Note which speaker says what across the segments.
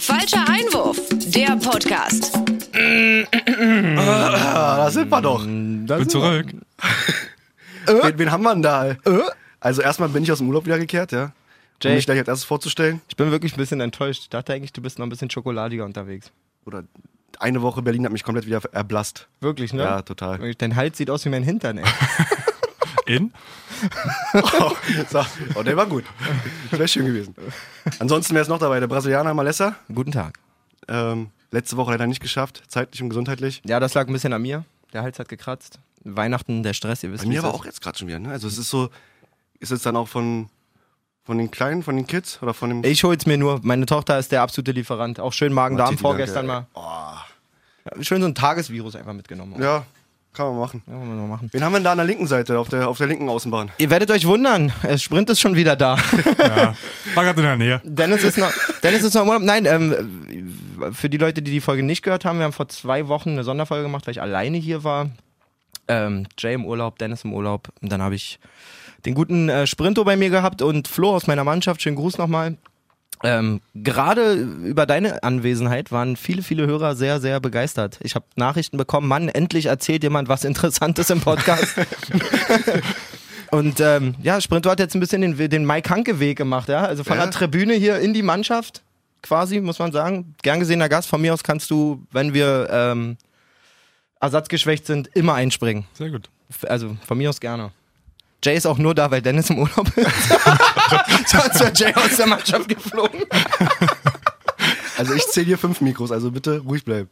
Speaker 1: Falscher Einwurf, der Podcast.
Speaker 2: Ah, da sind wir doch. Äh?
Speaker 3: Bin zurück.
Speaker 2: Wen, wen haben wir denn da? Also erstmal bin ich aus dem Urlaub wiedergekehrt, ja. Um
Speaker 4: Jay.
Speaker 2: mich gleich als erstes vorzustellen.
Speaker 4: Ich bin wirklich ein bisschen enttäuscht. Ich dachte eigentlich, du bist noch ein bisschen schokoladiger unterwegs.
Speaker 2: Oder eine Woche Berlin hat mich komplett wieder erblasst.
Speaker 4: Wirklich, ne?
Speaker 2: Ja, total.
Speaker 4: Wirklich, Dein Hals sieht aus wie mein Hintern, ey.
Speaker 3: In?
Speaker 2: Oh, so. oh der war gut. Das wäre schön gewesen. Ansonsten wäre es noch dabei, der Brasilianer Malessa.
Speaker 4: Guten Tag.
Speaker 2: Ähm, letzte Woche leider nicht geschafft, zeitlich und gesundheitlich.
Speaker 4: Ja, das lag ein bisschen an mir. Der Hals hat gekratzt. Weihnachten, der Stress, ihr wisst
Speaker 2: Bei mir
Speaker 4: wie's
Speaker 2: aber
Speaker 4: ist.
Speaker 2: auch jetzt gerade schon wieder, ne? Also es ist so, ist es dann auch von, von den Kleinen, von den Kids oder von dem...
Speaker 4: Ich hol's mir nur. Meine Tochter ist der absolute Lieferant. Auch schön Magen-Darm
Speaker 2: Martin,
Speaker 4: vorgestern
Speaker 2: danke. Oh.
Speaker 4: mal. Ja, schön so ein Tagesvirus einfach mitgenommen.
Speaker 2: Ja, kann man machen.
Speaker 4: Ja, wollen wir mal machen.
Speaker 2: Wen haben wir denn da an der linken Seite, auf der, auf der linken Außenbahn?
Speaker 4: Ihr werdet euch wundern, äh, Sprint ist schon wieder da.
Speaker 3: Ja. War gerade in der Nähe.
Speaker 4: Dennis ist noch, Dennis ist noch im Urlaub. Nein, ähm, für die Leute, die die Folge nicht gehört haben, wir haben vor zwei Wochen eine Sonderfolge gemacht, weil ich alleine hier war. Ähm, Jay im Urlaub, Dennis im Urlaub. Und dann habe ich den guten äh, Sprinto bei mir gehabt und Flo aus meiner Mannschaft. Schönen Gruß nochmal. Ähm, gerade über deine Anwesenheit waren viele, viele Hörer sehr, sehr begeistert. Ich habe Nachrichten bekommen, Mann, endlich erzählt jemand was Interessantes im Podcast. Und ähm, ja, Sprinto hat jetzt ein bisschen den, den Mike Hanke-Weg gemacht, ja. Also von
Speaker 2: Ja.
Speaker 4: der Tribüne hier in die Mannschaft, quasi, muss man sagen. Gern gesehener Gast. Von mir aus kannst du, wenn wir ähm, ersatzgeschwächt sind, immer einspringen.
Speaker 3: Sehr gut.
Speaker 4: F- Also von mir aus gerne. Jay ist auch nur da, weil Dennis im Urlaub ist. Sonst wäre Jay aus der Mannschaft geflogen.
Speaker 2: Also ich zähle hier fünf Mikros, also bitte ruhig bleiben.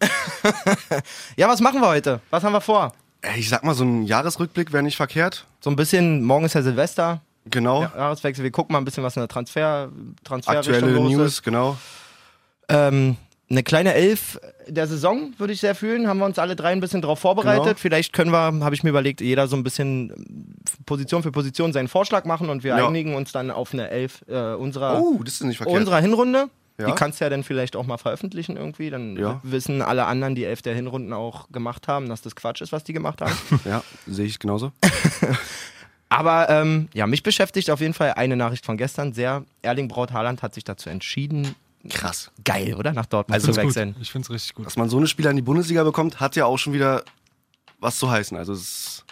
Speaker 4: Ja, was machen wir heute? Was haben wir vor?
Speaker 2: Ey, Ich sag mal, so ein Jahresrückblick wäre nicht verkehrt.
Speaker 4: So ein bisschen, morgen ist ja Silvester,
Speaker 2: Genau.
Speaker 4: Jahreswechsel. Wir gucken mal ein bisschen, was in der Transfer, Transferrichtung
Speaker 2: Aktuelle
Speaker 4: los
Speaker 2: News,
Speaker 4: ist.
Speaker 2: genau.
Speaker 4: Ähm, eine kleine Elf der Saison, würde ich sehr fühlen. Haben wir uns alle drei ein bisschen drauf vorbereitet.
Speaker 2: Genau.
Speaker 4: Vielleicht können wir, habe ich mir überlegt, jeder so ein bisschen ähm, Position für Position seinen Vorschlag machen und wir
Speaker 2: Ja.
Speaker 4: einigen uns dann auf eine Elf äh, unserer,
Speaker 2: Oh, das ist nicht verkehrt.
Speaker 4: unserer Hinrunde.
Speaker 2: Ja.
Speaker 4: Die kannst du ja dann vielleicht auch mal veröffentlichen irgendwie. Dann
Speaker 2: Ja.
Speaker 4: wissen alle anderen, die Elf der Hinrunden auch gemacht haben, dass das Quatsch ist, was die gemacht haben.
Speaker 2: Ja, sehe ich genauso.
Speaker 4: Aber ähm, ja, mich beschäftigt auf jeden Fall eine Nachricht von gestern sehr. Erling Braut Haaland hat sich dazu entschieden.
Speaker 2: Krass.
Speaker 4: Geil, oder? Nach Dortmund
Speaker 2: Also
Speaker 3: Ich find's
Speaker 4: zu
Speaker 3: gut.
Speaker 4: wechseln.
Speaker 3: Ich find's richtig gut.
Speaker 2: Dass man so eine Spieler in die Bundesliga bekommt, hat ja auch schon wieder was zu heißen. Also es ist,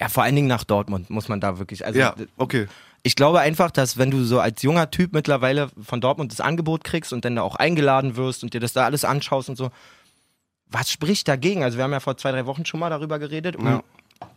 Speaker 4: Ja, vor allen Dingen nach Dortmund muss man da wirklich. Also
Speaker 2: ja, okay.
Speaker 4: ich glaube einfach, dass wenn du so als junger Typ mittlerweile von Dortmund das Angebot kriegst und dann da auch eingeladen wirst und dir das da alles anschaust und so, was spricht dagegen? Also wir haben ja vor zwei, drei Wochen schon mal darüber geredet. Und
Speaker 2: Ja.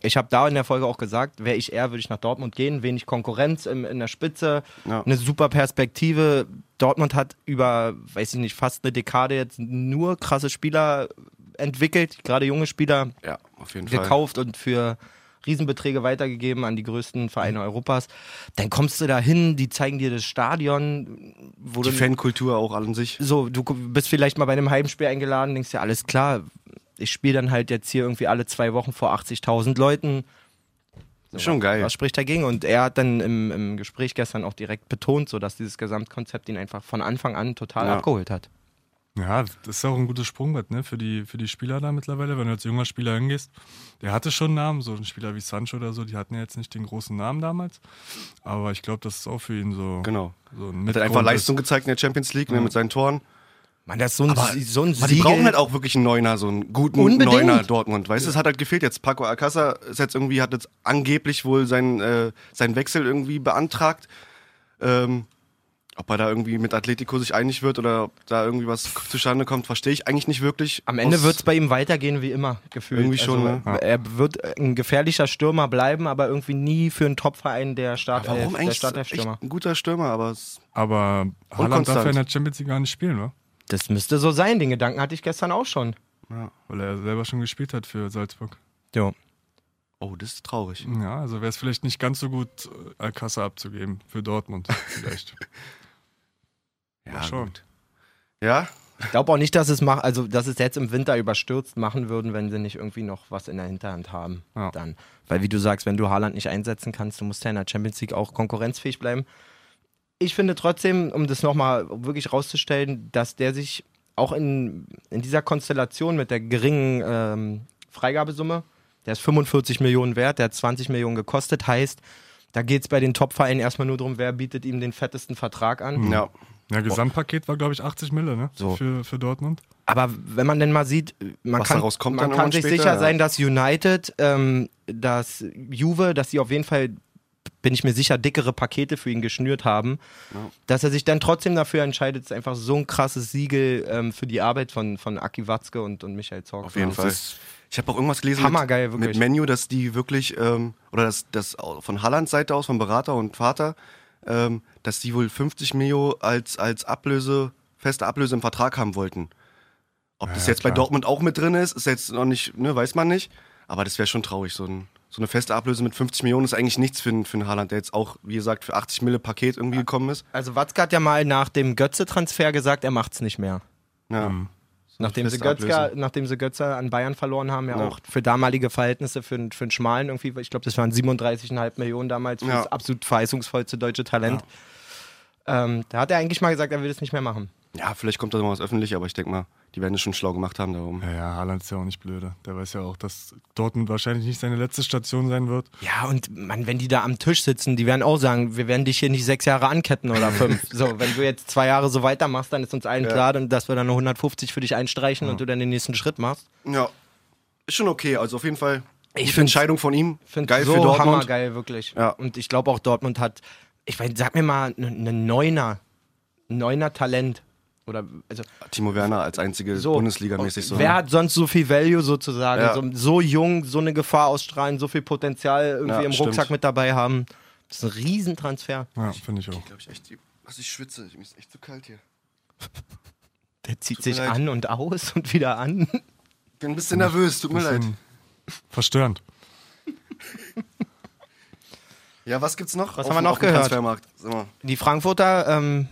Speaker 4: Ich habe da in der Folge auch gesagt, wäre ich er, würde ich nach Dortmund gehen. Wenig Konkurrenz im, in der Spitze,
Speaker 2: Ja.
Speaker 4: eine super Perspektive. Dortmund hat über, weiß ich nicht, fast eine Dekade jetzt nur krasse Spieler entwickelt, gerade junge Spieler
Speaker 2: Ja, auf jeden Fall.
Speaker 4: gekauft und für Riesenbeträge weitergegeben an die größten
Speaker 2: Mhm.
Speaker 4: Vereine Europas. Dann kommst du da hin, die zeigen dir das Stadion, wo
Speaker 2: Die
Speaker 4: du
Speaker 2: Fankultur auch an sich.
Speaker 4: so, du gu- bist vielleicht mal bei einem Heimspiel eingeladen, denkst ja, alles klar, ich spiele dann halt jetzt hier irgendwie alle zwei Wochen vor 80.000 Leuten.
Speaker 2: Schon geil.
Speaker 4: Was spricht dagegen? Und er hat dann im, im Gespräch gestern auch direkt betont, so dass dieses Gesamtkonzept ihn einfach von Anfang an total
Speaker 2: Ja.
Speaker 4: abgeholt hat.
Speaker 3: Ja, das ist auch ein gutes Sprungbrett ne? für, die, für die Spieler da mittlerweile, wenn du als junger Spieler hingehst. Der hatte schon einen Namen, so ein Spieler wie Sancho oder so, die hatten ja jetzt nicht den großen Namen damals. Aber ich glaube, das ist auch für ihn so,
Speaker 2: Genau.
Speaker 3: so ein
Speaker 2: Hat er einfach
Speaker 3: Mitgrund,
Speaker 2: Leistung gezeigt in der Champions League ne, mit seinen Toren.
Speaker 4: Man, das ist so ein, so ein
Speaker 2: Aber die
Speaker 4: Siegel-
Speaker 2: brauchen halt auch wirklich einen Neuner, so einen guten
Speaker 4: Unbedingt.
Speaker 2: Neuner Dortmund. Weißt du, es hat halt gefehlt jetzt. Paco Alcázar ist jetzt irgendwie, hat jetzt angeblich wohl seinen, äh, seinen Wechsel irgendwie beantragt. Ähm, ob er da irgendwie mit Atletico sich einig wird oder ob da irgendwie was zustande kommt, verstehe ich eigentlich nicht wirklich.
Speaker 4: Am Ende
Speaker 2: Aus-
Speaker 4: wird es bei ihm weitergehen wie immer, gefühlt.
Speaker 2: Irgendwie schon,
Speaker 4: also,
Speaker 2: ne?
Speaker 4: Er wird ein gefährlicher Stürmer bleiben, aber irgendwie nie für einen Topverein der Start äh,
Speaker 2: Aber Warum
Speaker 4: der
Speaker 2: eigentlich? Ist
Speaker 4: Startelf-Stürmer.
Speaker 2: echt ein guter Stürmer, aber es,
Speaker 3: Aber Haaland
Speaker 2: konstant.
Speaker 3: darf ja in der Champions League gar nicht spielen, ne?
Speaker 4: Das müsste so sein, den Gedanken hatte ich gestern auch schon.
Speaker 3: Weil er selber schon gespielt hat für Salzburg.
Speaker 4: Jo.
Speaker 2: oh, das ist traurig.
Speaker 3: Ja, also wäre es vielleicht nicht ganz so gut, äh, Alcázar abzugeben für Dortmund. Vielleicht.
Speaker 2: Ja,
Speaker 3: schon.
Speaker 2: gut. Ja?
Speaker 4: Ich glaube auch nicht, dass es mach, also dass es jetzt im Winter überstürzt machen würden, wenn sie nicht irgendwie noch was in der Hinterhand haben.
Speaker 3: Ja.
Speaker 4: Dann. Weil wie du sagst, wenn du Haaland nicht einsetzen kannst, du musst ja in der Champions League auch konkurrenzfähig bleiben. Ich finde trotzdem, um das nochmal wirklich rauszustellen, dass der sich auch in, in dieser Konstellation mit der geringen ähm, Freigabesumme, der ist 45 Millionen wert, der hat 20 Millionen gekostet, heißt, da geht es bei den Top-Vereinen erstmal nur darum, wer bietet ihm den fettesten Vertrag an.
Speaker 2: Ja.
Speaker 3: Ja, Gesamtpaket war, glaube ich, 80 Mille, ne?
Speaker 4: So.
Speaker 3: Für, für Dortmund.
Speaker 4: Aber wenn man denn mal sieht, man
Speaker 2: Was
Speaker 4: kann,
Speaker 2: daraus kommt dann
Speaker 4: man kann
Speaker 2: irgendwann
Speaker 4: sich
Speaker 2: später,
Speaker 4: sicher
Speaker 2: ja.
Speaker 4: sein, dass United, ähm, dass Juve, dass sie auf jeden Fall, bin ich mir sicher, dickere Pakete für ihn geschnürt haben. Dass er sich dann trotzdem dafür entscheidet, ist einfach so ein krasses Siegel ähm, für die Arbeit von, von Aki Watzke und, und Michael Zorc.
Speaker 2: Auf jeden
Speaker 4: Das
Speaker 2: Fall.
Speaker 4: ist-
Speaker 2: ich habe auch irgendwas gelesen
Speaker 4: Hammergeil,
Speaker 2: mit,
Speaker 4: wirklich.
Speaker 2: mit Menu, dass die wirklich, ähm, oder dass das von Hallands Seite aus, von Berater und Vater, ähm, dass die wohl 50 Mio als, als Ablöse, feste Ablöse im Vertrag haben wollten. Ob das
Speaker 3: ja,
Speaker 2: jetzt bei
Speaker 3: klar.
Speaker 2: Dortmund auch mit drin ist, ist jetzt noch nicht, ne, weiß man nicht. Aber das wäre schon traurig. So, ein, so eine feste Ablöse mit 50 Millionen ist eigentlich nichts für, einen- für einen Haaland, der jetzt auch, wie gesagt, für 80 Mille Paket irgendwie gekommen ist.
Speaker 4: Also Watzke hat ja mal nach dem Götze-Transfer gesagt, er macht's nicht mehr.
Speaker 2: Ja.
Speaker 3: Mhm. Hm.
Speaker 4: Nachdem sie,
Speaker 2: feste
Speaker 4: Götzke,
Speaker 2: Ablöse.
Speaker 4: nachdem sie Götze an Bayern verloren haben, ja,
Speaker 2: Ja.
Speaker 4: auch für damalige Verhältnisse, für, einen- für einen schmalen irgendwie, ich glaube, das waren 37,5 Millionen damals, für
Speaker 2: Ja.
Speaker 4: das absolut verheißungsvollste deutsche Talent. Ähm, da hat er eigentlich mal gesagt, er will das nicht mehr machen.
Speaker 2: ja, vielleicht kommt da noch was öffentlich, aber ich denke mal, die werden es schon schlau gemacht haben darum.
Speaker 3: Ja, ja, Haaland ist ja auch nicht blöde. Der weiß ja auch, dass Dortmund wahrscheinlich nicht seine letzte Station sein wird.
Speaker 4: Ja, und man, wenn die da am Tisch sitzen, die werden auch sagen, wir werden dich hier nicht sechs Jahre anketten oder fünf. so, wenn du jetzt zwei Jahre so weitermachst, dann ist uns allen klar, dann- dass wir dann nur 150 für dich einstreichen und du dann den nächsten Schritt machst.
Speaker 2: Ja. Ist schon okay, also auf jeden Fall. Gute
Speaker 4: Ich find's-
Speaker 2: Entscheidung von ihm.
Speaker 4: Find
Speaker 2: Geil
Speaker 4: so
Speaker 2: für Dortmund.
Speaker 4: hammergeil, wirklich.
Speaker 2: Ja.
Speaker 4: Und ich glaube auch Dortmund hat, ich meine, sag mir mal, einen ne Neuner, ein Neuner Talent. Oder also
Speaker 2: Timo Werner als einzige
Speaker 4: so.
Speaker 2: Bundesligamäßig so. ne?
Speaker 4: Wer hat sonst so viel Value sozusagen?
Speaker 2: Ja.
Speaker 4: So, so jung, so eine Gefahr ausstrahlen, so viel Potenzial irgendwie
Speaker 2: Ja,
Speaker 4: im
Speaker 2: stimmt.
Speaker 4: Rucksack mit dabei haben. Das ist ein Riesentransfer.
Speaker 3: Ja, finde ich auch.
Speaker 2: glaube ich echt, die- was ich schwitze, mir ist echt zu kalt hier.
Speaker 4: Der zieht
Speaker 2: mir
Speaker 4: sich
Speaker 2: leid.
Speaker 4: an und aus und wieder an.
Speaker 2: Bin ein bisschen nervös, tut mir leid.
Speaker 3: Bisschen Verstörend.
Speaker 2: Ja, was gibt's noch?
Speaker 4: Was
Speaker 2: auf
Speaker 4: haben wir
Speaker 2: dem-
Speaker 4: noch
Speaker 2: auf dem
Speaker 4: gehört?
Speaker 2: Transfermarkt. Sag mal.
Speaker 4: Die Frankfurter ähm,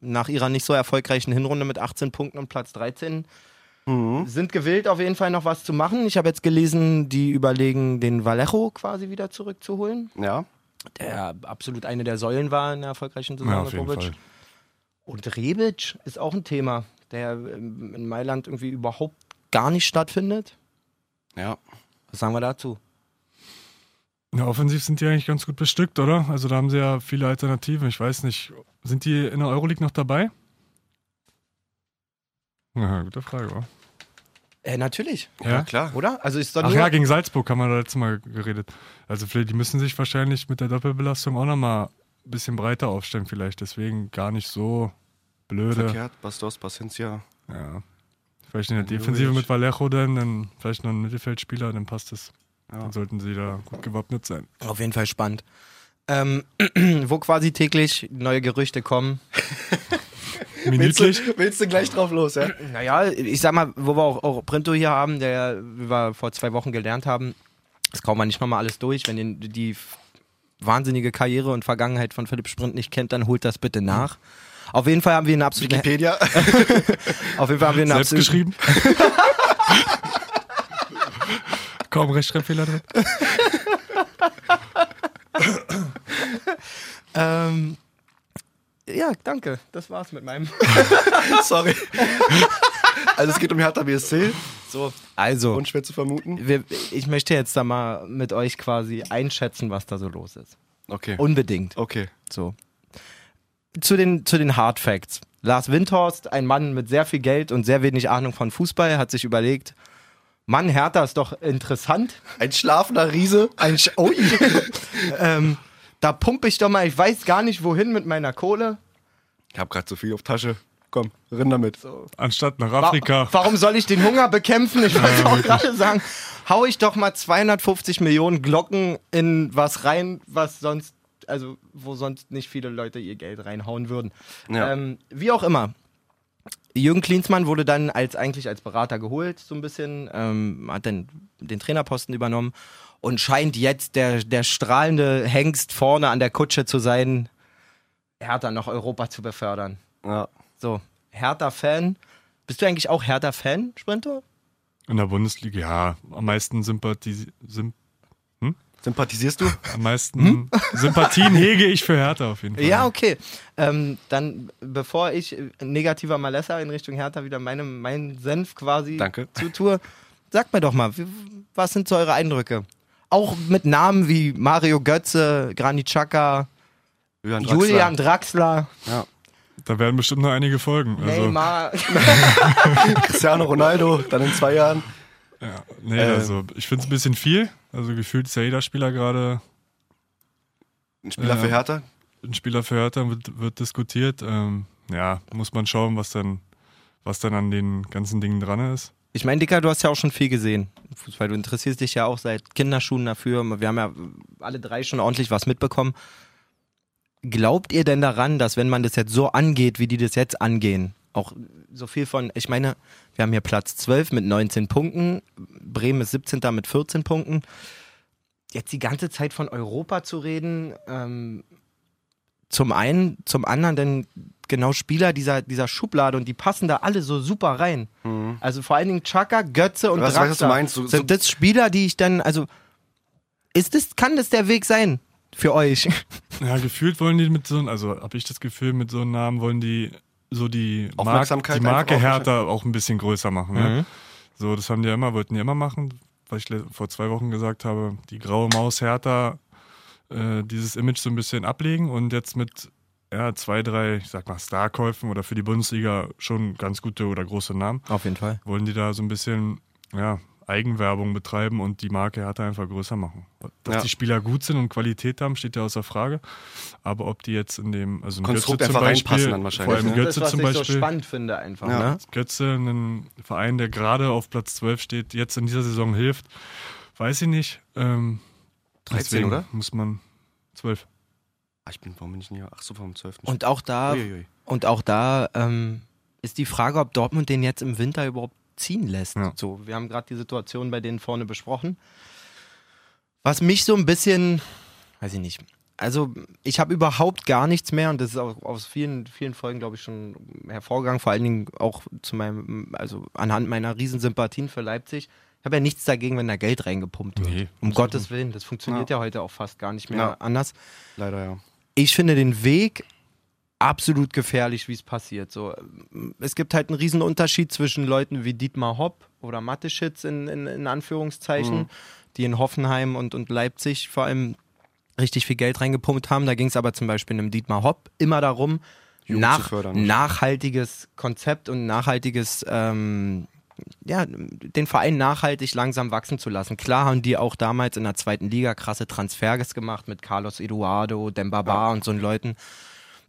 Speaker 4: nach ihrer nicht so erfolgreichen Hinrunde mit 18 Punkten und Platz 13
Speaker 3: Mhm.
Speaker 4: sind gewillt, auf jeden Fall noch was zu machen. Ich habe jetzt gelesen, die überlegen, den Vallejo quasi wieder zurückzuholen,
Speaker 2: Ja.
Speaker 4: der absolut eine der Säulen war in der erfolgreichen Saison
Speaker 3: Ja, auf
Speaker 4: mit
Speaker 3: jeden
Speaker 4: Bobic.
Speaker 3: Fall.
Speaker 4: Und Rebic ist auch ein Thema, der ähm, in Mailand irgendwie überhaupt gar nicht stattfindet.
Speaker 2: Ja.
Speaker 4: Was sagen wir dazu?
Speaker 3: Na, offensiv sind die eigentlich ganz gut bestückt, oder? Also da haben sie ja viele Alternativen. Ich weiß nicht, sind die in der Euroleague noch dabei? Ja, gute Frage, oder?
Speaker 4: Äh, natürlich,
Speaker 2: Ja, klar.
Speaker 4: oder? Also ist doch
Speaker 3: Ach
Speaker 4: nur
Speaker 3: ja, gegen Salzburg haben wir da letztes Mal geredet. Also vielleicht, die müssen sich wahrscheinlich mit der Doppelbelastung auch nochmal ein bisschen breiter aufstellen vielleicht. Deswegen gar nicht so blöde.
Speaker 2: Verkehrt, Bastos, Paciencia.
Speaker 3: Ja. Vielleicht in der
Speaker 2: Dann
Speaker 3: Defensive
Speaker 2: Jovic.
Speaker 3: mit Vallejo dann, dann vielleicht noch ein Mittelfeldspieler, dann passt es.
Speaker 2: Ja.
Speaker 3: Dann sollten sie da gut gewappnet sein.
Speaker 4: Auf jeden Fall spannend. Ähm, wo quasi täglich neue Gerüchte kommen.
Speaker 3: Minütlich.
Speaker 2: willst du gleich drauf los, ja?
Speaker 4: Naja, ich sag mal, wo wir auch, auch Printo hier haben, der wie wir vor zwei Wochen gelernt haben, das kaum man nicht nochmal alles durch. Wenn ihr die f- wahnsinnige Karriere und Vergangenheit von Philipp Sprint nicht kennt, dann holt das bitte nach. Auf jeden Fall haben wir einen absoluten,
Speaker 2: Wikipedia.
Speaker 4: auf jeden Fall haben wir einen
Speaker 3: Selbst
Speaker 4: absoluten
Speaker 3: geschrieben. Kaum Rechtschreibfehler drin.
Speaker 4: Ähm, ja, danke. Das war's mit meinem.
Speaker 2: Sorry. also es geht um Hertha BSC. So.
Speaker 4: Also,
Speaker 2: Unschwer zu vermuten.
Speaker 4: wir, ich möchte jetzt da mal mit euch quasi einschätzen, was da so los ist.
Speaker 2: Okay.
Speaker 4: Unbedingt.
Speaker 2: Okay.
Speaker 4: So. Zu den, zu den Hard Facts. Lars Windhorst, ein Mann mit sehr viel Geld und sehr wenig Ahnung von Fußball, hat sich überlegt, Mann, Hertha ist doch interessant.
Speaker 2: Ein schlafender Riese.
Speaker 4: Ein Sch Ui. ähm, da pumpe ich doch mal, ich weiß gar nicht wohin mit meiner Kohle.
Speaker 2: Ich hab grad zu viel auf Tasche. Komm, rinn damit.
Speaker 3: Anstatt nach
Speaker 4: Wa-
Speaker 3: Afrika.
Speaker 4: Warum soll ich den Hunger bekämpfen? Ich wollte auch gerade sagen, hau ich doch mal 250 Millionen Glocken in was rein, was sonst, also wo sonst nicht viele Leute ihr Geld reinhauen würden.
Speaker 2: Ja.
Speaker 4: Ähm, wie auch immer. Jürgen Klinsmann wurde dann als eigentlich als Berater geholt, so ein bisschen, ähm, hat dann den Trainerposten übernommen und scheint jetzt der, der strahlende Hengst vorne an der Kutsche zu sein, Hertha nach Europa zu befördern.
Speaker 2: Ja.
Speaker 4: So, Hertha-Fan. Bist du eigentlich auch Hertha-Fan, Sprinto?
Speaker 3: In der Bundesliga, ja. Am meisten Sympathie, Symp
Speaker 2: Sympathisierst du?
Speaker 3: am
Speaker 2: Hm?
Speaker 3: meisten Sympathien hege ich für Hertha auf jeden Fall.
Speaker 4: Ja, okay. Ähm, dann, bevor ich äh, negativer Malessa in Richtung Hertha wieder meinem, meinen Senf quasi
Speaker 2: Danke.
Speaker 4: zutue, sag mir doch mal, wie, was sind so eure Eindrücke? Auch mit Namen wie Mario Götze, Granit Xhaka,
Speaker 2: Julian Draxler.
Speaker 4: Julian Draxler.
Speaker 2: Ja.
Speaker 3: Da werden bestimmt noch einige folgen. Also,
Speaker 4: Neymar.
Speaker 2: Cristiano Ronaldo, dann in zwei Jahren.
Speaker 3: ja, nee,
Speaker 2: Ähm.
Speaker 3: also ich finde es ein bisschen viel. Also gefühlt ist ja jeder Spieler gerade
Speaker 2: Ein Spieler
Speaker 3: Ja.
Speaker 2: für Hertha.
Speaker 3: ein Spieler für Hertha, wird, wird diskutiert. Ähm, ja, muss man schauen, was dann, was dann an den ganzen Dingen dran ist.
Speaker 4: Ich meine, Dicker, du hast ja auch schon viel gesehen im Fußball. Du interessierst dich ja auch seit Kinderschuhen dafür. Wir haben ja alle drei schon ordentlich was mitbekommen. Glaubt ihr denn daran, dass wenn man das jetzt so angeht, wie die das jetzt angehen, auch so viel von, ich meine, wir haben hier Platz 12 mit 19 Punkten, Bremen ist 17. mit 14 Punkten. Jetzt die ganze Zeit von Europa zu reden, ähm, zum einen, zum anderen, denn genau Spieler dieser, dieser Schublade und die passen da alle so super rein. Also vor allen Dingen Chaka, Götze und
Speaker 2: Mhm. Was- was
Speaker 4: Draxler.
Speaker 2: du meinst? So- so-
Speaker 4: sind das Spieler, die ich dann, also ist das, kann das der Weg sein für euch?
Speaker 3: Ja, gefühlt wollen die mit so einem, also habe ich das Gefühl, mit so einem Namen wollen die so die, Mark,
Speaker 2: Aufmerksamkeit
Speaker 3: die Marke
Speaker 2: einfach auch- Mhm.
Speaker 3: Hertha auch ein bisschen größer machen. Ne? So, das haben die ja immer, wollten die immer machen, weil ich le- vor zwei Wochen gesagt habe, die graue Maus Hertha, äh, dieses Image so ein bisschen ablegen und jetzt mit ja, zwei, drei, ich sag mal, Starkäufen oder für die Bundesliga schon ganz gute oder große Namen,
Speaker 4: Auf jeden Fall.
Speaker 3: wollen die da so ein bisschen, ja, Eigenwerbung betreiben und die Marke Hertha einfach größer machen. Dass
Speaker 2: Ja.
Speaker 3: die Spieler gut sind und Qualität haben, steht ja außer Frage. Aber ob die jetzt in dem, also ein
Speaker 2: Konstrukt
Speaker 3: Götze zum
Speaker 2: einfach
Speaker 3: Beispiel,
Speaker 2: reinpassen dann wahrscheinlich,
Speaker 3: vor allem
Speaker 2: ne?
Speaker 3: Götze zum Beispiel,
Speaker 4: finde einfach.
Speaker 2: Ja.
Speaker 4: Ne?
Speaker 3: Götze, einen Verein, der gerade auf Platz 12 steht, jetzt in dieser Saison hilft, weiß ich nicht. Ähm,
Speaker 2: 13,
Speaker 3: deswegen
Speaker 2: oder?
Speaker 3: Muss man 12.
Speaker 2: Ah, ich bin, warum bin ich denn hier? Ach so, vom 12.
Speaker 4: Und auch da,
Speaker 2: Uiuiui.
Speaker 4: und auch da ähm, ist die Frage, ob Dortmund den jetzt im Winter überhaupt ziehen lässt.
Speaker 3: Ja.
Speaker 4: So, wir haben gerade die Situation bei denen vorne besprochen. Was mich so ein bisschen, weiß ich nicht. Also ich habe überhaupt gar nichts mehr und das ist auch aus vielen, vielen Folgen, glaube ich, schon hervorgegangen, vor allen Dingen auch zu meinem, also anhand meiner Riesensympathien für Leipzig. Ich habe ja nichts dagegen, wenn da Geld reingepumpt wird.
Speaker 3: Nee,
Speaker 4: um Gottes Willen, das funktioniert ja. heute auch fast gar nicht mehr
Speaker 2: Ja.
Speaker 4: anders
Speaker 2: Leider, ja.
Speaker 4: ich finde den Weg absolut gefährlich, wie es passiert. So, ähm, es gibt halt einen riesen Unterschied zwischen Leuten wie Dietmar Hopp oder Mateschitz in, in, in Anführungszeichen,
Speaker 2: Mhm.
Speaker 4: die in Hoffenheim und, und Leipzig vor allem richtig viel Geld reingepumpt haben. Da ging es aber zum Beispiel einem Dietmar Hopp immer darum,
Speaker 2: Jugend
Speaker 4: nach,
Speaker 2: zu fördern.
Speaker 4: nachhaltiges Konzept und nachhaltiges ähm, ja, den Verein nachhaltig langsam wachsen zu lassen. Klar haben die auch damals in der zweiten Liga krasse Transfers gemacht mit Carlos Eduardo, Dembaba und so einen Leuten.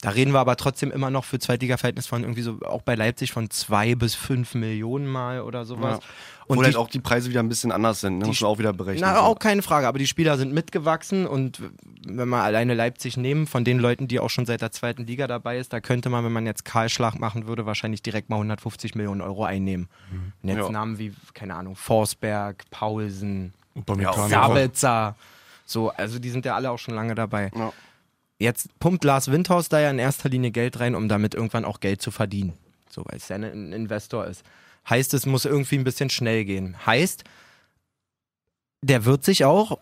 Speaker 4: Da reden wir aber trotzdem immer noch für Zweitliga-Verhältnis von irgendwie so, auch bei Leipzig von zwei bis fünf Millionen mal oder sowas.
Speaker 2: Ja.
Speaker 4: Und
Speaker 2: Wo
Speaker 4: die,
Speaker 2: halt auch die Preise wieder ein bisschen anders sind, ne? muss man auch wieder berechnen.
Speaker 4: na,
Speaker 2: so.
Speaker 4: auch keine Frage, aber die Spieler sind mitgewachsen und wenn wir alleine Leipzig nehmen, von den Leuten, die auch schon seit der zweiten Liga dabei ist, da könnte man, wenn man jetzt Kahlschlag machen würde, wahrscheinlich direkt mal 150 Millionen Euro einnehmen. Und jetzt
Speaker 2: Mhm. Ja.
Speaker 4: Namen wie, keine Ahnung, Forsberg, Paulsen,
Speaker 3: Upamecano.
Speaker 4: Sabitzer. So, also die sind ja alle auch schon lange dabei.
Speaker 2: Ja.
Speaker 4: Jetzt pumpt Lars Windhaus da ja in erster Linie Geld rein, um damit irgendwann auch Geld zu verdienen. So, weil es ja ein Investor ist. Heißt, es muss irgendwie ein bisschen schnell gehen. Heißt, der wird sich auch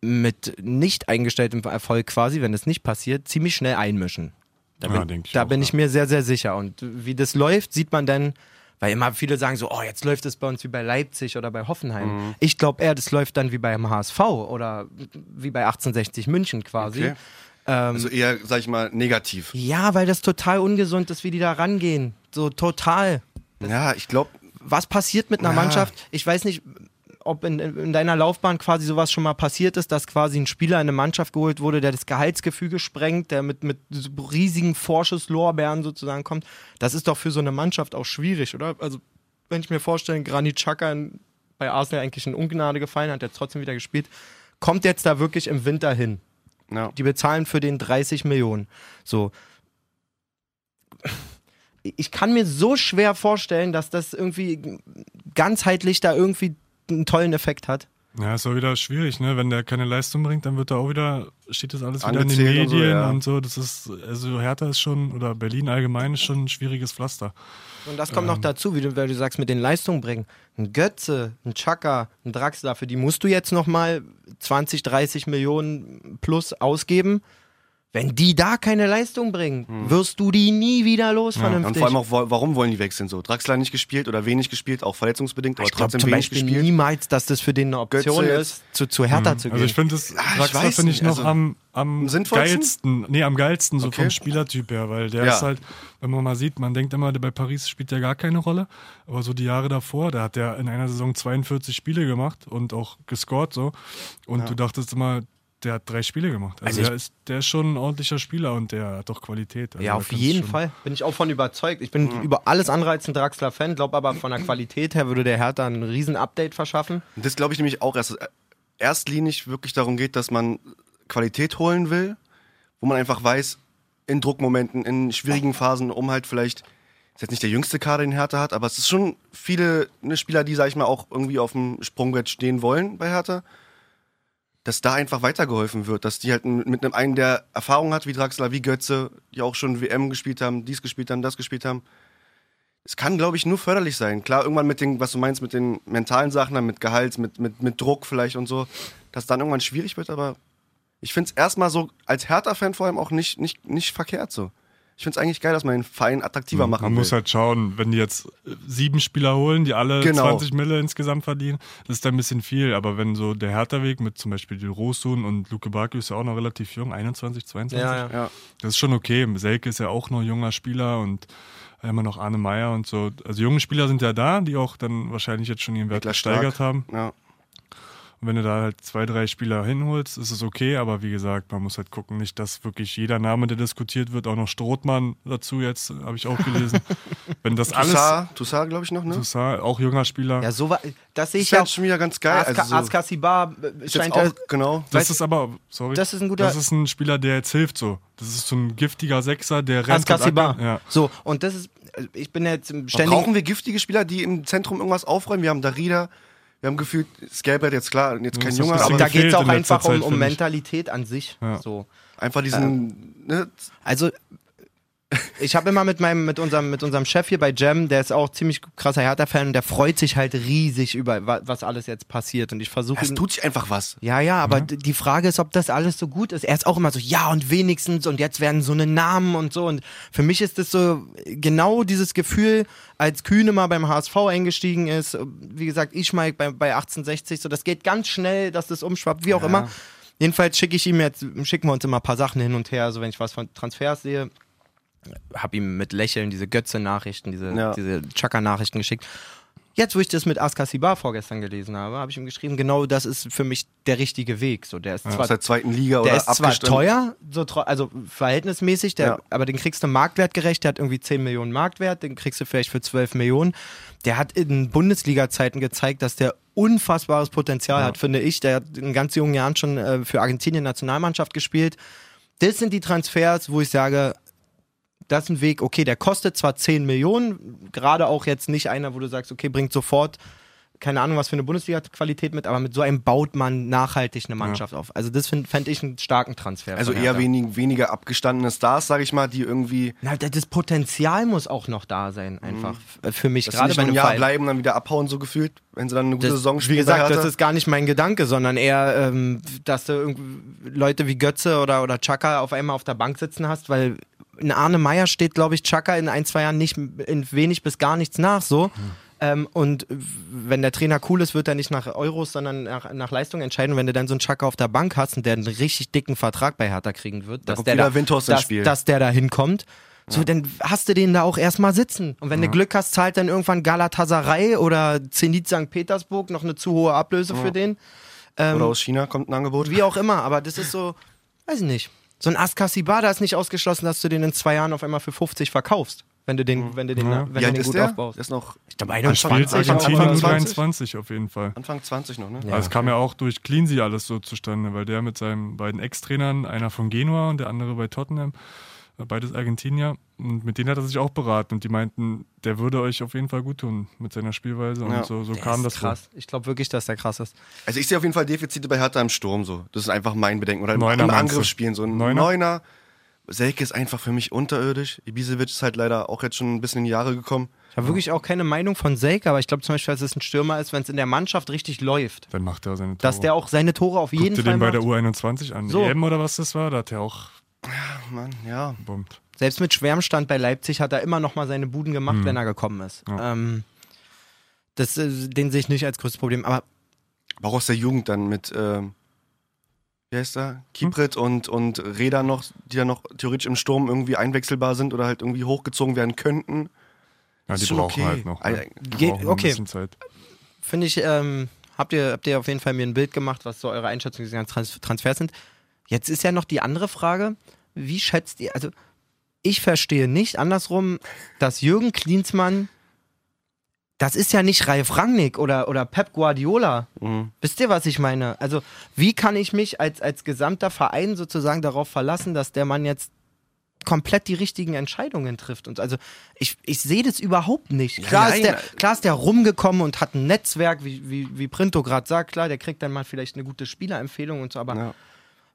Speaker 4: mit nicht eingestelltem Erfolg quasi, wenn es nicht passiert, ziemlich schnell einmischen. Da
Speaker 3: Ja,
Speaker 4: bin,
Speaker 3: denk ich
Speaker 4: da
Speaker 3: auch,
Speaker 4: bin
Speaker 3: ja.
Speaker 4: ich mir sehr, sehr sicher. Und wie das läuft, sieht man dann, weil immer viele sagen so, oh, jetzt läuft es bei uns wie bei Leipzig oder bei Hoffenheim. Ich glaube eher, das läuft dann wie beim HSV oder wie bei 1860 München quasi.
Speaker 2: Okay. also eher, sag ich mal, negativ.
Speaker 4: Ja, weil das total ungesund ist, wie die da rangehen. So total.
Speaker 2: Ja, ich glaube,
Speaker 4: Was passiert mit einer
Speaker 2: Ja.
Speaker 4: Mannschaft? Ich weiß nicht, ob in, in deiner Laufbahn quasi sowas schon mal passiert ist, dass quasi ein Spieler in eine Mannschaft geholt wurde, der das Gehaltsgefüge sprengt, der mit, mit so riesigen Vorschusslorbeeren sozusagen kommt. Das ist doch für so eine Mannschaft auch schwierig, oder? Also, wenn ich mir vorstelle, Granit Xhaka in- bei Arsenal eigentlich in Ungnade gefallen, hat jetzt trotzdem wieder gespielt, kommt jetzt da wirklich im Winter hin.
Speaker 2: ja.
Speaker 4: Die bezahlen für den 30 Millionen. So. Ich kann mir so schwer vorstellen, dass das irgendwie ganzheitlich da irgendwie einen tollen Effekt hat.
Speaker 3: Ja, ist auch wieder schwierig, ne? Wenn der keine Leistung bringt, dann wird da auch wieder, steht das alles wieder in den
Speaker 2: Angezählt
Speaker 3: Medien
Speaker 2: und so, ja.
Speaker 3: und so. Das ist, also Hertha ist schon, oder Berlin allgemein ist schon ein schwieriges Pflaster.
Speaker 4: Und das kommt noch dazu, wie du, weil du sagst, mit den Leistungen bringen. Ein Götze, ein Chaka, ein Draxler, für die musst du jetzt nochmal 20, 30 Millionen plus ausgeben. Wenn die da keine Leistung bringen, wirst du die nie wieder los
Speaker 2: Und
Speaker 4: vernünftig.
Speaker 2: vor allem auch, wa- warum wollen die wechseln so? Draxler nicht gespielt oder wenig gespielt, auch verletzungsbedingt, aber
Speaker 4: ich glaube
Speaker 2: trotzdem
Speaker 4: zum
Speaker 2: wenig
Speaker 4: Beispiel
Speaker 2: gespielt.
Speaker 4: niemals, dass das für den eine Option
Speaker 2: Götze jetzt.
Speaker 4: ist, zu, zu Hertha zu gehen.
Speaker 3: Also ich finde das
Speaker 2: Ah, ich
Speaker 3: Draxler
Speaker 2: weiß
Speaker 3: finde ich
Speaker 2: nicht,
Speaker 3: noch
Speaker 2: also
Speaker 3: am, am
Speaker 2: am sinnvollsten?
Speaker 3: geilsten, nee, am geilsten so
Speaker 2: Okay.
Speaker 3: vom Spielertyp her, weil der
Speaker 2: Ja.
Speaker 3: ist halt, wenn man mal sieht, man denkt immer, der bei Paris spielt ja gar keine Rolle, aber so die Jahre davor, da hat der in einer Saison 42 Spiele gemacht und auch gescored so und du dachtest immer, der hat drei Spiele gemacht. Also,
Speaker 4: Also ich-
Speaker 3: der, ist, der ist schon ein ordentlicher Spieler und der hat doch Qualität. Also
Speaker 4: Ja,
Speaker 3: da
Speaker 4: auf
Speaker 3: kannst
Speaker 4: jeden
Speaker 3: schon-
Speaker 4: Fall. Bin ich auch von überzeugt. Ich bin über alles andere als ein Draxler-Fan, glaube aber von der Qualität her würde der Hertha ein Riesen-Update verschaffen.
Speaker 2: Und das glaube ich nämlich auch, dass es erstlinig wirklich darum geht, dass man Qualität holen will, wo man einfach weiß, in Druckmomenten, in schwierigen Phasen, um halt vielleicht, ist jetzt nicht der jüngste Kader, den Hertha hat, aber es ist schon viele ne, Spieler, die, sag ich mal, auch irgendwie auf dem Sprungbrett stehen wollen bei Hertha, dass da einfach weitergeholfen wird, dass die halt mit mit einem einen, der Erfahrung hat, wie Draxler, wie Götze, die auch schon WM gespielt haben, dies gespielt haben, das gespielt haben, es kann, glaube ich, nur förderlich sein. Klar, irgendwann mit den, was du meinst, mit den mentalen Sachen, dann mit Gehalt, mit, mit, mit Druck vielleicht und so, dass dann irgendwann schwierig wird, aber ich finde es erstmal so, als Hertha-Fan vor allem auch nicht, nicht, nicht verkehrt so. Ich finde es eigentlich geil, dass man den Verein attraktiver machen
Speaker 3: Man
Speaker 2: will.
Speaker 3: muss halt schauen, wenn die jetzt äh, sieben Spieler holen, die alle
Speaker 2: Genau.
Speaker 3: 20 Mille insgesamt verdienen, das ist dann ein bisschen viel. Aber wenn so der Hertha-Weg mit zum Beispiel Rosun und Luke Bakio ist ja auch noch relativ jung, 21, 22,
Speaker 4: Ja, ja.
Speaker 2: ja.
Speaker 3: das ist schon okay. Selke ist ja auch noch junger Spieler und immer noch Arne Meyer und so. Also junge Spieler sind ja da, die auch dann wahrscheinlich jetzt schon ihren Wert
Speaker 2: Niklas
Speaker 3: gesteigert
Speaker 2: Stark.
Speaker 3: haben.
Speaker 2: Ja.
Speaker 3: Und wenn du da halt zwei, drei Spieler hinholst, ist es okay, aber wie gesagt, man muss halt gucken, nicht, dass wirklich jeder Name, der diskutiert wird, auch noch Strothmann dazu jetzt, habe ich auch gelesen. wenn das alles.
Speaker 2: Toussaint, Toussaint glaube ich noch, ne? Das
Speaker 3: Toussaint, auch junger Spieler.
Speaker 4: Ja, so war, das sehe
Speaker 2: ist
Speaker 4: ich ja
Speaker 2: ja
Speaker 4: auch.
Speaker 2: schon wieder ganz geil.
Speaker 4: Aska,
Speaker 2: Also so,
Speaker 4: Askar Sibar äh,
Speaker 2: ist jetzt
Speaker 4: scheint
Speaker 2: auch,
Speaker 4: ja,
Speaker 2: genau.
Speaker 3: das
Speaker 4: weiß-
Speaker 3: ist aber, sorry.
Speaker 4: Das ist ein guter-
Speaker 3: Das ist ein Spieler, der jetzt hilft so. Das ist so ein giftiger Sechser, der rennt.
Speaker 4: Askar
Speaker 3: und
Speaker 4: Sibar.
Speaker 3: ackert. Ja.
Speaker 4: So, und das ist, also ich bin jetzt im
Speaker 2: Brauchen
Speaker 4: ständigen...
Speaker 2: wir giftige Spieler, die im Zentrum irgendwas aufräumen? Wir haben Darida, wir haben gefühlt, Skelbert jetzt klar, jetzt kein
Speaker 3: das
Speaker 2: Junge,
Speaker 3: ist
Speaker 2: aber
Speaker 3: bisschen-
Speaker 4: Da geht es
Speaker 3: gefehlt
Speaker 4: auch
Speaker 3: in letzter
Speaker 4: einfach um,
Speaker 3: Zeit,
Speaker 4: um
Speaker 3: finde ich.
Speaker 4: Mentalität an sich.
Speaker 3: Ja.
Speaker 4: So.
Speaker 2: einfach diesen, ne,
Speaker 4: Also ich habe immer mit meinem mit unserem mit unserem Chef hier bei Jam, der ist auch ziemlich krasser Hertha Fan und der freut sich halt riesig über wa- was alles jetzt passiert und ich versuche
Speaker 2: es tut sich einfach was.
Speaker 4: Ja, ja, aber d- die Frage ist, ob das alles so gut ist. Er ist auch immer so, ja und wenigstens und jetzt werden so eine Namen und so. Und für mich ist das so äh, genau dieses Gefühl, als Kühne mal beim HSV eingestiegen ist, äh, wie gesagt, Ischmaik bei, bei 1860, so das geht ganz schnell, dass das umschwappt, wie auch immer. Jedenfalls schicke ich ihm jetzt, schicken wir uns immer ein paar Sachen hin und her, so wenn ich was von Transfers sehe. Hab ihm mit Lächeln diese Götze-Nachrichten, diese,
Speaker 2: Ja.
Speaker 4: diese Chaka-Nachrichten geschickt. Jetzt, wo ich das mit Askar Sibar vorgestern gelesen habe, habe ich ihm geschrieben, genau das ist für mich der richtige Weg. So, der ist zwar,
Speaker 2: aus der zweiten Liga
Speaker 4: der
Speaker 2: oder
Speaker 4: ist zwar
Speaker 2: abgestimmt.
Speaker 4: teuer, so, tro- also verhältnismäßig, der,
Speaker 2: Ja.
Speaker 4: aber den kriegst du marktwertgerecht, der hat irgendwie 10 Millionen Marktwert, den kriegst du vielleicht für 12 Millionen. Der hat in Bundesliga-Zeiten gezeigt, dass der unfassbares Potenzial hat, finde ich. Der hat in ganz jungen Jahren schon äh, für Argentinien Nationalmannschaft gespielt. Das sind die Transfers, wo ich sage, das ist ein Weg, okay, der kostet zwar 10 Millionen, gerade auch jetzt nicht einer, wo du sagst, okay, bringt sofort, keine Ahnung, was für eine Bundesliga-Qualität mit, aber mit so einem baut man nachhaltig eine Mannschaft auf. Also das fände ich einen starken Transfer.
Speaker 2: Also
Speaker 4: von
Speaker 2: eher
Speaker 4: Hertha.
Speaker 2: wenig, weniger abgestandene Stars, sage ich mal, die irgendwie
Speaker 4: Na, das Potenzial muss auch noch da sein, einfach f- äh, für mich.
Speaker 2: dass sie Mhm.
Speaker 4: Gerade
Speaker 2: nicht nur
Speaker 4: bei
Speaker 2: ein
Speaker 4: einem
Speaker 2: Jahr
Speaker 4: Verein.
Speaker 2: bleiben, dann wieder abhauen, so gefühlt, wenn sie dann eine gute
Speaker 4: Das,
Speaker 2: Saison
Speaker 4: wie
Speaker 2: spielen. bei
Speaker 4: gesagt,
Speaker 2: Hertha.
Speaker 4: das ist gar nicht mein Gedanke, sondern eher, ähm, dass du irgend- Leute wie Götze oder, oder Chaka auf einmal auf der Bank sitzen hast, weil in Arne Meyer steht, glaube ich, Chaka in ein, zwei Jahren nicht in wenig bis gar nichts nach so. Ähm, und wenn der Trainer cool ist, wird er nicht nach Euros, sondern nach, nach Leistung entscheiden. Und wenn du dann so einen Chaka auf der Bank hast und der einen richtig dicken Vertrag bei Hertha kriegen wird, dass
Speaker 2: kommt
Speaker 4: der,
Speaker 2: wieder
Speaker 4: da,
Speaker 2: Windhorst ins
Speaker 4: dass,
Speaker 2: Spiel.
Speaker 4: dass der da hinkommt. So, dann hast du den da auch erstmal sitzen. Und wenn du Glück hast, zahlt dann irgendwann Galatasaray oder Zenit St. Petersburg noch eine zu hohe Ablöse für den.
Speaker 2: Oder aus China kommt ein Angebot.
Speaker 4: Ähm, Wie auch immer, aber das ist so, weiß ich nicht. So ein Askasibar, da ist nicht ausgeschlossen, dass du den in zwei Jahren auf einmal für 50 verkaufst, wenn du den, wenn du den,
Speaker 3: Ja.
Speaker 4: wenn
Speaker 2: Wie
Speaker 4: du
Speaker 2: alt
Speaker 4: den
Speaker 2: ist
Speaker 4: gut
Speaker 2: der?
Speaker 4: aufbaust.
Speaker 2: Der ist noch
Speaker 4: Ich glaube,
Speaker 3: Spielt
Speaker 4: 21
Speaker 2: Anfang
Speaker 3: Argentinien
Speaker 2: 22?
Speaker 3: 22 auf jeden Fall.
Speaker 2: Anfang 20 noch, ne?
Speaker 4: Ja.
Speaker 3: Also es kam ja auch durch Cleansy alles so zustande, weil der mit seinen beiden Ex-Trainern, einer von Genua und der andere bei Tottenham, äh, beides Argentinier, und mit denen hat er sich auch beraten und die meinten, der würde euch auf jeden Fall gut tun mit seiner Spielweise
Speaker 2: Ja.
Speaker 3: und so, so
Speaker 4: Der
Speaker 3: kam
Speaker 4: ist
Speaker 3: das wohl.
Speaker 4: krass. Ich glaube wirklich, dass der krass ist.
Speaker 2: Also ich sehe auf jeden Fall Defizite bei Hertha im Sturm so. Das ist einfach mein Bedenken. Oder im,
Speaker 3: Neuner
Speaker 2: im
Speaker 3: meinst
Speaker 2: Angriff
Speaker 3: du?
Speaker 2: spielen so. Ein Neuner.
Speaker 3: Neuner?
Speaker 2: Selke ist einfach für mich unterirdisch. Ibisevic ist halt leider auch jetzt schon ein bisschen in die Jahre gekommen.
Speaker 4: Ich habe wirklich auch keine Meinung von Selke, aber ich glaube zum Beispiel, dass es ein Stürmer ist, wenn es in der Mannschaft richtig läuft.
Speaker 3: Dann macht er seine Tore.
Speaker 4: Dass der auch seine Tore auf
Speaker 3: Guck
Speaker 4: jeden
Speaker 3: dir
Speaker 4: Fall
Speaker 3: den bei
Speaker 4: macht.
Speaker 3: der U21 an.
Speaker 4: So.
Speaker 3: EM oder was das war, da hat er auch
Speaker 2: Mann, ja.
Speaker 3: Bombt.
Speaker 4: Selbst mit schwerem Stand bei Leipzig hat er immer noch mal seine Buden gemacht, wenn er gekommen ist.
Speaker 3: Hm. Ja.
Speaker 4: Ähm, das, äh, den sehe ich nicht als größtes Problem. Aber
Speaker 2: Aber auch aus der Jugend dann mit, ähm, wie heißt er? Kiprit
Speaker 3: Hm?
Speaker 2: und, und Räder noch, die ja noch theoretisch im Sturm irgendwie einwechselbar sind oder halt irgendwie hochgezogen werden könnten.
Speaker 3: Ja, die
Speaker 2: Ist schon
Speaker 3: brauchen
Speaker 2: okay.
Speaker 3: halt noch.
Speaker 2: Alter,
Speaker 3: Ne? Die
Speaker 4: Also, geht-
Speaker 3: brauchen
Speaker 4: okay.
Speaker 3: ein bisschen Zeit.
Speaker 4: finde ich, ähm, habt, ihr, habt ihr auf jeden Fall mir ein Bild gemacht, was so eure Einschätzung dieser ganzen Trans Transfers sind. Jetzt ist ja noch die andere Frage, wie schätzt ihr, also ich verstehe nicht andersrum, dass Jürgen Klinsmann, das ist ja nicht Ralf Rangnick oder, oder Pep Guardiola.
Speaker 2: Mhm.
Speaker 4: Wisst ihr, was ich meine? Also, wie kann ich mich als, als gesamter Verein sozusagen darauf verlassen, dass der Mann jetzt komplett die richtigen Entscheidungen trifft? Und also, ich, ich sehe das überhaupt nicht. Klar,
Speaker 2: nein.
Speaker 4: ist der, klar ist der rumgekommen und hat ein Netzwerk, wie, wie, wie Printo gerade sagt. Klar, der kriegt dann mal vielleicht eine gute Spielerempfehlung und so, aber
Speaker 2: Ja.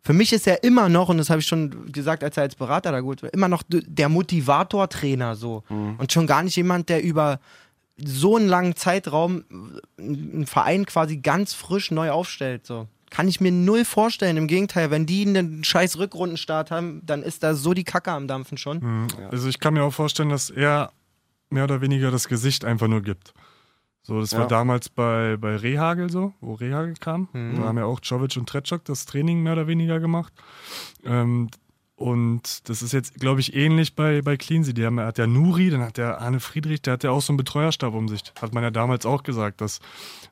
Speaker 4: für mich ist er immer noch, und das habe ich schon gesagt, als er als Berater da gut war, immer noch d- der Motivator-Trainer so.
Speaker 3: Mhm.
Speaker 4: Und schon gar nicht jemand, der über so einen langen Zeitraum äh, einen Verein quasi ganz frisch neu aufstellt. So. Kann ich mir null vorstellen. Im Gegenteil, wenn die einen scheiß Rückrundenstart haben, dann ist da so die Kacke am Dampfen schon.
Speaker 3: Mhm. Also ich kann mir auch vorstellen, dass er mehr oder weniger das Gesicht einfach nur gibt. So, das
Speaker 2: Ja.
Speaker 3: war damals bei, bei Rehagel so, wo Rehagel kam.
Speaker 2: Mhm.
Speaker 3: Da haben ja auch Jovic und Tretschak das Training mehr oder weniger gemacht. Ähm, und das ist jetzt, glaube ich, ähnlich bei, bei Cleansy. Die haben, hat ja Nuri, dann hat der Arne Friedrich, der hat ja auch so einen Betreuerstab um sich. Hat man ja damals auch gesagt, dass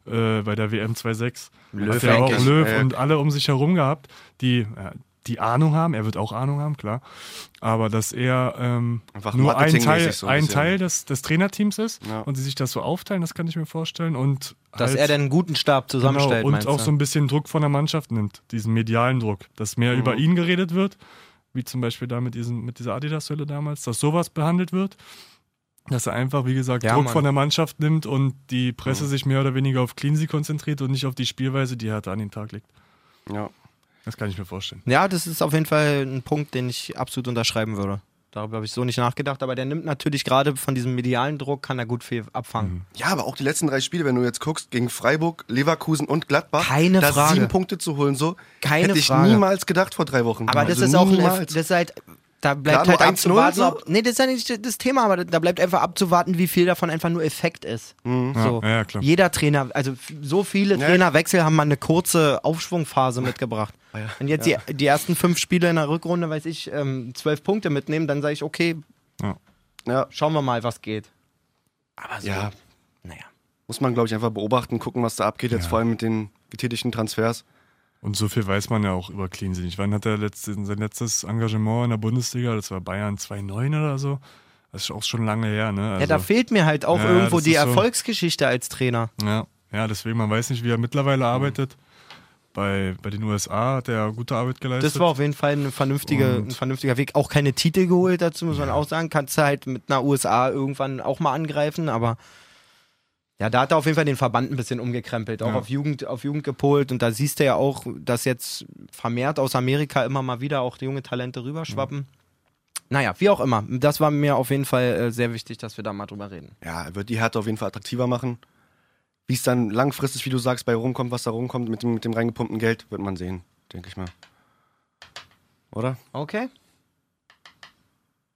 Speaker 3: äh, bei der WM 2.6
Speaker 2: Löw,
Speaker 3: hat er
Speaker 2: denke
Speaker 3: auch
Speaker 2: ich.
Speaker 3: Löw
Speaker 2: Ja.
Speaker 3: und alle um sich herum gehabt, die, ja, die Ahnung haben. Er wird auch Ahnung haben, klar. Aber dass er ähm,
Speaker 2: Einfach
Speaker 3: nur ein Teil,
Speaker 2: marketingmäßig so ein
Speaker 3: ein
Speaker 2: bisschen.
Speaker 3: Teil des, des Trainerteams ist
Speaker 2: Ja.
Speaker 3: und sie sich das so aufteilen, das kann ich mir vorstellen. Und
Speaker 4: Dass
Speaker 3: halt-
Speaker 4: er dann einen guten Stab zusammenstellt.
Speaker 3: Genau, und
Speaker 4: meinst
Speaker 3: auch
Speaker 4: du?
Speaker 3: so ein bisschen Druck von der Mannschaft nimmt, diesen medialen Druck, dass
Speaker 2: Mhm.
Speaker 3: mehr über ihn geredet wird, wie zum Beispiel da mit, diesem, mit dieser Adidas-Hölle damals, dass sowas behandelt wird, dass er einfach, wie gesagt,
Speaker 4: Ja,
Speaker 3: Druck
Speaker 4: Mann.
Speaker 3: von der Mannschaft nimmt und die
Speaker 2: Mhm.
Speaker 3: Presse sich mehr oder weniger auf Cleansy konzentriert und nicht auf die Spielweise, die er da an den Tag legt.
Speaker 2: ja.
Speaker 3: Das kann ich mir vorstellen.
Speaker 4: Ja, das ist auf jeden Fall ein Punkt, den ich absolut unterschreiben würde. Darüber habe ich so nicht nachgedacht, aber der nimmt natürlich gerade von diesem medialen Druck, kann er gut viel abfangen.
Speaker 2: Ja, aber auch die letzten drei Spiele, wenn du jetzt guckst, gegen Freiburg, Leverkusen und Gladbach,
Speaker 4: Keine
Speaker 2: da
Speaker 4: Frage.
Speaker 2: sieben Punkte zu holen, so
Speaker 4: Keine
Speaker 2: hätte ich
Speaker 4: Frage.
Speaker 2: niemals gedacht vor drei Wochen.
Speaker 4: Aber das
Speaker 2: Also
Speaker 4: ist auch ein,
Speaker 2: niemals.
Speaker 4: das ist halt, da bleibt
Speaker 2: Gerade
Speaker 4: halt
Speaker 2: nur 1-0
Speaker 4: abzuwarten,
Speaker 2: so?
Speaker 4: ob, nee, das ist ja nicht das Thema, aber da bleibt einfach abzuwarten, wie viel davon einfach nur Effekt ist.
Speaker 2: Mhm.
Speaker 4: So.
Speaker 3: Ja, ja, klar.
Speaker 4: Jeder Trainer, also f- so viele
Speaker 2: Ja.
Speaker 4: Trainerwechsel haben mal eine kurze Aufschwungphase mitgebracht.
Speaker 2: ja.
Speaker 4: Wenn jetzt die, die ersten fünf Spiele in der Rückrunde, weiß ich, ähm, zwölf Punkte mitnehmen, dann sage ich, okay,
Speaker 2: ja,
Speaker 4: schauen wir mal, was geht. Aber so,
Speaker 2: ja,
Speaker 4: naja.
Speaker 2: muss man, glaube ich, einfach beobachten, gucken, was da abgeht, jetzt
Speaker 3: Ja.
Speaker 2: vor allem mit den getätigten Transfers.
Speaker 3: Und so viel weiß man ja auch über Cleansy nicht. Wann hat er letzte, sein letztes Engagement in der Bundesliga? Das war Bayern 2-9 oder so. Das ist auch schon lange her, ne?
Speaker 4: ja, da
Speaker 3: Also-
Speaker 4: fehlt mir halt auch
Speaker 3: Ja,
Speaker 4: irgendwo
Speaker 3: das
Speaker 4: die
Speaker 3: ist so.
Speaker 4: Erfolgsgeschichte als Trainer.
Speaker 3: Ja, ja, deswegen, man weiß nicht, wie er mittlerweile arbeitet. Bei, bei den USA hat er gute Arbeit geleistet.
Speaker 4: Das war auf jeden Fall ein, vernünftiger,
Speaker 3: Und-
Speaker 4: ein vernünftiger Weg. Auch keine Titel geholt, dazu muss man auch sagen. Kannst du halt mit einer USA irgendwann auch mal angreifen, aber ja, da hat er auf jeden Fall den Verband ein bisschen umgekrempelt, auch
Speaker 3: Ja.
Speaker 4: auf, Jugend, auf Jugend gepolt. Und da siehst du ja auch, dass jetzt vermehrt aus Amerika immer mal wieder auch junge Talente rüberschwappen. Naja, wie auch immer. Das war mir auf jeden Fall äh, sehr wichtig, dass wir da mal drüber reden.
Speaker 2: Ja, er wird die Härte auf jeden Fall attraktiver machen. Wie es dann langfristig, wie du sagst, bei rumkommt, was da rumkommt mit dem, mit dem reingepumpten Geld, wird man sehen, denke ich mal. Oder?
Speaker 4: Okay?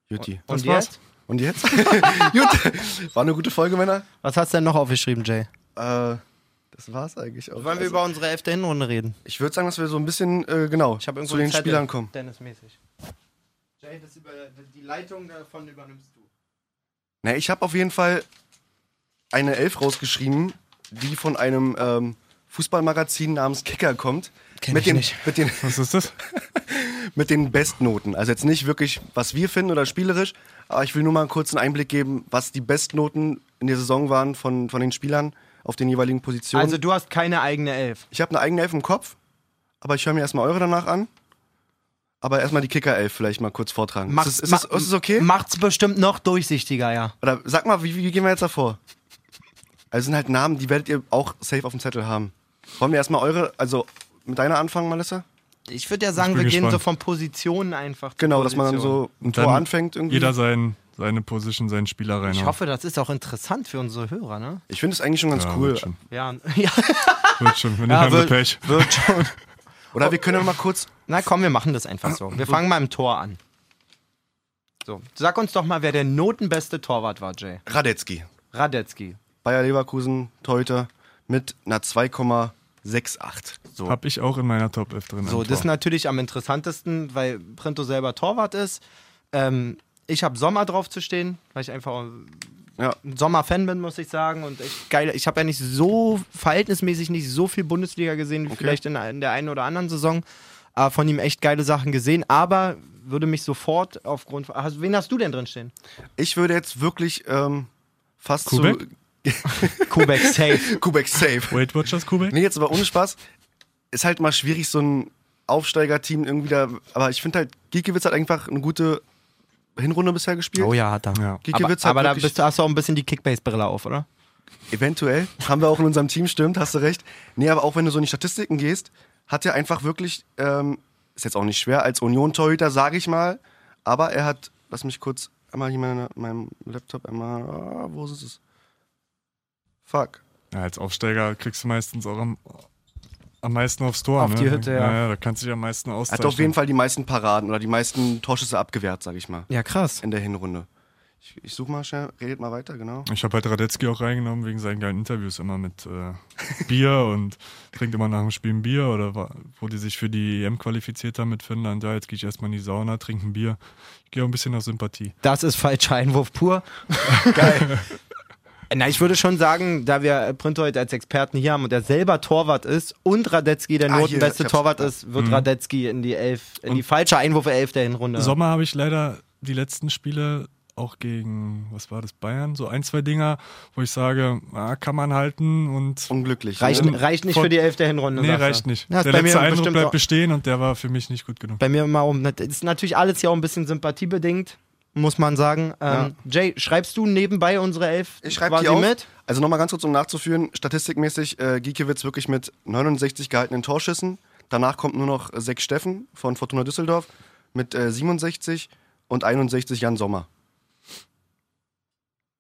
Speaker 2: Juti.
Speaker 4: Und
Speaker 3: Das war's.
Speaker 4: jetzt?
Speaker 2: Und jetzt? Gut, war eine gute Folge, Männer.
Speaker 4: Was hast du denn noch aufgeschrieben, Jay? Also
Speaker 2: Äh, das war's eigentlich auch.
Speaker 4: Wollen wir über unsere elfte Hinrunde reden?
Speaker 2: Ich würde sagen, dass wir so ein bisschen, äh, genau,
Speaker 4: Ich habe irgendwo
Speaker 2: zu den
Speaker 4: einen Zettel.
Speaker 2: Spielern kommen.
Speaker 4: Dennis-mäßig. Jay, das über, die Leitung davon übernimmst du.
Speaker 2: Na, ich habe auf jeden Fall eine Elf rausgeschrieben, die von einem ähm, Fußballmagazin namens Kicker kommt.
Speaker 4: Kenn
Speaker 2: mit
Speaker 4: ich
Speaker 2: den,
Speaker 4: nicht.
Speaker 2: Mit den,
Speaker 3: Was ist das?
Speaker 2: mit den Bestnoten. Also jetzt nicht wirklich, was wir finden oder spielerisch, aber ich will nur mal einen kurzen Einblick geben, was die Bestnoten in der Saison waren von, von den Spielern auf den jeweiligen Positionen.
Speaker 4: Also du hast keine eigene Elf.
Speaker 2: Ich habe eine eigene Elf im Kopf, aber ich höre mir erstmal eure danach an. Aber erstmal die Kicker-Elf vielleicht mal kurz vortragen. ist es, ist, es, ist es okay?
Speaker 4: Macht's bestimmt noch durchsichtiger, ja.
Speaker 2: Oder sag mal, wie, wie gehen wir jetzt davor? Also sind halt Namen, die werdet ihr auch safe auf dem Zettel haben. Wollen wir erstmal eure, also mit deiner anfangen, Melissa?
Speaker 4: Ich würde ja sagen,
Speaker 3: bin
Speaker 4: wir gehen
Speaker 3: gespannt.
Speaker 4: so von Positionen einfach. zu
Speaker 2: Genau, dass man dann
Speaker 4: Positionen.
Speaker 2: so ein
Speaker 3: Dann
Speaker 2: Tor anfängt irgendwie.
Speaker 3: Jeder sein, seine Position, seinen Spieler rein.
Speaker 4: Ich hoffe, das ist auch interessant für unsere Hörer, ne?
Speaker 2: Ich finde es eigentlich schon ganz
Speaker 3: ja,
Speaker 2: cool.
Speaker 3: Wird schon,
Speaker 4: Ja, also ja,
Speaker 3: wird schon. wenn nicht, haben wir Pech.
Speaker 4: wird schon.
Speaker 2: Oder wir können ja mal kurz.
Speaker 4: Na komm, wir machen das einfach so. Wir fangen mal im Tor an. So, sag uns doch mal, wer der notenbeste Torwart war, Jay.
Speaker 2: Radetzky.
Speaker 4: Radetzky.
Speaker 2: Bayer Leverkusen, Torhüter mit einer 2,68. So.
Speaker 3: Hab ich auch in meiner Top 11 drin.
Speaker 4: So,
Speaker 3: am
Speaker 4: das ist
Speaker 3: Tor.
Speaker 4: natürlich am interessantesten, weil Printo selber Torwart ist. Ähm, ich habe Sommer drauf zu stehen, weil ich einfach
Speaker 2: Ja.
Speaker 4: ein Sommer-Fan bin, muss ich sagen. Und echt geil. Ich habe ja nicht so verhältnismäßig nicht so viel Bundesliga gesehen, wie vielleicht in, in der einen oder anderen Saison. Aber von ihm echt geile Sachen gesehen. Aber würde mich sofort aufgrund. Hast, wen hast du denn drin stehen?
Speaker 2: Ich würde jetzt wirklich ähm, fast
Speaker 3: Kubek?
Speaker 4: Kubek safe.
Speaker 2: zu. Kubek safe.
Speaker 3: Weight Watchers Kubek?
Speaker 2: Nee, jetzt aber ohne Spaß. Ist halt mal schwierig, so ein Aufsteigerteam irgendwie da. Aber ich finde halt, Giekewitz hat einfach eine gute Hinrunde bisher gespielt.
Speaker 4: Oh ja, hat er.
Speaker 3: Ja.
Speaker 4: Aber,
Speaker 2: Giekewitz
Speaker 4: aber
Speaker 2: hat
Speaker 4: da
Speaker 2: wirklich-
Speaker 4: bist du, hast du auch ein bisschen die Kickbase-Brille auf, oder?
Speaker 2: Eventuell. Haben wir auch in unserem Team, stimmt, hast du recht. Nee, aber auch wenn du so in die Statistiken gehst, hat er einfach wirklich, ähm, ist jetzt auch nicht schwer, als Union-Torhüter, sage ich mal, aber er hat, lass mich kurz einmal hier meine, meinem Laptop einmal, ah, wo ist es? Fuck.
Speaker 3: Ja, als Aufsteiger kriegst du meistens auch am, am meisten aufs Tor.
Speaker 4: Auf
Speaker 3: ne?
Speaker 4: die Hütte, ja.
Speaker 3: ja. Da kannst du dich am meisten
Speaker 2: Er
Speaker 3: auszeichnen.
Speaker 2: hat auf jeden Fall die meisten Paraden oder die meisten Torschüsse abgewehrt, sage ich mal,
Speaker 4: Ja, krass.
Speaker 2: in der Hinrunde. Ich, ich suche mal schnell, redet mal weiter, genau.
Speaker 3: Ich habe halt Radetzky auch reingenommen wegen seinen geilen Interviews immer mit äh, Bier und trinkt immer nach dem Spiel ein Bier oder wa- wo die sich für die EM qualifiziert haben mit Finnland. Ja, jetzt gehe ich erstmal in die Sauna, trinke ein Bier. Ich gehe auch ein bisschen nach Sympathie.
Speaker 4: Das ist falscher Einwurf pur. Geil. Na, ich würde schon sagen, da wir Print heute als Experten hier haben und er selber Torwart ist und Radetzky der
Speaker 2: Ah, hier,
Speaker 4: notenbeste
Speaker 2: ich hab's-
Speaker 4: Torwart ist,
Speaker 3: Mhm.
Speaker 4: wird Radetzky in die Elf, in die falsche Einwurfe Elf der Hinrunde.
Speaker 3: Sommer habe ich leider die letzten Spiele auch gegen, was war das, Bayern, so ein, zwei Dinger, wo ich sage, ah, kann man halten und
Speaker 2: Unglücklich.
Speaker 4: reicht,
Speaker 2: ne?
Speaker 4: reicht nicht
Speaker 3: Von-
Speaker 4: für die Elf der Hinrunde.
Speaker 3: nee,
Speaker 4: sagt er.
Speaker 3: reicht nicht.
Speaker 4: Ja, ist
Speaker 3: der
Speaker 4: bei mir
Speaker 3: letzte Eindruck
Speaker 4: bestimmt
Speaker 3: bleibt
Speaker 4: auch-
Speaker 3: bestehen und der war für mich nicht gut genug.
Speaker 4: bei mir immer um. Das ist natürlich alles hier auch ein bisschen sympathiebedingt, muss man sagen. Ähm, Jay, schreibst du nebenbei unsere Elf
Speaker 2: Ich schreibe
Speaker 4: quasi
Speaker 2: die auf.
Speaker 4: mit?
Speaker 2: Also nochmal ganz kurz, um nachzuführen, statistikmäßig äh, Giekewitz wirklich mit 69 gehaltenen Torschüssen. Danach kommt nur noch Sechs Steffen von Fortuna Düsseldorf mit äh, 67 und 61 Jan Sommer.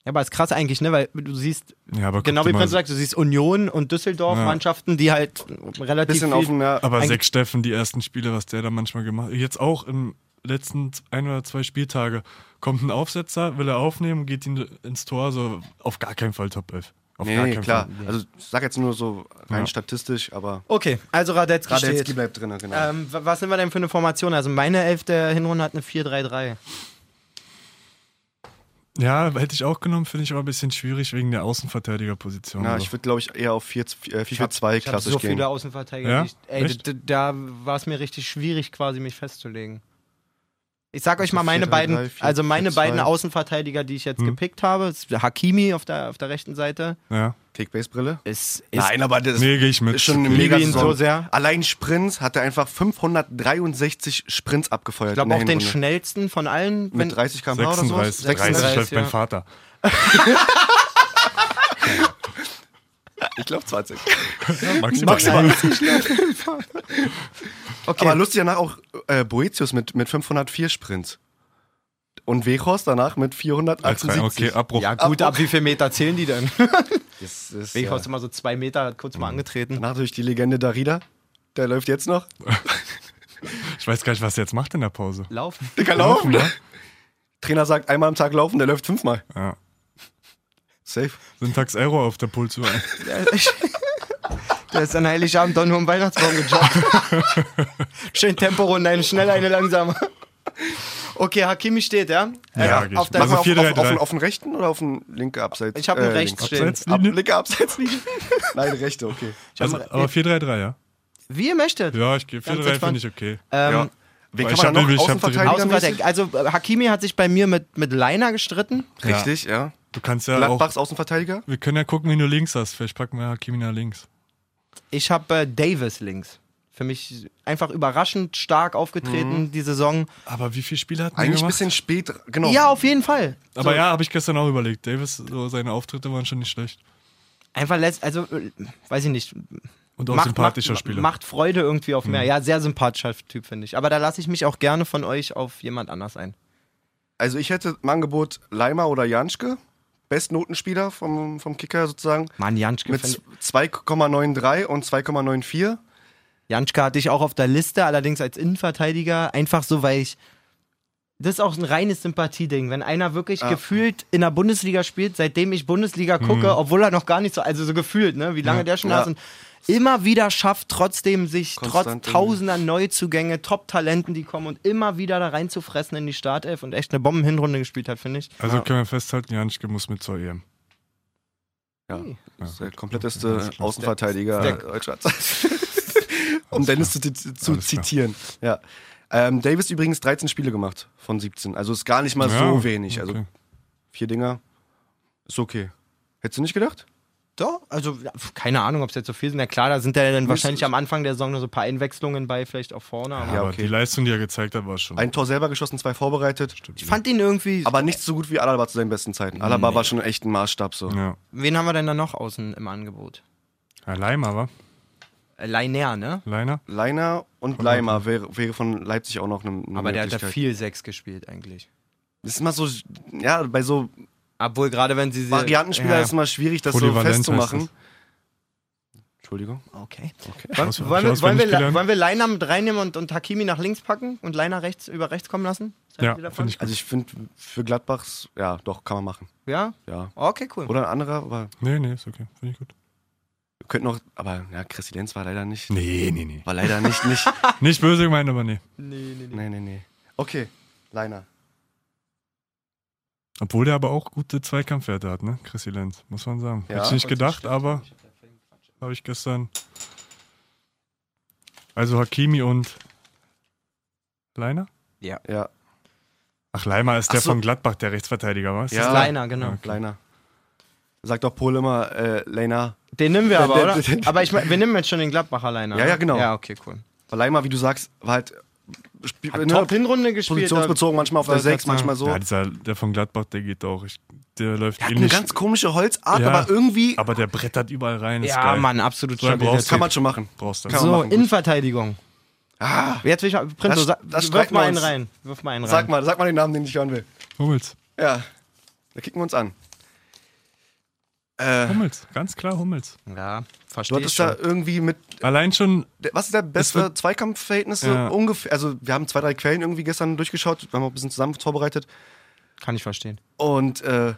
Speaker 4: Ja, aber ist krass eigentlich, ne? Weil du siehst,
Speaker 3: Ja,
Speaker 2: Oh
Speaker 3: aber guck
Speaker 4: genau
Speaker 3: dir
Speaker 4: wie
Speaker 3: mal,
Speaker 4: Prinz sagt, du siehst Union und Düsseldorf
Speaker 3: Ja.
Speaker 4: Mannschaften, die halt relativ
Speaker 2: Bisschen
Speaker 4: viel
Speaker 2: auf dem, ja,
Speaker 3: Aber
Speaker 4: Eigentlich-
Speaker 3: sechs Steffen, die ersten Spiele, was der da manchmal gemacht hat. Jetzt auch im letzten ein oder zwei Spieltage kommt ein Aufsetzer, will er aufnehmen, geht ihn ins Tor, so auf gar keinen Fall Top 11. Auf
Speaker 2: nee,
Speaker 3: gar
Speaker 2: nee,
Speaker 3: keinen
Speaker 2: klar.
Speaker 3: Fall.
Speaker 2: Also ich sag jetzt nur so rein
Speaker 3: Ja.
Speaker 2: statistisch, aber
Speaker 4: Okay, also Radetzky,
Speaker 2: Radetzky
Speaker 4: steht.
Speaker 2: bleibt drin, genau.
Speaker 4: Ähm, wa- was sind wir denn für eine Formation? Also meine Elf der Hinrunde hat eine 4-3-3.
Speaker 3: Ja, hätte ich auch genommen, finde ich aber ein bisschen schwierig wegen der Außenverteidigerposition.
Speaker 2: Na,
Speaker 3: also.
Speaker 2: ich würde, glaube ich, eher auf äh, 4-4-2
Speaker 4: Ich habe
Speaker 2: klassisch
Speaker 4: so
Speaker 2: gehen.
Speaker 4: viele Außenverteidiger.
Speaker 3: Ja?
Speaker 4: die Ich, ey,
Speaker 3: Echt?
Speaker 4: d- d- da war es mir richtig schwierig, quasi mich festzulegen. Ich sag euch
Speaker 2: Also
Speaker 4: mal meine
Speaker 2: 4-3-3,
Speaker 4: beiden, also meine
Speaker 2: 4-4-2.
Speaker 4: beiden Außenverteidiger, die ich jetzt
Speaker 2: Mhm.
Speaker 3: Hm.
Speaker 4: gepickt habe, ist Hakimi auf der, auf der rechten Seite.
Speaker 3: ja.
Speaker 2: Kickbase-Brille?
Speaker 4: Ist, ist
Speaker 2: Nein, aber das
Speaker 3: Nee, gehe ich mit.
Speaker 2: ist schon eine
Speaker 4: liebe
Speaker 2: mega
Speaker 4: ihn so sehr.
Speaker 2: Allein Sprints hat er einfach 563 Sprints abgefeuert.
Speaker 4: ich glaube auch
Speaker 2: in der
Speaker 4: den
Speaker 2: Hinrunde.
Speaker 4: schnellsten von allen. Wenn,
Speaker 2: Mit 30 km/h oder so?
Speaker 3: 36, 30 läuft
Speaker 4: ja.
Speaker 3: mein Vater.
Speaker 2: Ich glaube 20.
Speaker 3: Maximal.
Speaker 2: Maximal.
Speaker 4: okay.
Speaker 2: Aber lustig danach auch äh, Boetius mit, mit 504 Sprints. Und Wechos danach mit
Speaker 3: Als rein,
Speaker 2: 478.
Speaker 3: okay, Abbruch.
Speaker 4: ja gut, ab wie viel Meter zählen die denn?
Speaker 2: Das ist,
Speaker 4: Ich
Speaker 2: oh. ja. Mhm.
Speaker 4: ja. immer so zwei Meter, hat kurz mal angetreten.
Speaker 2: Danach natürlich die Legende Darida. Der läuft jetzt noch.
Speaker 3: Ich weiß gar nicht, was er jetzt macht in der Pause.
Speaker 4: Laufen.
Speaker 2: Der kann laufen.
Speaker 3: ne?
Speaker 2: Trainer sagt einmal am Tag laufen, der läuft fünfmal.
Speaker 3: Ja.
Speaker 2: Safe.
Speaker 3: Syntax Error auf der Pulsuhr.
Speaker 4: Der ist an Heiligabend doch nur im Weihnachtsbaum gejobbt. Schön Temporunde, eine schnelle, eine langsame. Okay, Hakimi steht, ja?
Speaker 3: Ja,
Speaker 4: Äh,
Speaker 3: geh ich
Speaker 4: auf der,
Speaker 3: mit. Also
Speaker 2: Sag mal, auf,
Speaker 3: 4, 3,
Speaker 2: auf, auf,
Speaker 3: 3.
Speaker 2: den- auf den rechten oder auf den linken Abseits?
Speaker 4: ich habe einen
Speaker 2: Äh,
Speaker 4: rechts stehen.
Speaker 3: Abseits?
Speaker 2: links. Ab, linke Abseitslinie. Nein, rechte, okay.
Speaker 3: Also, aber 4-3-3, ja.
Speaker 4: Wie ihr möchtet.
Speaker 3: Ja, ich gehe
Speaker 4: Ganz
Speaker 3: 4-3
Speaker 4: entspannt.
Speaker 3: finde ich okay.
Speaker 4: Ähm,
Speaker 2: ja. Wen kann
Speaker 3: weil ich hab
Speaker 2: man da noch?
Speaker 3: nämlich- ich hab
Speaker 2: Außenverteidiger?
Speaker 4: Außenverteidiger. Also äh, Hakimi hat sich bei mir mit, mit Leiner gestritten.
Speaker 2: Richtig, ja.
Speaker 3: Du kannst ja Äh, auch
Speaker 2: Gladbachs Außenverteidiger?
Speaker 3: Wir können ja gucken, wen du links hast. Vielleicht packen wir Hakimi nach links.
Speaker 4: Ich habe äh, Davis links. Für mich einfach überraschend stark aufgetreten
Speaker 3: Mhm.
Speaker 4: die Saison.
Speaker 3: Aber wie viele Spiele hat er
Speaker 2: Eigentlich ein
Speaker 3: gemacht?
Speaker 2: bisschen spät, genau.
Speaker 4: Ja, auf jeden Fall.
Speaker 3: Oh. Aber ja, habe ich gestern auch überlegt. Davis, so seine Auftritte waren schon nicht schlecht.
Speaker 4: Einfach letzt, also äh, weiß ich nicht,
Speaker 3: Und auch sympathischer Spieler.
Speaker 4: Macht Freude irgendwie auf mehr. Ja, sehr sympathischer Typ, finde ich. Aber da lasse ich mich auch gerne von euch auf jemand anders ein.
Speaker 2: Also ich hätte im Angebot Leimer oder Janschke, Bestnotenspieler vom, vom Kicker sozusagen,
Speaker 4: Mann, Janschke.
Speaker 2: mit
Speaker 4: find-
Speaker 2: 2,93 und 2,94.
Speaker 4: Janschka hatte ich auch auf der Liste, allerdings als Innenverteidiger, einfach so, weil ich. Das ist auch ein reines Sympathieding. Wenn einer wirklich
Speaker 2: Ja.
Speaker 4: gefühlt in der Bundesliga spielt, seitdem ich Bundesliga gucke, obwohl er noch gar nicht so, also so gefühlt, ne, wie lange der schon da
Speaker 2: Ja.
Speaker 4: ist und immer wieder schafft, trotzdem sich
Speaker 2: Konstant
Speaker 4: trotz tausender Neuzugänge, Top-Talenten, die kommen und immer wieder da reinzufressen in die Startelf und echt eine Bombenhinrunde gespielt hat, finde ich.
Speaker 3: Also
Speaker 2: Ja.
Speaker 3: können wir festhalten, Janschke muss mit zur EM.
Speaker 2: Ja. Das ist der
Speaker 3: Alles
Speaker 2: kompletteste
Speaker 3: klar.
Speaker 2: Außenverteidiger äh,
Speaker 4: Der-
Speaker 2: Deutschlands. um Dennis zu, zu
Speaker 3: Alles klar.
Speaker 2: zitieren. Ja. Ähm, Davis übrigens 13 Spiele gemacht von 17. Also ist gar nicht mal
Speaker 3: Ja,
Speaker 2: so wenig. Also
Speaker 3: okay.
Speaker 2: vier Dinger. Ist okay. Hättest du nicht gedacht?
Speaker 4: Doch, also ja, pf, keine Ahnung, ob es jetzt so viel sind. Ja klar, da sind ja dann wahrscheinlich am Anfang der Saison nur so ein paar Einwechslungen bei, vielleicht auch vorne. Aber
Speaker 2: Ja,
Speaker 3: aber
Speaker 2: okay.
Speaker 3: die Leistung, die er gezeigt hat, war schon.
Speaker 2: Ein Tor selber geschossen, zwei vorbereitet.
Speaker 4: Ich fand ihn irgendwie.
Speaker 2: Aber nicht so gut wie Alaba zu seinen besten Zeiten. Alaba war schon echt ein Maßstab so.
Speaker 3: ja.
Speaker 4: Wen haben wir denn da noch außen im Angebot?
Speaker 3: ja, Leimer, wa?
Speaker 4: Äh, Leiner, ne?
Speaker 3: Leiner?
Speaker 2: Leiner und Leimer wäre, wäre von Leipzig auch noch eine, eine
Speaker 4: Aber der hat ja
Speaker 2: Möglichkeit.
Speaker 4: viel Sechs gespielt eigentlich.
Speaker 2: Das ist immer so, ja, bei so
Speaker 4: Obwohl, gerade wenn sie. sie-
Speaker 2: Variantenspieler
Speaker 4: Ja.
Speaker 2: ist es immer schwierig, das so
Speaker 3: Polyvalent
Speaker 2: festzumachen.
Speaker 3: heißt
Speaker 2: Entschuldigung.
Speaker 4: Okay.
Speaker 3: Ich
Speaker 4: Wollen, wollen,
Speaker 3: aus- ich
Speaker 4: wir, wollen, wir,
Speaker 3: auswendig
Speaker 4: Le- wollen wir Leiner mit reinnehmen und, und Hakimi nach links packen und Leiner rechts, über rechts kommen lassen? Was haltet
Speaker 3: Ja,
Speaker 4: ihr davon?
Speaker 3: finde ich gut.
Speaker 2: Also ich finde, für Gladbachs, ja, doch, kann man machen.
Speaker 4: Ja?
Speaker 2: Ja.
Speaker 4: Okay, cool.
Speaker 2: Oder ein anderer, aber
Speaker 3: Nee, nee, ist okay. Finde ich gut.
Speaker 2: könnte noch, aber ja, Christi Lenz war leider nicht.
Speaker 3: Nee, nee, nee.
Speaker 2: War leider nicht, nicht.
Speaker 3: Nicht böse gemeint, aber nee.
Speaker 4: Nee, nee, nee.
Speaker 2: nee, nee, nee. Okay, Leiner.
Speaker 3: Obwohl der aber auch gute Zweikampfwerte hat, ne? Chrissy Lenz, muss man sagen.
Speaker 2: Ja.
Speaker 3: Hätte ich nicht gedacht, aber habe ich gestern. Also Hakimi und Leiner?
Speaker 2: Ja,
Speaker 3: Ach, Leimer ist
Speaker 2: Ach
Speaker 3: der
Speaker 2: so.
Speaker 3: von Gladbach, der Rechtsverteidiger, was?
Speaker 2: Ja.
Speaker 4: Leiner, genau.
Speaker 3: Okay.
Speaker 2: Leiner. Sagt doch Pohl immer, äh, Leiner.
Speaker 4: Den nehmen wir aber,
Speaker 2: Der-
Speaker 4: oder?
Speaker 2: der- der-
Speaker 4: Aber ich mein, wir nehmen jetzt schon den Gladbacher Leiner.
Speaker 2: Ja, ja,
Speaker 4: ne?
Speaker 2: genau.
Speaker 4: Ja, okay, cool.
Speaker 2: Weil Leimer, wie du sagst, war halt spiel,
Speaker 4: Hat
Speaker 2: ne,
Speaker 4: Top-Hinrunde gespielt.
Speaker 2: positionsbezogen, manchmal auf der
Speaker 4: wollte
Speaker 2: 6,
Speaker 4: grad sagen.
Speaker 2: manchmal so.
Speaker 3: halt Ja, dieser, der von Gladbach, der geht auch. Ich, der
Speaker 2: also-
Speaker 3: läuft
Speaker 2: Der hat eine
Speaker 3: ähnlich.
Speaker 2: ganz komische Holzart,
Speaker 3: Ja.
Speaker 2: aber irgendwie
Speaker 3: aber der brettert überall rein. Ist
Speaker 4: Ja,
Speaker 3: geil.
Speaker 4: Mann, absolut
Speaker 3: So einen
Speaker 4: stabil.
Speaker 3: brauchst du.
Speaker 2: kann man schon machen.
Speaker 3: Brauchst du.
Speaker 2: Kann man
Speaker 4: So,
Speaker 2: machen, gut.
Speaker 4: Innenverteidigung. Ah, Jetzt will ich mal, Printo,
Speaker 2: Das-
Speaker 4: sa-
Speaker 2: das
Speaker 4: wirf
Speaker 2: streiten
Speaker 4: mal
Speaker 2: wir
Speaker 4: einen
Speaker 2: uns.
Speaker 4: rein. Wirf mal einen rein.
Speaker 2: Sag mal, sag mal den Namen, den ich hören will.
Speaker 3: Hummels.
Speaker 2: Ja, da kicken wir uns an. Äh,
Speaker 3: Hummels, ganz klar Hummels.
Speaker 4: Ja,
Speaker 2: du
Speaker 4: verstehe ich
Speaker 2: hattest
Speaker 4: schon.
Speaker 2: da irgendwie mit
Speaker 3: Allein schon,
Speaker 2: Der- Was ist der
Speaker 3: Es
Speaker 2: beste
Speaker 3: wird-
Speaker 2: Zweikampfverhältnis? so
Speaker 3: Ja.
Speaker 2: Ungefähr. Also, wir haben zwei, drei Quellen irgendwie gestern durchgeschaut. Wir haben auch ein bisschen zusammen vorbereitet.
Speaker 4: Kann ich verstehen.
Speaker 2: Und äh,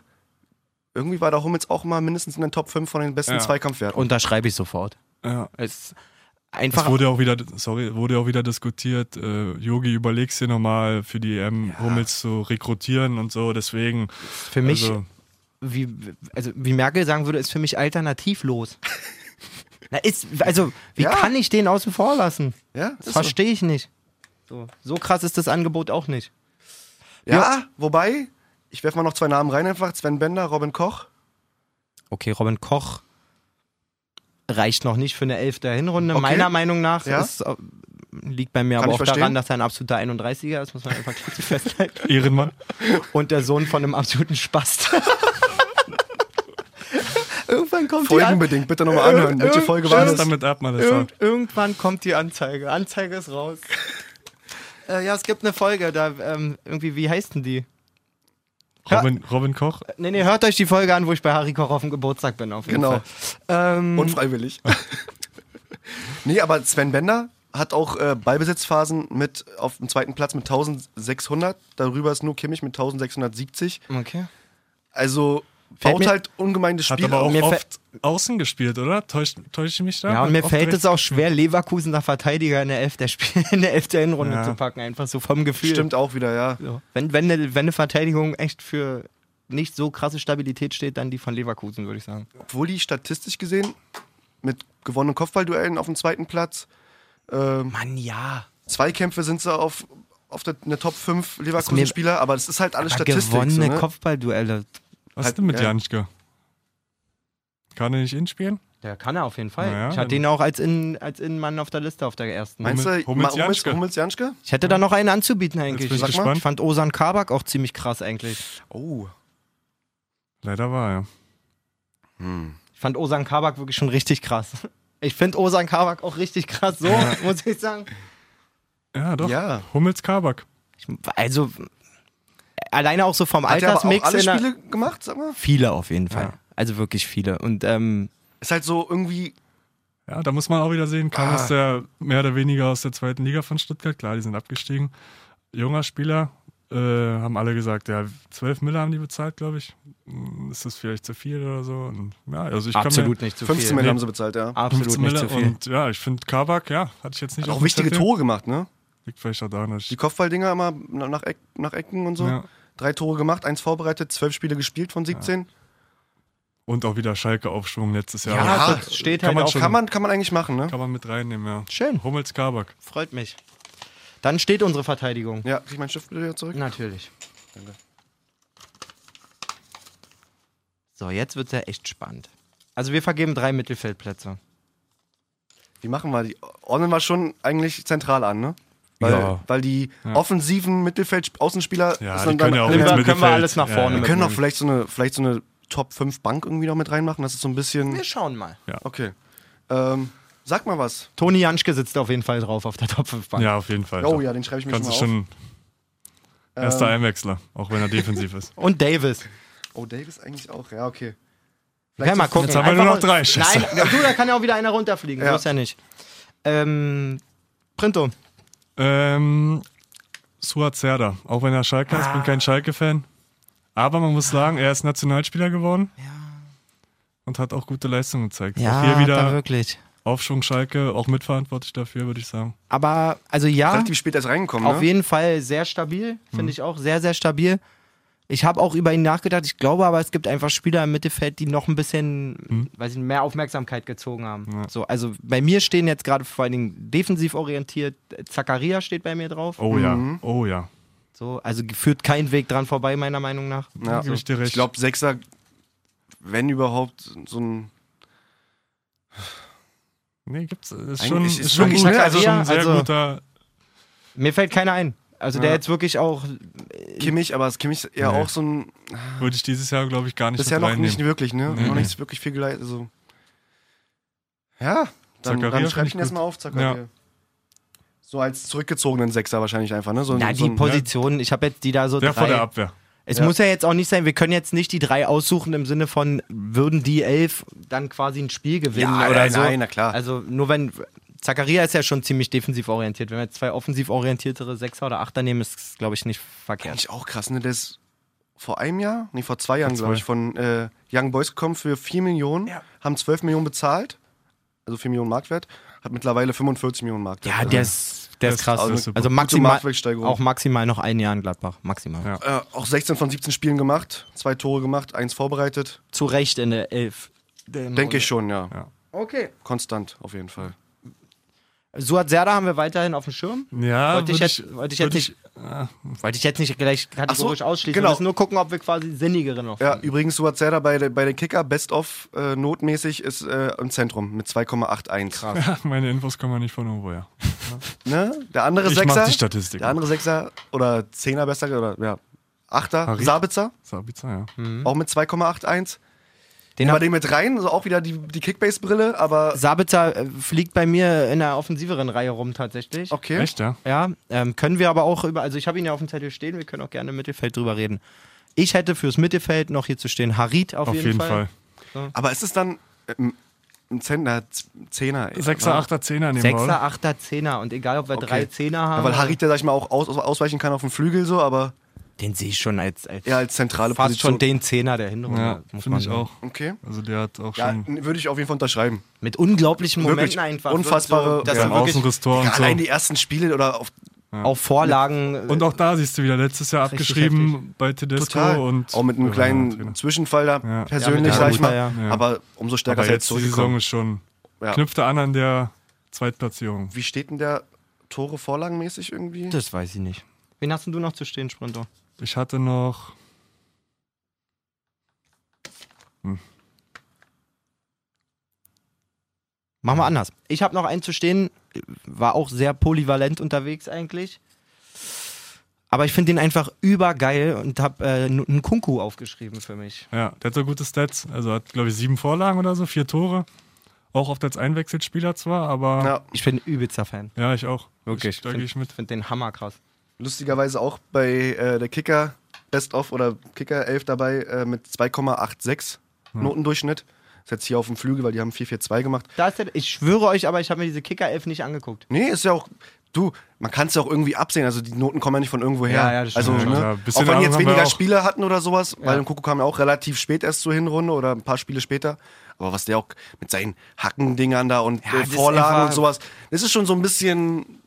Speaker 2: irgendwie war der Hummels auch mal mindestens in den Top 5 von den besten
Speaker 3: Ja.
Speaker 2: Zweikampfwerten.
Speaker 4: Und da schreibe ich sofort.
Speaker 3: ja,
Speaker 4: Es ist
Speaker 3: es
Speaker 4: einfach.
Speaker 3: wurde auch wieder, sorry, wurde auch wieder diskutiert. äh, Yogi, überlegst dir nochmal für die EM Hummels zu rekrutieren und so. Deswegen,
Speaker 4: für mich,
Speaker 3: also,
Speaker 4: wie, also, wie Merkel sagen würde, ist für mich alternativlos. Na, ist, also, wie
Speaker 2: Ja.
Speaker 4: kann ich den außen vor lassen?
Speaker 2: ja, ist
Speaker 4: Das
Speaker 2: so.
Speaker 4: verstehe ich nicht. So, so krass ist das Angebot auch nicht.
Speaker 2: ja, wobei, ich werfe mal noch zwei Namen rein einfach. Sven Bender, Robin Koch.
Speaker 4: Okay, Robin Koch reicht noch nicht für eine Elf der Hinrunde.
Speaker 2: Okay.
Speaker 4: Meiner Meinung nach
Speaker 2: Ja.
Speaker 4: ist, äh, liegt bei mir
Speaker 2: Kann
Speaker 4: aber
Speaker 2: ich
Speaker 4: auch
Speaker 2: verstehen.
Speaker 4: daran, dass er ein absoluter 31er ist, muss man einfach kurz festhalten.
Speaker 3: Ehrenmann.
Speaker 4: Und der Sohn von einem absoluten Spast. Irgendwann kommt die An
Speaker 2: Folgenbedingt, bitte nochmal anhören. Welche
Speaker 4: irgend-
Speaker 2: Folge war
Speaker 3: Was
Speaker 2: das?
Speaker 3: Äh, damit ab, mal das
Speaker 4: Irgend
Speaker 3: sagt.
Speaker 4: Irgendwann kommt die Anzeige. Anzeige ist raus. äh, ja, es gibt eine Folge, da ähm, irgendwie, wie heißt denn die? Ja.
Speaker 3: Robin, Robin Koch,
Speaker 4: Nee, nee, hört euch die Folge an, wo ich bei Harry Koch auf dem Geburtstag bin. Auf jeden
Speaker 2: Genau.
Speaker 4: Fall. Ähm,
Speaker 2: Unfreiwillig. nee, aber Sven Bender hat auch äh, Ballbesitzphasen mit auf dem zweiten Platz mit 1600. Darüber ist nur Kimmich mit 1670.
Speaker 4: okay.
Speaker 2: Also
Speaker 4: Fällt
Speaker 2: baut
Speaker 4: mir-
Speaker 2: halt ungemein das
Speaker 3: hat
Speaker 2: Spiel
Speaker 3: aber auch
Speaker 2: auf.
Speaker 4: mir
Speaker 3: oft außen gespielt, oder? Täuscht, täusche ich mich da?
Speaker 4: Ja, und mir
Speaker 3: Oft
Speaker 4: fällt
Speaker 3: rechts-
Speaker 4: es auch schwer, Leverkusener Verteidiger in der Elf der, Spiel, in der, Elf der Hinrunde
Speaker 3: Ja.
Speaker 4: zu packen, einfach so vom Gefühl.
Speaker 2: Stimmt auch wieder, ja.
Speaker 4: So. Wenn, wenn, eine, wenn eine Verteidigung echt für nicht so krasse Stabilität steht, dann die von Leverkusen, würde ich sagen.
Speaker 2: Obwohl die statistisch gesehen mit gewonnenen Kopfballduellen auf dem zweiten Platz, ähm,
Speaker 4: Mann, ja.
Speaker 2: Zweikämpfe sind sie auf, auf der, eine Top 5
Speaker 4: mir-
Speaker 2: Leverkusen-Spieler, aber das ist halt alles
Speaker 4: Aber
Speaker 2: Statistik.
Speaker 4: gewonnene
Speaker 2: so, ne?
Speaker 4: Kopfballduelle.
Speaker 3: Was
Speaker 2: Hat-
Speaker 3: ist denn mit
Speaker 2: ja.
Speaker 3: Janschke? Kann er nicht inspielen?
Speaker 4: Der kann er auf jeden Fall.
Speaker 3: Na ja,
Speaker 4: ich hatte
Speaker 3: dann-
Speaker 4: ihn auch als, in, als Innenmann auf der Liste auf der ersten.
Speaker 2: Meinst du,
Speaker 3: Hummels-
Speaker 2: Hummels, Hummels,
Speaker 3: Janschke.
Speaker 2: Hummels Janschke?
Speaker 4: ich hätte da noch einen anzubieten
Speaker 3: Jetzt
Speaker 4: eigentlich.
Speaker 3: bin ich
Speaker 4: Sag mal.
Speaker 3: gespannt.
Speaker 4: Ich fand Osan Kabak auch ziemlich krass eigentlich.
Speaker 2: Oh.
Speaker 3: Leider war er.
Speaker 4: Ich fand Osan Kabak wirklich schon richtig krass. Ich finde Osan Kabak auch richtig krass, so muss ich sagen.
Speaker 3: Ja, doch.
Speaker 2: Ja.
Speaker 3: Hummels Kabak.
Speaker 4: Ich, also alleine auch so vom
Speaker 2: Hat er aber auch
Speaker 4: Altersmix.
Speaker 2: alle
Speaker 4: in der-
Speaker 2: Spiele gemacht, sag mal?
Speaker 4: viele auf jeden Fall.
Speaker 3: Ja.
Speaker 4: Also wirklich viele. Und ähm,
Speaker 2: Ist halt so irgendwie
Speaker 3: Ja, da muss man auch wieder sehen, kam
Speaker 2: Ah.
Speaker 3: aus der mehr oder weniger aus der zweiten Liga von Stuttgart. Klar, die sind abgestiegen. Junger Spieler, äh, haben alle gesagt, ja, 12 Mille haben die bezahlt, glaube ich. Hm, Ist das vielleicht zu viel oder so? Und, ja, also ich
Speaker 4: Absolut
Speaker 3: kann
Speaker 4: nicht zu
Speaker 2: 15
Speaker 4: viel. Ah.
Speaker 2: Mille
Speaker 3: Nee.
Speaker 2: haben sie bezahlt, ja.
Speaker 3: mir
Speaker 4: Absolut
Speaker 3: 15
Speaker 4: nicht
Speaker 3: Mille
Speaker 4: zu viel.
Speaker 3: und ja, ich finde Kabak, ja, hatte ich jetzt nicht
Speaker 2: Hat auch
Speaker 3: auf dem
Speaker 2: wichtige
Speaker 3: Zettel.
Speaker 2: Tore gemacht, ne?
Speaker 3: Liegt vielleicht auch daran, dass ich,
Speaker 2: Die Kopfballdinger immer na- nach, Eck, nach Ecken und so.
Speaker 3: Ja.
Speaker 2: Drei Tore gemacht, eins vorbereitet, zwölf Spiele gespielt von 17.
Speaker 3: und auch wieder Schalke Aufschwung letztes Jahr.
Speaker 2: Ja,
Speaker 3: Aber
Speaker 2: Ah,
Speaker 4: das steht
Speaker 3: kann
Speaker 4: halt
Speaker 3: man
Speaker 4: auch.
Speaker 3: schon-
Speaker 2: Kann, man, kann man eigentlich machen, ne?
Speaker 3: kann man mit reinnehmen, ja.
Speaker 4: Schön,
Speaker 3: Hummels Kabak.
Speaker 4: freut mich. Dann steht unsere Verteidigung.
Speaker 2: Ja, krieg ich meinen Stift wieder zurück?
Speaker 4: Natürlich.
Speaker 2: Danke.
Speaker 4: So, jetzt wird es ja echt spannend. Also wir vergeben drei Mittelfeldplätze.
Speaker 2: Die machen wir, die ordnen wir schon eigentlich zentral an, ne? Weil,
Speaker 4: Ja.
Speaker 2: weil die offensiven Mittelfeld-Außenspieler
Speaker 3: Ja,
Speaker 2: sind
Speaker 3: die können ja auch
Speaker 2: alle-
Speaker 4: Können
Speaker 3: ins
Speaker 4: wir-
Speaker 3: Mittelfeld.
Speaker 4: können wir alles nach vorne
Speaker 3: ja,
Speaker 2: Wir
Speaker 3: ja.
Speaker 2: können auch vielleicht so eine, vielleicht so eine Top 5 Bank irgendwie noch mit reinmachen, das ist so ein bisschen.
Speaker 4: Wir schauen mal.
Speaker 2: Okay. Ähm, sag mal was.
Speaker 4: Toni Janschke sitzt auf jeden Fall drauf auf der Top 5 Bank.
Speaker 3: Ja, auf jeden Fall.
Speaker 2: Oh ja, den schreibe ich mir
Speaker 3: Kannst du
Speaker 2: schon mal
Speaker 3: schon.
Speaker 4: Ähm.
Speaker 3: Erster Einwechsler, auch wenn er defensiv ist.
Speaker 4: Und Davis.
Speaker 2: auf. Oh, Davis eigentlich auch. Ja, okay.
Speaker 4: Ja, mal gucken.
Speaker 3: Jetzt haben wir
Speaker 4: Einfach
Speaker 3: nur noch
Speaker 4: mal-
Speaker 3: drei, Scheiße.
Speaker 4: Nein, du, da kann ja auch wieder einer runterfliegen.
Speaker 2: Ja.
Speaker 4: Muss ja nicht. Ähm, Printo.
Speaker 3: Ähm, Suat Serda, auch wenn er Schalke ist,
Speaker 4: Ah.
Speaker 3: bin kein Schalke-Fan. Aber man muss sagen, er ist Nationalspieler geworden und hat auch gute Leistungen gezeigt. auch hier
Speaker 4: da
Speaker 3: wieder
Speaker 4: wirklich.
Speaker 3: Aufschwung Schalke, auch mitverantwortlich dafür, würde ich sagen.
Speaker 4: Aber, also ja,
Speaker 2: Relativ spät erst reingekommen,
Speaker 4: auf
Speaker 2: ne?
Speaker 4: jeden Fall sehr stabil. Finde
Speaker 3: Mhm.
Speaker 4: ich auch sehr, sehr stabil. Ich habe auch über ihn nachgedacht. Ich glaube aber, es gibt einfach Spieler im Mittelfeld, die noch ein bisschen,
Speaker 3: Mhm.
Speaker 4: weiß ich, nicht, mehr Aufmerksamkeit gezogen haben. So, also bei mir stehen jetzt gerade vor allen Dingen defensiv orientiert. Zakaria steht bei mir drauf.
Speaker 3: Oh
Speaker 4: Mhm.
Speaker 3: ja, oh ja.
Speaker 4: So, also führt kein Weg dran vorbei, meiner Meinung nach.
Speaker 2: Ja.
Speaker 3: gebe ich dir recht.
Speaker 2: Ich glaube, Sechser, wenn überhaupt, so ein.
Speaker 3: Nee, gibt's. Ist
Speaker 2: Eigentlich
Speaker 3: schon,
Speaker 2: ist
Speaker 3: ist
Speaker 2: es
Speaker 3: schon
Speaker 2: wirklich
Speaker 3: gut,
Speaker 2: Schalke,
Speaker 3: also schon
Speaker 4: ja,
Speaker 3: ein sehr
Speaker 4: also-
Speaker 3: guter.
Speaker 4: Mir fällt keiner ein. Also der
Speaker 2: Ja.
Speaker 4: jetzt wirklich auch
Speaker 2: Kimmich, aber das Kimmich ist eher
Speaker 3: Nee.
Speaker 2: auch so ein.
Speaker 3: Würde ich dieses Jahr, glaube ich, gar nicht
Speaker 2: Bisher
Speaker 3: mit
Speaker 2: noch nicht
Speaker 3: reinnehmen.
Speaker 2: wirklich, ne?
Speaker 3: Nee.
Speaker 2: Noch nicht wirklich viel geleitet. Also. Ja, dann,
Speaker 3: Zakaria
Speaker 2: dann
Speaker 3: find
Speaker 2: schreibe
Speaker 3: ich
Speaker 2: ich ihn
Speaker 3: gut.
Speaker 2: erstmal auf, Zakaria. So als zurückgezogenen Sechser wahrscheinlich einfach, ne? So,
Speaker 4: Na,
Speaker 2: so
Speaker 4: die
Speaker 2: ein,
Speaker 4: Positionen, ich habe jetzt die da so
Speaker 3: Der
Speaker 4: drei.
Speaker 3: vor der Abwehr.
Speaker 4: es
Speaker 2: Ja.
Speaker 4: muss ja jetzt auch nicht sein, wir können jetzt nicht die drei aussuchen im Sinne von, würden die elf dann quasi ein Spiel gewinnen
Speaker 2: Ja,
Speaker 4: oder
Speaker 2: nein,
Speaker 4: so.
Speaker 2: nein, na klar.
Speaker 4: Also nur wenn, Zakaria ist ja schon ziemlich defensiv orientiert. Wenn wir jetzt zwei offensiv orientiertere Sechser oder Achter nehmen, ist es, glaube ich, nicht verkehrt.
Speaker 2: Eigentlich auch krass, ne? Der ist vor einem Jahr, nee, vor zwei Jahren,
Speaker 3: zwei.
Speaker 2: glaube ich, von äh, Young Boys gekommen für 4 Millionen, haben 12 Millionen bezahlt, also 4 Millionen Marktwert, hat mittlerweile 45 Millionen Marktwert.
Speaker 4: Ja,
Speaker 2: also,
Speaker 4: der ist, der ist
Speaker 3: Das-
Speaker 4: krass.
Speaker 3: das ist
Speaker 4: Also,
Speaker 3: super.
Speaker 4: maximal,
Speaker 2: Gute Marktwertsteigerung.
Speaker 4: auch maximal noch ein Jahr in Gladbach. Maximal.
Speaker 3: Ja.
Speaker 2: äh, auch 16 von 17 Spielen gemacht, zwei Tore gemacht, eins vorbereitet.
Speaker 4: Zu Recht in der Elf.
Speaker 2: Denke ich schon, ja.
Speaker 3: Ja.
Speaker 4: Okay.
Speaker 2: Konstant auf jeden Fall.
Speaker 4: Suat Serda haben wir weiterhin auf dem Schirm.
Speaker 3: Ja,
Speaker 4: Wollte ich
Speaker 3: würd
Speaker 4: jetzt- wollte ich jetzt
Speaker 3: würd
Speaker 4: nicht-
Speaker 3: Ah,
Speaker 4: Wollte ich jetzt nicht gleich kategorisch
Speaker 2: Ach so,
Speaker 4: ausschließen.
Speaker 2: genau.
Speaker 4: Wir müssen nur gucken, ob wir quasi sinnigere noch
Speaker 2: Ja,
Speaker 3: Mhm.
Speaker 4: finden.
Speaker 2: übrigens, Suat Serda bei, der- bei den Kicker, Best of äh, notmäßig, ist äh, im Zentrum mit 2,81. Krass.
Speaker 3: Meine Infos kommen ja nicht von irgendwo her.
Speaker 2: Ne? Der andere
Speaker 3: Ich mach
Speaker 2: Sechser.
Speaker 3: die Statistik.
Speaker 2: Der andere Sechser oder Zehner besser oder ja, Achter,
Speaker 3: Harit.
Speaker 2: Sabitzer,
Speaker 3: Sabitzer, ja.
Speaker 2: auch mit 2,81.
Speaker 4: Den
Speaker 2: Nehmen wir
Speaker 4: hab,
Speaker 2: den mit rein, also auch wieder die, die Kickbase-Brille, aber
Speaker 4: Sabitzer äh, fliegt bei mir in der offensiveren Reihe rum tatsächlich.
Speaker 2: okay.
Speaker 3: Echt, ja?
Speaker 4: Ja, ähm, können wir aber auch über, also ich habe ihn ja auf dem Zettel stehen, wir können auch gerne im Mittelfeld drüber reden. Ich hätte fürs Mittelfeld noch hier zu stehen Harit auf,
Speaker 3: Auf jeden, Fall.
Speaker 2: Aber ist es dann ähm, ein Zehner, Zehner?
Speaker 3: Sechser, Achter, Zehner nehmen wir,
Speaker 4: Sechser,
Speaker 3: oder?
Speaker 4: Achter, Zehner und egal, ob wir
Speaker 2: Okay.
Speaker 4: drei Zehner
Speaker 2: Ja,
Speaker 4: haben.
Speaker 2: weil Harit, der sag ich mal auch aus, aus, ausweichen kann auf dem Flügel so, aber
Speaker 4: den sehe ich schon als, als
Speaker 2: eher als zentrale
Speaker 4: fast schon
Speaker 2: Position.
Speaker 4: den Zehner der Hinrunde.
Speaker 3: Ja,
Speaker 4: muss
Speaker 3: finde
Speaker 4: man
Speaker 3: ich
Speaker 4: sagen.
Speaker 3: auch.
Speaker 2: okay.
Speaker 3: Also der hat auch
Speaker 2: Ja,
Speaker 3: schon
Speaker 2: n- würde ich auf jeden Fall unterschreiben.
Speaker 4: Mit unglaublichen Momenten
Speaker 2: Wirklich
Speaker 4: einfach.
Speaker 2: unfassbare-
Speaker 4: das
Speaker 2: Ja,
Speaker 4: sind wirklich
Speaker 3: Außenrisstor
Speaker 2: Ja,
Speaker 3: und so.
Speaker 2: allein die ersten Spiele oder auf
Speaker 4: auch Vorlagen. äh,
Speaker 3: Und auch da siehst du wieder, letztes Jahr
Speaker 4: Richtig
Speaker 3: abgeschrieben bei Tedesco
Speaker 2: total.
Speaker 3: und
Speaker 2: auch mit einem
Speaker 3: Ja,
Speaker 2: kleinen
Speaker 3: Trainer.
Speaker 2: Zwischenfall da
Speaker 3: Ja.
Speaker 2: persönlich,
Speaker 4: Ja, mit
Speaker 2: sag ich mal.
Speaker 4: Harit,
Speaker 3: ja. Ja.
Speaker 2: Aber umso stärker
Speaker 3: Aber
Speaker 2: ist er jetzt
Speaker 3: jetzt die Saison
Speaker 2: zurückgekommen.
Speaker 3: ist schon
Speaker 2: Ja.
Speaker 3: knüpfte an an der Zweitplatzierung.
Speaker 2: Wie steht denn der Tore vorlagenmäßig irgendwie?
Speaker 4: Das weiß ich nicht. Wen hast denn du noch zu stehen, Sprinter?
Speaker 3: Ich hatte noch
Speaker 4: Machen wir anders. Ich habe noch einen zu stehen, war auch sehr polyvalent unterwegs eigentlich. Aber ich finde den einfach übergeil und habe äh, einen Kunku aufgeschrieben für mich.
Speaker 3: Ja, der hat so gute Stats. Also hat, glaube ich, sieben Vorlagen oder so, vier Tore. Auch oft als Einwechselspieler zwar, aber ja,
Speaker 2: Ja,
Speaker 4: Ich bin übelster Fan.
Speaker 3: ich auch.
Speaker 4: Wirklich.
Speaker 3: Ich, da gehe ich mit.
Speaker 4: Ich finde den Hammer krass.
Speaker 2: lustigerweise auch bei äh, der Kicker Best of oder Kicker 11 dabei äh, mit 2,86 Notendurchschnitt. Ist jetzt hier auf dem Flügel, weil die haben 4-4-2 gemacht.
Speaker 4: Da ist der, ich schwöre euch, aber ich habe mir diese Kicker-Elf nicht angeguckt.
Speaker 2: Nee, ist ja auch. Du, man kann es ja auch irgendwie absehen. Also die Noten kommen ja nicht von irgendwo her.
Speaker 4: Ja, ja, das
Speaker 2: also,
Speaker 4: stimmt.
Speaker 2: ne,
Speaker 3: Ja, ein
Speaker 2: auch
Speaker 3: bisschen
Speaker 2: wenn die
Speaker 3: Ahnung
Speaker 2: jetzt
Speaker 3: haben wir
Speaker 2: weniger
Speaker 3: auch.
Speaker 2: Spiele hatten oder sowas, weil Kuku kam ja auch relativ spät erst zur Hinrunde oder ein paar Spiele später. Aber was der auch mit seinen Hackendingern da und
Speaker 4: Ja,
Speaker 2: äh,
Speaker 4: das ist
Speaker 2: Vorlagen
Speaker 4: einfach-
Speaker 2: und sowas, das ist schon so ein bisschen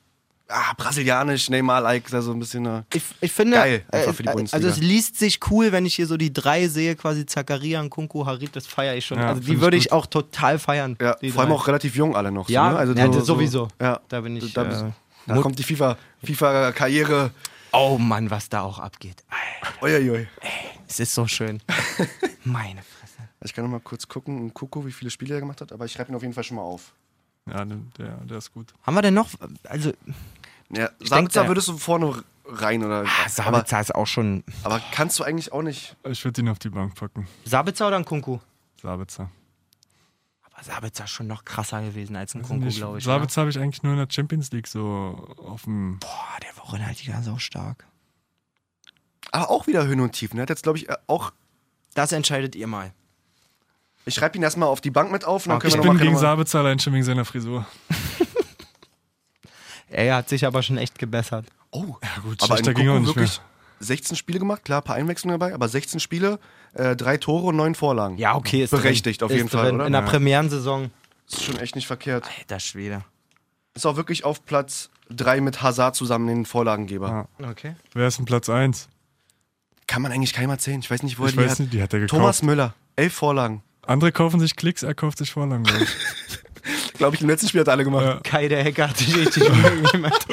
Speaker 2: ah, brasilianisch, Neymar-like, also ein bisschen. Äh,
Speaker 4: Ich, ich finde,
Speaker 2: Geil, einfach für die
Speaker 4: äh,
Speaker 2: Bundesliga.
Speaker 4: also es liest sich cool, wenn ich hier so die drei sehe, quasi Zakaria, Kunku, Harit, das feiere ich schon.
Speaker 3: Ja,
Speaker 4: also
Speaker 3: find
Speaker 4: die
Speaker 3: ich
Speaker 4: würde ich
Speaker 3: gut.
Speaker 4: auch total feiern.
Speaker 2: ja,
Speaker 4: die
Speaker 2: vor allem
Speaker 4: drei.
Speaker 2: auch relativ jung alle noch.
Speaker 4: Ja,
Speaker 2: so, ne? also
Speaker 4: ja,
Speaker 2: so-
Speaker 4: das sowieso.
Speaker 2: Ja,
Speaker 4: Da bin ich,
Speaker 2: Da,
Speaker 4: äh,
Speaker 2: da kommt die FIFA, FIFA-Karriere.
Speaker 4: Oh Mann, was da auch abgeht.
Speaker 2: Uiuiui.
Speaker 4: Es ist so schön. Meine Fresse.
Speaker 2: Ich kann noch mal kurz gucken, und Kuku, wie viele Spiele er gemacht hat, aber ich schreibe ihn auf jeden Fall schon mal auf.
Speaker 3: Ja, ne, der, der ist gut.
Speaker 4: Haben wir denn noch? Also,
Speaker 2: Ja,
Speaker 4: denk,
Speaker 2: Sabitzer
Speaker 4: äh,
Speaker 2: würdest du vorne rein oder.
Speaker 4: ah,
Speaker 2: aber,
Speaker 4: Sabitzer ist auch schon.
Speaker 2: aber kannst du eigentlich auch nicht.
Speaker 3: Ich würde ihn auf die Bank packen.
Speaker 4: Sabitzer oder ein Kunku?
Speaker 3: Sabitzer.
Speaker 4: Aber Sabitzer ist schon noch krasser gewesen als ein
Speaker 3: Weiß
Speaker 4: Kunku,
Speaker 3: nicht,
Speaker 4: glaube ich. ne?
Speaker 3: Sabitzer habe ich eigentlich nur in der Champions League so auf dem.
Speaker 4: Boah, der Woche halt die ganz auch stark.
Speaker 2: Aber auch wieder Höhen und Tiefen. Er hat jetzt, glaube ich, äh, auch.
Speaker 4: Das entscheidet ihr mal.
Speaker 2: Ich schreibe ihn erstmal auf die Bank mit auf und dann
Speaker 4: Ach,
Speaker 2: können
Speaker 3: Ah,
Speaker 2: wir
Speaker 3: Ich bin
Speaker 2: nochmal.
Speaker 3: gegen
Speaker 2: Noch mal-
Speaker 3: Sabitzer allein schon wegen seiner Frisur.
Speaker 4: Er hat sich aber schon echt gebessert.
Speaker 2: oh,
Speaker 3: Ja, gut,
Speaker 2: aber in
Speaker 3: schlechter ging auch
Speaker 2: Kuku
Speaker 3: nicht
Speaker 2: wirklich
Speaker 3: mehr.
Speaker 2: 16 Spiele gemacht, klar, ein paar Einwechslungen dabei, aber 16 Spiele, äh, drei Tore und neun Vorlagen.
Speaker 4: Ja, okay, ist
Speaker 2: Berechtigt,
Speaker 4: drin.
Speaker 2: auf
Speaker 4: ist
Speaker 2: jeden Fall,
Speaker 4: drin.
Speaker 2: oder?
Speaker 4: In der
Speaker 3: Ja.
Speaker 4: Premierensaison.
Speaker 2: Ist schon echt nicht verkehrt.
Speaker 4: Alter Schwede.
Speaker 2: Ist auch wirklich auf Platz 3 mit Hazard zusammen den Vorlagengeber.
Speaker 3: Ja.
Speaker 4: Okay.
Speaker 3: Wer ist denn Platz 1?
Speaker 2: Kann man eigentlich keinem erzählen. Ich weiß nicht, wo
Speaker 3: Ich
Speaker 2: er die
Speaker 3: weiß
Speaker 2: hat.
Speaker 3: nicht, die hat er gekauft.
Speaker 2: Thomas Müller, elf Vorlagen.
Speaker 3: Andere kaufen sich Klicks, er kauft sich Vorlagen. glaub ich.
Speaker 2: Glaube ich, im letzten Spiel hat er alle gemacht.
Speaker 3: Ja.
Speaker 4: Kai, der Hacker hat sich richtig Mühe gemacht.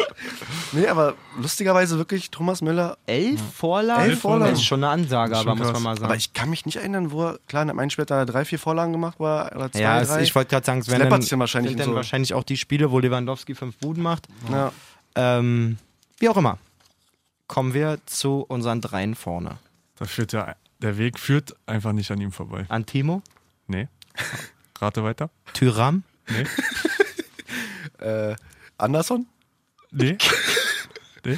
Speaker 2: Nee, aber lustigerweise wirklich Thomas Müller.
Speaker 4: Elf Vorlagen?
Speaker 2: Elf Vorlagen.
Speaker 4: Das ist schon eine Ansage,
Speaker 3: Das ist
Speaker 4: aber
Speaker 3: schon
Speaker 4: muss man
Speaker 3: krass.
Speaker 4: mal sagen.
Speaker 2: Aber ich kann mich nicht erinnern, wo er, klar, in einem Spiel hat er drei, vier Vorlagen gemacht, war oder zwei,
Speaker 4: ja, es,
Speaker 2: drei.
Speaker 4: ich wollte gerade sagen, es wären
Speaker 2: läppert
Speaker 4: dann,
Speaker 2: sich dann wahrscheinlich
Speaker 4: sind
Speaker 2: in
Speaker 4: dann
Speaker 2: so-
Speaker 4: wahrscheinlich auch die Spiele, wo Lewandowski fünf Buden macht.
Speaker 2: ja.
Speaker 4: Ähm, wie auch immer. Kommen wir zu unseren dreien vorne.
Speaker 3: da führt ja, der Weg führt einfach nicht an ihm vorbei.
Speaker 4: An Timo,
Speaker 3: Nee. Rate weiter.
Speaker 4: Tyram.
Speaker 3: Nee.
Speaker 2: äh, Anderson?
Speaker 3: Nee. Nee.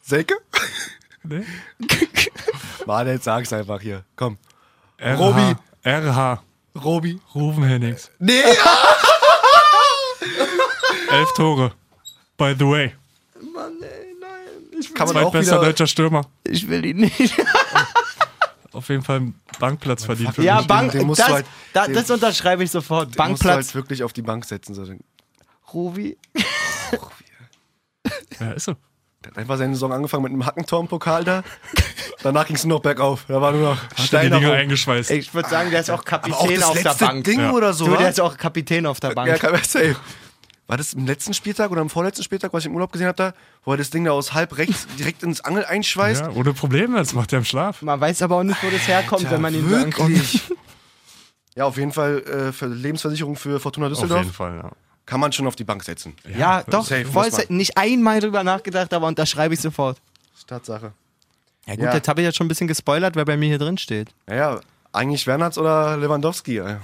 Speaker 2: Selke?
Speaker 3: Nee.
Speaker 2: Warte, jetzt sag's einfach hier. Komm.
Speaker 3: RH.
Speaker 2: Robi.
Speaker 3: RH.
Speaker 2: Robi.
Speaker 3: Rufen Hennings.
Speaker 2: Nee!
Speaker 3: Elf Tore. By the way.
Speaker 4: Mann, ey, nein. Ich will,
Speaker 2: Kann man auch
Speaker 3: Zweitbester
Speaker 2: wieder.
Speaker 3: deutscher Stürmer.
Speaker 4: ich will ihn nicht.
Speaker 3: Auf jeden Fall einen Bankplatz verdient für
Speaker 4: Ja,
Speaker 3: mich.
Speaker 4: Bank,
Speaker 2: den musst
Speaker 4: das,
Speaker 2: du halt-
Speaker 4: da,
Speaker 2: den-
Speaker 4: das unterschreibe ich sofort.
Speaker 2: Musst du
Speaker 4: Bankplatz,
Speaker 2: halt wirklich auf die Bank setzen. So. Der
Speaker 4: Rovi.
Speaker 3: Ja, ist so.
Speaker 2: hat einfach seine Saison angefangen mit einem Hackentor im Pokal da. Danach ging's nur noch bergauf. Da war nur noch
Speaker 3: Hat er die
Speaker 2: Stein
Speaker 3: Dinger
Speaker 2: nach oben.
Speaker 3: eingeschweißt.
Speaker 4: Ich würde sagen, der ist
Speaker 2: Aber
Speaker 4: auch
Speaker 2: auch
Speaker 4: Kapitän
Speaker 2: das
Speaker 4: auf der
Speaker 2: letzte
Speaker 4: Bank.
Speaker 2: Ding
Speaker 3: Ja.
Speaker 2: oder so.
Speaker 4: du,
Speaker 2: wa?
Speaker 4: der ist auch Kapitän auf der
Speaker 2: Ja,
Speaker 4: Bank.
Speaker 2: kann man safe. War das im letzten Spieltag oder am vorletzten Spieltag, was ich im Urlaub gesehen habe, da, wo er das Ding da aus halb rechts direkt ins Angel einschweißt?
Speaker 3: Ja, ohne Probleme, das macht er im Schlaf.
Speaker 4: man weiß aber auch nicht, wo das herkommt, wenn man ihn so anguckt.
Speaker 2: wirklich. ja, auf jeden Fall äh, für Lebensversicherung für Fortuna
Speaker 3: Auf jeden
Speaker 2: Düsseldorf
Speaker 3: Fall, ja.
Speaker 2: kann man schon auf die Bank setzen.
Speaker 4: Ja, doch.
Speaker 2: safe, muss
Speaker 4: Voll, nicht einmal drüber nachgedacht, aber unterschreibe ich sofort.
Speaker 2: Ist Tatsache.
Speaker 4: Ja gut,
Speaker 2: Ja.
Speaker 4: jetzt habe ich jetzt schon ein bisschen gespoilert, wer bei mir hier drin steht.
Speaker 2: Naja, eigentlich Wernertz oder Lewandowski. Ey.
Speaker 3: Aber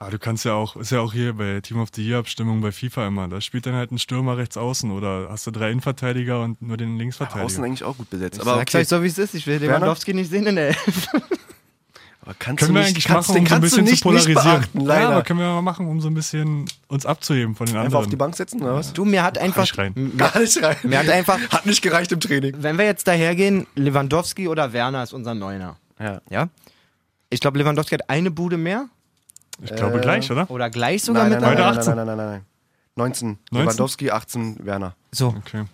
Speaker 3: Ah, du kannst ja auch, ist ja auch hier bei Team of the Year-Abstimmung bei FIFA immer. Da spielt dann halt ein Stürmer rechts außen oder hast du drei Innenverteidiger und nur den
Speaker 2: Außen
Speaker 3: Linksverteidiger.
Speaker 2: eigentlich auch gut besetzt.
Speaker 4: Aber
Speaker 2: Aber,
Speaker 4: Sag's
Speaker 2: okay.
Speaker 4: euch so, wie es ist. Ich will
Speaker 2: Werner?
Speaker 4: Lewandowski nicht sehen in der Elf.
Speaker 2: aber kannst
Speaker 3: können
Speaker 2: du
Speaker 3: wir
Speaker 2: nicht,
Speaker 3: eigentlich
Speaker 2: kannst, den
Speaker 3: machen, um so ein
Speaker 2: kannst du
Speaker 3: bisschen
Speaker 2: nicht,
Speaker 3: zu polarisieren.
Speaker 2: nicht beachten, leider.
Speaker 3: Ja, aber können wir mal machen, um so ein bisschen uns abzuheben von den
Speaker 2: Einfach
Speaker 3: anderen.
Speaker 2: auf die Bank setzen oder was?
Speaker 4: Du, mir hat einfach...
Speaker 3: nicht rein.
Speaker 4: m-
Speaker 2: Gar nicht rein.
Speaker 4: Mir hat einfach...
Speaker 2: Hat nicht gereicht im Training.
Speaker 4: Wenn wir jetzt dahergehen, Lewandowski oder Werner ist unser Neuner.
Speaker 2: Ja.
Speaker 4: Ja? Ich glaube, Lewandowski hat eine Bude mehr.
Speaker 3: Ich
Speaker 2: Ähm,
Speaker 3: glaube gleich, oder?
Speaker 4: Oder gleich sogar
Speaker 2: Nein, nein,
Speaker 4: mit
Speaker 2: nein,
Speaker 4: einer.
Speaker 2: nein,
Speaker 3: Heute
Speaker 2: nein, nein, nein, nein. 19.
Speaker 3: 19?
Speaker 2: Lewandowski, 18 Werner.
Speaker 4: So,
Speaker 3: Okay.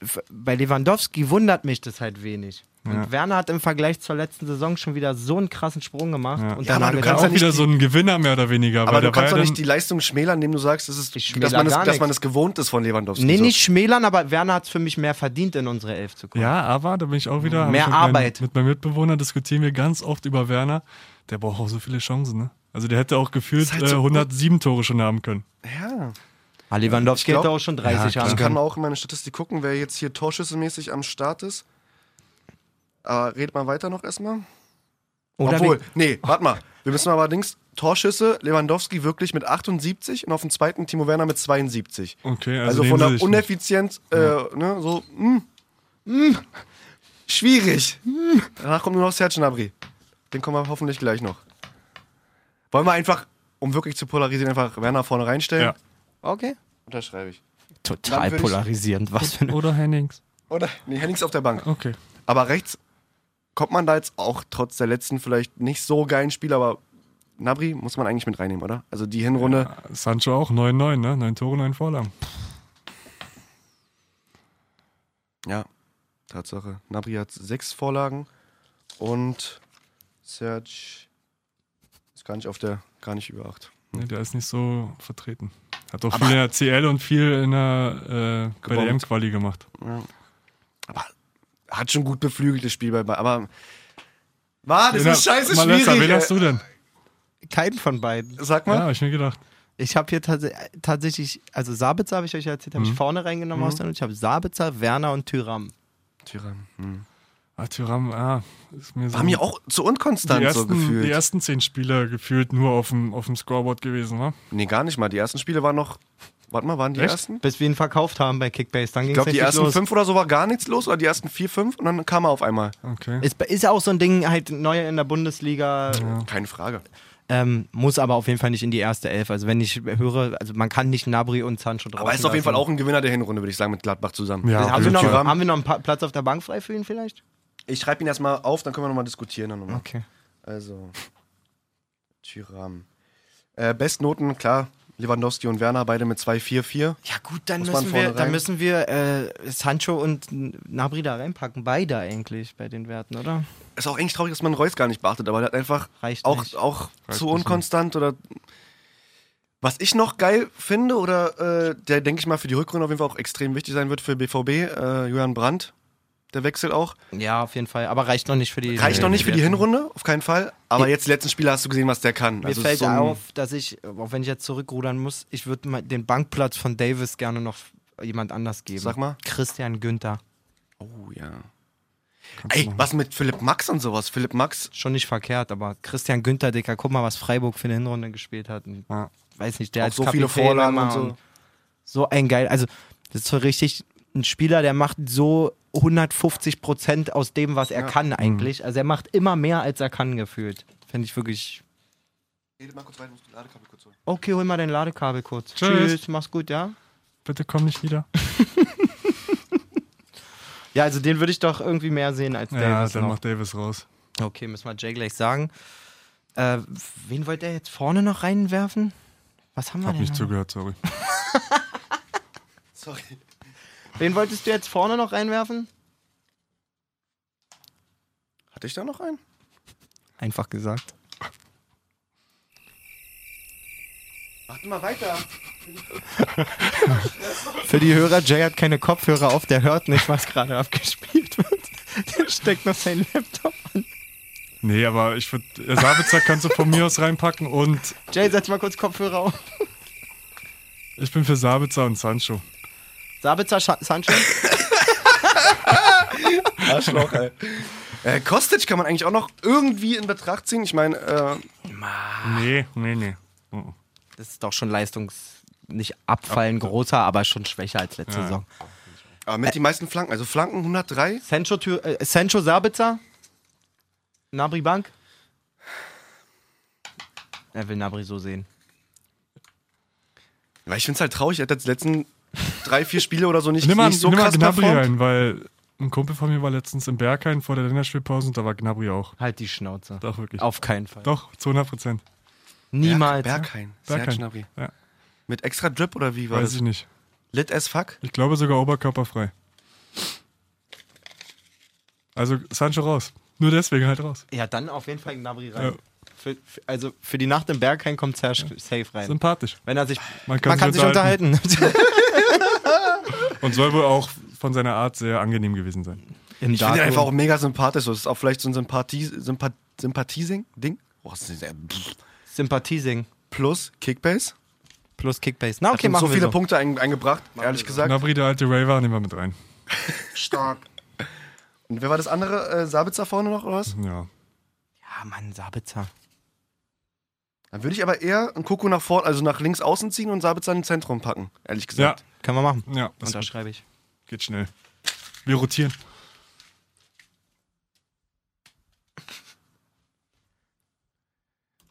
Speaker 4: f- bei Lewandowski wundert mich das halt wenig. Und
Speaker 3: Ja.
Speaker 4: Werner hat im Vergleich zur letzten Saison schon wieder so einen krassen Sprung gemacht.
Speaker 3: Ja.
Speaker 4: Und
Speaker 2: Ja, aber
Speaker 4: da war
Speaker 2: du
Speaker 4: mir
Speaker 2: kannst
Speaker 3: Auch
Speaker 4: da
Speaker 2: ja nicht
Speaker 3: wieder
Speaker 2: die-
Speaker 3: so ein Gewinner mehr oder weniger.
Speaker 2: Aber du
Speaker 3: weil der war
Speaker 2: kannst doch
Speaker 3: ja dann,
Speaker 2: nicht die Leistung schmälern, indem du sagst, es ist,
Speaker 4: Ich
Speaker 2: dass,
Speaker 4: schmäler
Speaker 2: man es,
Speaker 4: gar
Speaker 2: dass man
Speaker 4: nichts.
Speaker 2: es gewohnt ist von Lewandowski.
Speaker 4: Nee,
Speaker 2: So.
Speaker 4: nicht schmälern, aber Werner hat es für mich mehr verdient, in unsere Elf zu kommen.
Speaker 3: Ja, aber da bin ich auch wieder. hab
Speaker 4: Mehr
Speaker 3: ich mit meinem-
Speaker 4: Arbeit.
Speaker 3: mit meinem Mitbewohner diskutieren wir ganz oft über Werner. Der braucht auch so viele Chancen, ne? Also der hätte auch gefühlt
Speaker 2: Ist halt
Speaker 3: äh,
Speaker 2: so gut.
Speaker 3: 107 Tore schon haben können.
Speaker 2: Ja.
Speaker 4: Ah, Lewandowski
Speaker 2: Ich glaub-
Speaker 4: hätte auch schon 30
Speaker 3: Ja,
Speaker 4: haben
Speaker 2: Ich kann
Speaker 4: können.
Speaker 2: mal auch in meine Statistik gucken, wer jetzt hier torschüssemäßig am Start ist. Aber red mal weiter noch erstmal.
Speaker 4: Oder
Speaker 2: Obwohl,
Speaker 4: wie-
Speaker 2: nee, warte mal. Wir müssen aber allerdings Torschüsse, Lewandowski wirklich mit 78 und auf dem zweiten Timo Werner mit 72.
Speaker 3: Okay,
Speaker 2: Also,
Speaker 3: also,
Speaker 2: von
Speaker 3: nehmen
Speaker 2: der
Speaker 3: sie sich nicht.
Speaker 2: Uneffizienz, äh, ne, so, mm, mm,
Speaker 3: Hm.
Speaker 2: schwierig. Danach kommt nur noch Serge Gnabry. Den kommen wir hoffentlich gleich noch. Wollen wir einfach, um wirklich zu polarisieren, einfach Werner vorne reinstellen?
Speaker 3: Ja.
Speaker 4: Okay.
Speaker 2: Unterschreibe ich.
Speaker 4: Total
Speaker 2: Dann würd ich-
Speaker 4: polarisierend. Was für eine.
Speaker 3: Oder Hennings.
Speaker 2: Oder? Nee, Hennings auf der Bank.
Speaker 3: Okay.
Speaker 2: Aber rechts kommt man da jetzt auch trotz der letzten vielleicht nicht so geilen Spiele, aber Nabri muss man eigentlich mit reinnehmen, oder? Also die Hinrunde.
Speaker 3: Sancho auch 9-9, ne? 9 Tore, 9 Vorlagen.
Speaker 2: Ja, Tatsache. Nabri hat sechs Vorlagen und Serge ist gar nicht auf der, gar nicht über acht.
Speaker 3: Nee, der ist nicht so vertreten. Hat auch viel in der CL und viel in der, äh, bei
Speaker 2: Gebombt.
Speaker 3: der M-Quali gemacht.
Speaker 2: Aber hat schon gut beflügeltes Spiel bei, aber war, das
Speaker 3: Wen
Speaker 2: ist
Speaker 3: ha-
Speaker 2: scheiße
Speaker 3: Malessa,
Speaker 2: schwierig. äh.
Speaker 3: Wen hast
Speaker 2: ey.
Speaker 3: du denn?
Speaker 4: Keinen von beiden.
Speaker 2: Sag
Speaker 3: Ja,
Speaker 2: mal.
Speaker 3: hab ich mir gedacht.
Speaker 4: Ich habe hier tats tatsächlich, also Sabitzer habe ich euch ja erzählt,
Speaker 2: Mhm.
Speaker 4: habe ich vorne reingenommen aus der Not. Ich habe Sabitzer, Werner und Tyram.
Speaker 2: Tyram.
Speaker 3: Ah, Thuram, ah, ist mir so.
Speaker 2: War mir auch zu unkonstant
Speaker 3: die ersten,
Speaker 2: so
Speaker 3: die
Speaker 2: gefühlt.
Speaker 3: ersten zehn Spieler gefühlt nur auf dem, auf dem Scoreboard gewesen, ne?
Speaker 2: Nee, gar nicht mal. Die ersten Spiele waren noch. Warte mal, waren die
Speaker 3: Echt?
Speaker 2: ersten?
Speaker 4: Bis wir ihn verkauft haben bei Kickbase. Dann ging
Speaker 2: Ich
Speaker 4: es
Speaker 2: glaube, die
Speaker 4: richtig
Speaker 2: ersten
Speaker 4: los.
Speaker 2: fünf oder so war gar nichts los, oder die ersten vier, fünf und dann kam er auf einmal.
Speaker 3: Okay.
Speaker 4: Ist, ist auch so ein Ding, halt neu in der Bundesliga.
Speaker 2: Keine Frage.
Speaker 4: Ähm, muss aber auf jeden Fall nicht in die erste Elf. Also wenn ich höre, also man kann nicht Nabri und Sancho drauf.
Speaker 2: Aber ist auf jeden Fall auch ein Gewinner der Hinrunde, würde ich sagen, mit Gladbach zusammen.
Speaker 3: Ja,
Speaker 4: haben, wir noch,
Speaker 2: absolut. Thuram.
Speaker 4: haben wir noch einen Pa- Also Platz auf der Bank frei für ihn vielleicht?
Speaker 2: Ich schreibe ihn erstmal auf, dann können wir nochmal diskutieren. Dann noch mal.
Speaker 4: Okay.
Speaker 2: Also, Tyram. Äh, Bestnoten, klar, Lewandowski und Werner, beide mit 2-4-4.
Speaker 4: Ja gut, dann
Speaker 2: Muss man
Speaker 4: müssen
Speaker 2: vorne
Speaker 4: wir, dann
Speaker 2: rein?
Speaker 4: müssen wir äh, Sancho und Nabri da reinpacken. Beide eigentlich bei den Werten, oder?
Speaker 2: Ist auch eigentlich traurig, dass man Reus gar nicht beachtet, aber der hat einfach
Speaker 4: Reicht
Speaker 2: auch,
Speaker 4: nicht.
Speaker 2: auch
Speaker 3: Reicht
Speaker 2: zu
Speaker 3: nicht, ne?
Speaker 2: unkonstant oder. Was ich noch geil finde oder äh, der, denke ich mal, für die Rückrunde auf jeden Fall auch extrem wichtig sein wird für BVB, äh, Julian Brandt, der Wechsel auch.
Speaker 4: Ja, auf jeden Fall. Aber reicht noch nicht für die.
Speaker 2: Reicht noch nicht für die
Speaker 4: Wertung.
Speaker 2: Hinrunde, auf keinen Fall. Aber jetzt die letzten Spiele hast du gesehen, was der kann.
Speaker 4: Mir
Speaker 2: Also es
Speaker 4: fällt
Speaker 2: ist so ein-
Speaker 4: auf, dass ich, auch wenn ich jetzt zurückrudern muss, ich würde mal den Bankplatz von Davis gerne noch jemand anders geben.
Speaker 2: Sag mal.
Speaker 4: Christian Günther.
Speaker 2: Oh ja.
Speaker 3: kannst du
Speaker 2: Ey,
Speaker 3: machen.
Speaker 2: was mit Philipp Max und sowas? Philipp Max,
Speaker 4: Schon nicht verkehrt, aber Christian Günther, Dicker, guck mal, was Freiburg für eine Hinrunde gespielt hat. Und
Speaker 3: Ja.
Speaker 4: Weiß nicht, der
Speaker 2: Auch
Speaker 4: als
Speaker 2: so viele
Speaker 4: Kapitän
Speaker 2: Vorlagen
Speaker 4: immer
Speaker 2: und so.
Speaker 4: So ein geil. Also, das ist so richtig ein Spieler, der macht so 150 Prozent aus dem, was er
Speaker 2: Ja. Mhm.
Speaker 4: kann eigentlich. Also, er macht immer mehr, als er kann, gefühlt. Finde ich wirklich.
Speaker 2: Rede mal kurz rein, musst du gerade Kabel kurz holen.
Speaker 4: Okay, hol mal dein Ladekabel kurz.
Speaker 3: Tschüss.
Speaker 4: Tschüss mach's gut, ja?
Speaker 3: Bitte komm nicht wieder.
Speaker 4: Ja, also den würde ich doch irgendwie mehr sehen als
Speaker 3: Ja,
Speaker 4: Davis.
Speaker 3: dann
Speaker 4: noch.
Speaker 3: macht Davis raus.
Speaker 4: Okay, müssen wir Jay gleich sagen. Äh, wen wollte er jetzt vorne noch reinwerfen? Was haben wir
Speaker 3: Hab
Speaker 4: denn?
Speaker 3: nicht
Speaker 4: noch?
Speaker 3: zugehört, sorry.
Speaker 2: Sorry.
Speaker 4: Wen wolltest du jetzt vorne noch reinwerfen?
Speaker 2: Hatte ich da noch einen?
Speaker 4: Einfach gesagt.
Speaker 2: Warte mal weiter.
Speaker 4: Für die Hörer, Jay hat keine Kopfhörer auf, der hört nicht, was gerade abgespielt wird. Der steckt noch seinen Laptop an.
Speaker 3: Nee, aber ich würde. Sabitzer kannst du von mir aus reinpacken und
Speaker 4: Jay, setz mal kurz Kopfhörer auf.
Speaker 3: ich bin für Sabitzer und Sancho.
Speaker 4: Sabitzer Scha Sancho?
Speaker 2: Arschloch, ey. Äh, Kostic kann man eigentlich auch noch irgendwie in Betracht ziehen. Ich meine, äh,
Speaker 3: Nee, nee, nee. Mhm.
Speaker 4: Das ist doch schon Leistungs... Nicht abfallen großer, aber schon schwächer als letzte
Speaker 3: Ja.
Speaker 4: Saison.
Speaker 2: aber mit die meisten Flanken. Also Flanken 103.
Speaker 4: Sancho, Tür äh, Sancho Sabitzer? Nabri Bank? Er will Nabri so sehen.
Speaker 2: Weil ich finde es halt traurig, er hat jetzt die letzten drei, vier Spiele oder so nicht,
Speaker 3: Nimm mal,
Speaker 2: nicht so
Speaker 3: nimm mal
Speaker 2: krass
Speaker 3: Gnabry
Speaker 2: performt.
Speaker 3: rein, weil ein Kumpel von mir war letztens im Berghain vor der Länderspielpause und da war Gnabry auch.
Speaker 4: Halt die Schnauze.
Speaker 3: Doch, wirklich.
Speaker 4: Auf keinen Fall.
Speaker 3: Doch, zu 100 Prozent.
Speaker 4: Niemals. ne?
Speaker 2: Berghain. Serge
Speaker 3: Berghain.
Speaker 2: Gnabry.
Speaker 3: Ja,
Speaker 2: Mit extra Drip oder wie war
Speaker 3: weiß ich
Speaker 2: das?
Speaker 3: nicht.
Speaker 2: Lit as fuck?
Speaker 3: Ich glaube sogar oberkörperfrei. Also Sancho raus. Nur deswegen halt raus.
Speaker 4: Ja, dann auf jeden Fall Gnabry rein.
Speaker 3: Ja.
Speaker 4: Für, für, also für die Nacht im Berghain kommt Serge safe rein.
Speaker 3: Sympathisch.
Speaker 4: Wenn er sich. Man
Speaker 3: Man
Speaker 4: kann,
Speaker 3: kann sich
Speaker 4: sich unterhalten.
Speaker 3: Und soll wohl auch von seiner Art sehr angenehm gewesen sein.
Speaker 4: Im
Speaker 2: Ich finde ihn einfach auch mega sympathisch. So, Das ist auch vielleicht so ein Sympathie, Sympath Sympathising-Ding. Oh, das ist ein-
Speaker 4: Sympathiesing
Speaker 2: Plus Kickbase.
Speaker 4: plus Kickbase. Na,
Speaker 2: Hat
Speaker 4: okay,
Speaker 2: uns
Speaker 4: machen
Speaker 2: so
Speaker 4: wir
Speaker 2: viele
Speaker 4: so.
Speaker 2: Punkte ein, eingebracht, ehrlich gesagt.
Speaker 3: Gnabry, der alte Raver, nehmen wir mit rein.
Speaker 2: Stark. Und wer war das andere? Äh, Sabitzer vorne noch oder was?
Speaker 3: Ja.
Speaker 4: Ja, Mann, Sabitzer.
Speaker 2: Dann würde ich aber eher einen Koko nach vorne, also nach links außen ziehen und Sabitzer ins Zentrum packen, ehrlich
Speaker 3: Ja,
Speaker 2: gesagt.
Speaker 4: Können wir machen.
Speaker 3: ja, das
Speaker 4: Unterschreibe ich.
Speaker 3: geht schnell. Wir rotieren.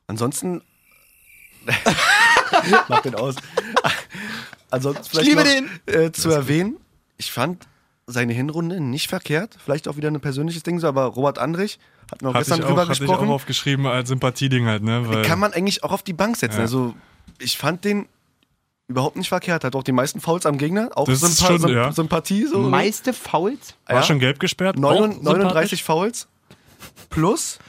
Speaker 2: Ansonsten Mach den aus. Also vielleicht
Speaker 4: liebe
Speaker 2: noch, Äh, zu erwähnen, ich fand seine Hinrunde nicht verkehrt. Vielleicht auch wieder ein persönliches Ding, so, aber Robert Andrich hat noch
Speaker 3: Hatte
Speaker 2: gestern
Speaker 3: ich,
Speaker 2: drüber
Speaker 3: auch, hatte ich auch
Speaker 2: gesprochen.
Speaker 3: aufgeschrieben als Sympathieding halt, ne? Weil,
Speaker 2: Den kann man eigentlich auch auf die Bank setzen.
Speaker 3: Ja.
Speaker 2: Also ich fand den überhaupt nicht verkehrt. Hat auch die meisten Fouls am Gegner, auch
Speaker 3: Das ist schon, ja.
Speaker 2: Sympathie. So, ne?
Speaker 4: Meiste Fouls?
Speaker 3: war schon gelb gesperrt. Oh, auch
Speaker 2: 9,
Speaker 3: sympathisch.
Speaker 2: 39 Fouls plus.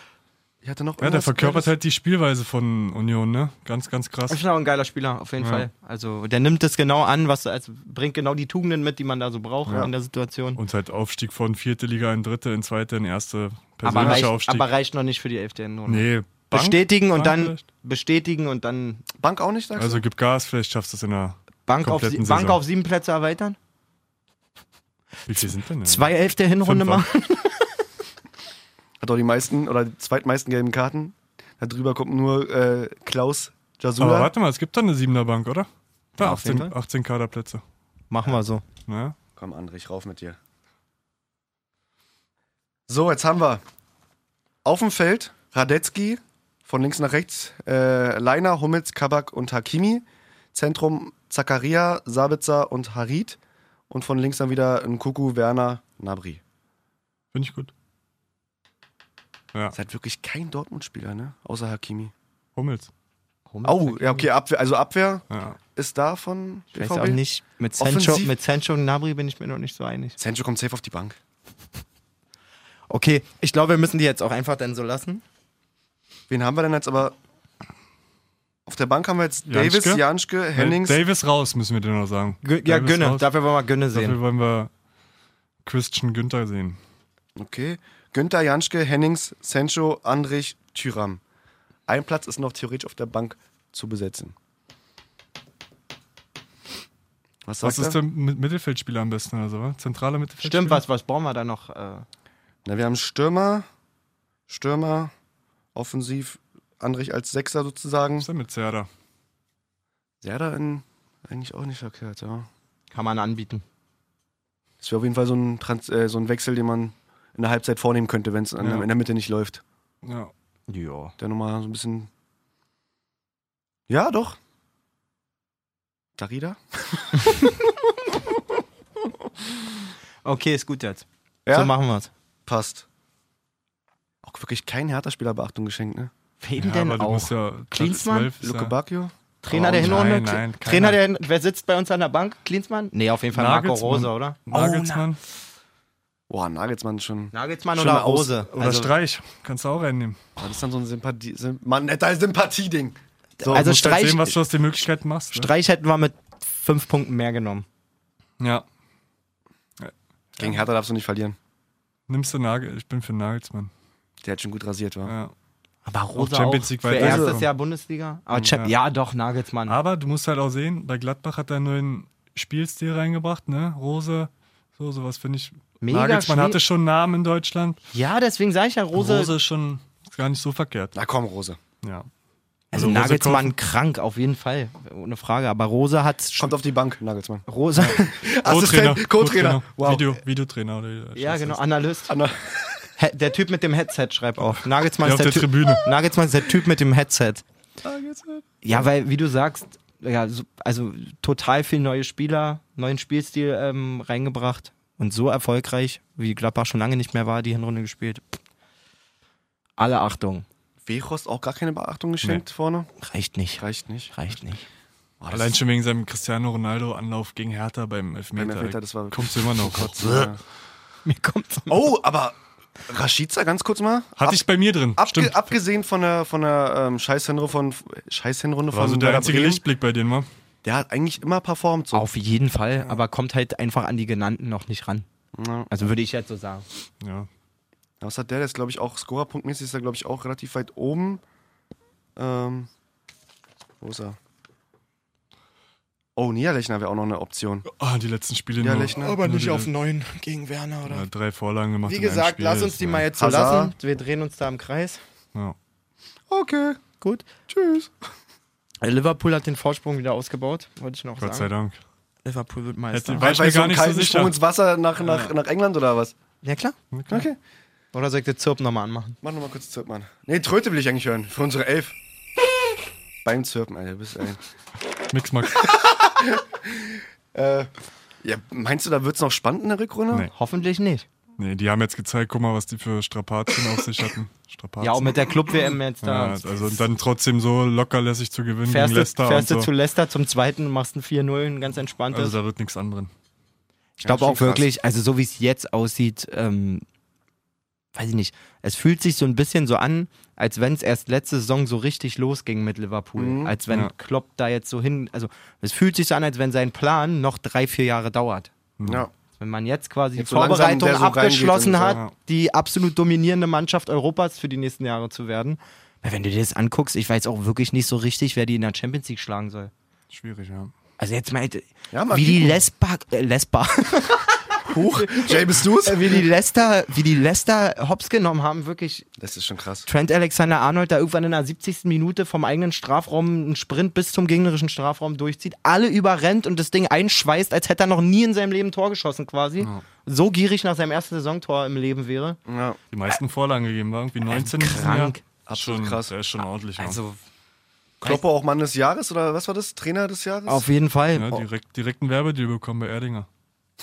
Speaker 2: Ich hatte noch
Speaker 3: Ja, der
Speaker 2: irgendwas
Speaker 3: verkörpert
Speaker 2: Geiles.
Speaker 3: halt die Spielweise von Union, ne? Ganz, ganz krass.
Speaker 4: Ist schon auch ein geiler Spieler, auf jeden
Speaker 3: Ja.
Speaker 4: Fall. Also der nimmt das genau an, was also bringt genau die Tugenden mit, die man da so braucht
Speaker 2: Ja.
Speaker 4: in der Situation.
Speaker 3: Und halt Aufstieg von vierte Liga in dritte, in zweite, in erste.
Speaker 4: Aber
Speaker 3: Persönlicher
Speaker 4: reicht,
Speaker 3: Aufstieg.
Speaker 4: aber reicht noch nicht für die elfte Runde.
Speaker 3: nee, Bank,
Speaker 4: bestätigen und
Speaker 3: Bank
Speaker 4: dann
Speaker 3: vielleicht?
Speaker 4: bestätigen und dann
Speaker 2: Bank auch nicht, sagst
Speaker 3: Also gib Gas, vielleicht schaffst du es in der.
Speaker 4: Bank auf, sie-
Speaker 3: Kompletten
Speaker 4: Bank
Speaker 3: Saison.
Speaker 4: auf sieben Plätze erweitern.
Speaker 3: Wie viel sind denn?
Speaker 4: Zwei elfte Hinrunde
Speaker 3: Fünfer.
Speaker 4: machen.
Speaker 2: du? Hat auch die meisten oder die zweitmeisten gelben Karten. Da drüber kommt nur äh, Klaus
Speaker 3: Aber
Speaker 2: Jasula.
Speaker 3: warte mal, es gibt da eine Siebener Bank, oder? Da,
Speaker 4: Ja, auf jeden
Speaker 3: 18, 18 Kaderplätze.
Speaker 4: Machen wir so.
Speaker 3: Ne?
Speaker 2: Komm, Andrich, rauf mit dir. So, jetzt haben wir auf dem Feld Radetzky von links nach rechts, äh, Leiner, Hummels, Kabak und Hakimi. Zentrum Zakaria, Sabitzer und Harit. Und von links dann wieder Nkuku, Werner, Nabri.
Speaker 3: Finde ich gut. Ja,
Speaker 2: Seid wirklich kein Dortmund-Spieler, ne? Außer Hakimi.
Speaker 3: Hummels.
Speaker 2: Oh, ja, okay, Abwehr, also Abwehr
Speaker 3: Ja.
Speaker 2: ist da von
Speaker 4: Vielleicht auch nicht. Mit Sancho,
Speaker 2: Offensiv-
Speaker 4: mit Sancho und Nabri bin ich mir noch nicht so einig.
Speaker 2: Sancho kommt safe auf die Bank.
Speaker 4: Okay, ich glaube, wir müssen die jetzt auch einfach dann so lassen.
Speaker 2: Wen haben wir denn jetzt aber? Auf der Bank haben wir jetzt
Speaker 3: Janschke? Äh,
Speaker 2: Davis, Janschke, Hennings.
Speaker 3: Davis raus, müssen wir dir noch sagen.
Speaker 4: Gö ja,
Speaker 3: Davis
Speaker 4: Gönne.
Speaker 3: raus.
Speaker 4: Dafür wollen wir Gönne sehen.
Speaker 3: Dafür wollen wir Christian Günther sehen.
Speaker 2: Okay. Günther, Janschke, Hennings, Sancho, Andrich, Thüram. Ein Platz ist noch theoretisch auf der Bank zu besetzen. Was
Speaker 3: Was
Speaker 2: sagst
Speaker 3: ist
Speaker 2: du?
Speaker 3: der Mit- Mittelfeldspieler am besten oder so? wa? Zentrale Mittelfeldspieler?
Speaker 4: Stimmt, was, was brauchen wir da noch? Äh,
Speaker 2: Na, wir haben Stürmer, Stürmer, Offensiv, Andrich als Sechser sozusagen.
Speaker 3: Was ist denn mit Serda?
Speaker 2: Serda in eigentlich auch nicht verkehrt, ja.
Speaker 4: kann man anbieten.
Speaker 2: Das wäre auf jeden Fall so ein, Trans äh, so ein Wechsel, den man in der Halbzeit vornehmen könnte, wenn es an-
Speaker 3: Ja.
Speaker 2: in der Mitte nicht läuft.
Speaker 3: Ja.
Speaker 4: Ja.
Speaker 2: Der nochmal so ein bisschen. Ja, doch. Darida?
Speaker 4: Okay, ist gut jetzt.
Speaker 2: Ja,
Speaker 4: So machen wir's.
Speaker 2: passt. Auch wirklich kein härter Spieler Beachtung geschenkt, ne?
Speaker 4: Wen
Speaker 3: ja,
Speaker 4: denn
Speaker 3: aber du
Speaker 4: auch?
Speaker 3: musst ja Platz
Speaker 4: Klinsmann?
Speaker 3: 12 ist
Speaker 2: Luke
Speaker 3: ja-
Speaker 2: Bacchio?
Speaker 4: Trainer der
Speaker 2: Oh,
Speaker 4: Hinrunde?
Speaker 3: nein, nein, keiner.
Speaker 4: Trainer der Hinrunde? Wer sitzt bei uns an der Bank? Klinsmann? Nee, auf jeden Fall Marco
Speaker 3: Nagelsmann. Oh,
Speaker 4: Rose, oder?
Speaker 3: Nagelsmann
Speaker 4: Oh,
Speaker 2: Boah, Nagelsmann schon.
Speaker 4: Nagelsmann
Speaker 2: Schon
Speaker 4: oder
Speaker 2: mal aus-
Speaker 4: Rose?
Speaker 3: oder
Speaker 4: also,
Speaker 3: Streich. Kannst du auch reinnehmen.
Speaker 2: War das dann so ein Sympathie. Symp Mann, netter Sympathieding. So,
Speaker 4: Also
Speaker 3: du musst halt
Speaker 4: Streich-
Speaker 3: sehen, was du aus den Möglichkeiten machst. Ne?
Speaker 4: Streich hätten wir mit fünf Punkten mehr genommen.
Speaker 3: Ja.
Speaker 2: Gegen Hertha darfst du nicht verlieren.
Speaker 3: Nimmst du Nagel? Ich bin für Nagelsmann.
Speaker 2: Der hat schon gut rasiert, war.
Speaker 3: Ja.
Speaker 4: Aber Rose auch.
Speaker 3: Champions League
Speaker 4: Für
Speaker 3: weiter.
Speaker 4: erstes
Speaker 3: Also-
Speaker 4: Jahr Bundesliga? Aber Champ ja. doch, Nagelsmann.
Speaker 3: Aber du musst halt auch sehen, bei Gladbach hat er einen neuen Spielstil reingebracht, ne? Rose, so sowas finde ich.
Speaker 4: Mega
Speaker 3: Nagelsmann
Speaker 4: Spiel-
Speaker 3: hatte schon einen Namen in Deutschland.
Speaker 4: Ja, deswegen sage ich ja,
Speaker 3: Rose,
Speaker 4: Rose.
Speaker 3: ist schon ist gar nicht so verkehrt.
Speaker 2: Na komm, Rose.
Speaker 3: Ja.
Speaker 4: also
Speaker 3: Rose
Speaker 4: Nagelsmann
Speaker 3: kaufen.
Speaker 4: krank, auf jeden Fall. Ohne Frage. Aber Rose hat
Speaker 2: Kommt auf die Bank, Nagelsmann.
Speaker 4: Rose.
Speaker 3: Co-Trainer.
Speaker 2: Co-Trainer. Wow.
Speaker 3: Video, Videotrainer. Oder wie
Speaker 4: ja,
Speaker 3: das
Speaker 4: genau,
Speaker 3: heißt.
Speaker 4: Analyst.
Speaker 2: Anna-
Speaker 4: He der Typ mit dem Headset schreibt auf. Nagelsmann
Speaker 3: Der
Speaker 4: ist
Speaker 3: auf
Speaker 4: der,
Speaker 3: der
Speaker 4: Typ-
Speaker 3: Tribüne.
Speaker 4: Nagelsmann ist der Typ mit dem Headset. Ja, weil, wie du sagst, ja, so, also total viel neue Spieler, neuen Spielstil ähm, reingebracht und so erfolgreich, wie Gladbach schon lange nicht mehr war, die Hinrunde gespielt. Alle Achtung.
Speaker 2: Wehorst auch gar keine Beachtung geschenkt vorne.
Speaker 4: Reicht nicht.
Speaker 2: Reicht nicht.
Speaker 4: Reicht nicht.
Speaker 2: Boah, das
Speaker 3: Allein
Speaker 2: ist-
Speaker 3: schon wegen seinem Cristiano Ronaldo-Anlauf gegen Hertha beim Elfmeter.
Speaker 2: Beim Elfmeter, das war-
Speaker 3: Kommst du immer noch.
Speaker 2: Ja.
Speaker 4: Mir kommt's.
Speaker 2: Oh, aber Rashica, ganz kurz mal.
Speaker 3: Hatte ich bei mir drin.
Speaker 2: Abge
Speaker 3: Stimmt.
Speaker 2: abgesehen von der, von der ähm, Scheißhinrunde von, Scheißhinrunde
Speaker 3: War
Speaker 2: von
Speaker 3: so der
Speaker 2: Werder
Speaker 3: einzige
Speaker 2: Bremen,
Speaker 3: Lichtblick bei denen, war.
Speaker 2: der hat eigentlich immer performt. So.
Speaker 4: Auf jeden Fall, aber kommt halt einfach an die genannten noch nicht ran.
Speaker 2: Ja.
Speaker 4: Also würde ich jetzt so sagen.
Speaker 3: Ja.
Speaker 2: Was hat der? Der ist, glaube ich, auch scorerpunktmäßig ist er, glaube ich, auch relativ weit oben. Ähm, wo ist er? Oh, Niederlechner wäre auch noch eine Option.
Speaker 3: Ah, die letzten Spiele
Speaker 2: Ja,
Speaker 3: nur.
Speaker 2: Lechner.
Speaker 5: Aber
Speaker 3: nur
Speaker 5: nicht
Speaker 3: die-
Speaker 5: auf neun gegen Werner, oder?
Speaker 3: ja, Drei Vorlagen gemacht.
Speaker 5: Wie
Speaker 3: in einem
Speaker 5: gesagt,
Speaker 3: Spiel
Speaker 5: lass uns
Speaker 3: ist,
Speaker 5: die
Speaker 3: ja.
Speaker 5: mal jetzt so
Speaker 2: Hazard.
Speaker 5: lassen.
Speaker 4: Wir drehen uns da im Kreis.
Speaker 3: Ja.
Speaker 2: Okay,
Speaker 4: Gut.
Speaker 2: tschüss.
Speaker 4: Äh, Liverpool hat den Vorsprung wieder ausgebaut, wollte ich noch
Speaker 3: Gott sei
Speaker 4: sagen.
Speaker 3: Dank.
Speaker 4: Liverpool wird Meister.
Speaker 3: Hätte- War ich mir
Speaker 2: so
Speaker 3: gar
Speaker 2: einen
Speaker 3: nicht so
Speaker 2: kalten
Speaker 3: sicher.
Speaker 2: Sprung ins Wasser nach, nach, nach England oder was?
Speaker 4: Ja klar.
Speaker 2: Okay.
Speaker 4: Oder soll ich den Zirp nochmal anmachen?
Speaker 2: Mach nochmal kurz zurück, Mann. Nee, Tröte will ich eigentlich hören. Für unsere Elf. beim Surfen, Alter, du bist ein.
Speaker 3: Mix Max.
Speaker 2: Äh, ja, meinst du, da wird es noch spannend in der Rückrunde?
Speaker 3: Nee.
Speaker 4: Hoffentlich nicht.
Speaker 3: Nee, die haben jetzt gezeigt, guck mal, was die für Strapazen auf sich hatten. Strapazen.
Speaker 2: um
Speaker 4: Ja, und mit der Club-WM jetzt
Speaker 3: Ja,
Speaker 4: da.
Speaker 3: also und dann trotzdem so lockerlässig zu gewinnen
Speaker 4: fährst
Speaker 3: gegen
Speaker 4: du,
Speaker 3: Leicester
Speaker 4: fährst du
Speaker 3: und
Speaker 4: zu
Speaker 3: so.
Speaker 4: Leicester zum zweiten und machst ein 4-0, ein ganz entspanntes.
Speaker 3: Also da wird nichts anderes.
Speaker 4: Ich glaube
Speaker 2: schon
Speaker 4: auch wirklich, also so wie es jetzt aussieht, ähm, weiß ich nicht, es fühlt sich so ein bisschen so an, als wenn es erst letzte Saison so richtig losging mit Liverpool.
Speaker 2: Mhm.
Speaker 4: Als wenn
Speaker 3: Ja.
Speaker 4: Klopp da jetzt so hin, also es fühlt sich so an, als wenn sein Plan noch drei, vier Jahre dauert.
Speaker 2: Ja.
Speaker 4: Wenn man jetzt quasi
Speaker 2: Jetzt
Speaker 4: die
Speaker 2: so langsam
Speaker 4: Vorbereitung
Speaker 2: der so reingeht
Speaker 4: abgeschlossen
Speaker 2: und so,
Speaker 4: hat,
Speaker 3: ja.
Speaker 4: die absolut dominierende Mannschaft Europas für die nächsten Jahre zu werden. Weil wenn du dir das anguckst, ich weiß auch wirklich nicht so richtig, wer die in der Champions League schlagen soll.
Speaker 3: Schwierig, ja.
Speaker 4: Also jetzt mal,
Speaker 2: Ja, mal
Speaker 4: wie die
Speaker 2: gucken.
Speaker 4: Lesbar, äh, Lesbar,
Speaker 2: Huch, Jay, bist du's?
Speaker 4: Äh, wie die Leicester, wie die Leicester hops genommen haben, wirklich
Speaker 2: Das ist schon krass.
Speaker 4: Trent Alexander-Arnold da irgendwann in der 70. Minute vom eigenen Strafraum einen Sprint bis zum gegnerischen Strafraum durchzieht, alle überrennt und das Ding einschweißt, als hätte er noch nie in seinem Leben ein Tor geschossen quasi. So gierig nach seinem ersten Saisontor im Leben wäre.
Speaker 2: Ja.
Speaker 3: Die meisten Vorlagen gegeben war irgendwie 19 in diesem
Speaker 4: krank.
Speaker 3: Jahr.
Speaker 2: Absolut
Speaker 3: schon,
Speaker 2: krass.
Speaker 3: Der ist schon ordentlich.
Speaker 4: Also
Speaker 2: Klopper auch Mann des Jahres oder was war das? Trainer des Jahres?
Speaker 4: auf jeden Fall.
Speaker 3: ja. Ja, direkt, direkten Werbedeal bekommen bei Erdinger.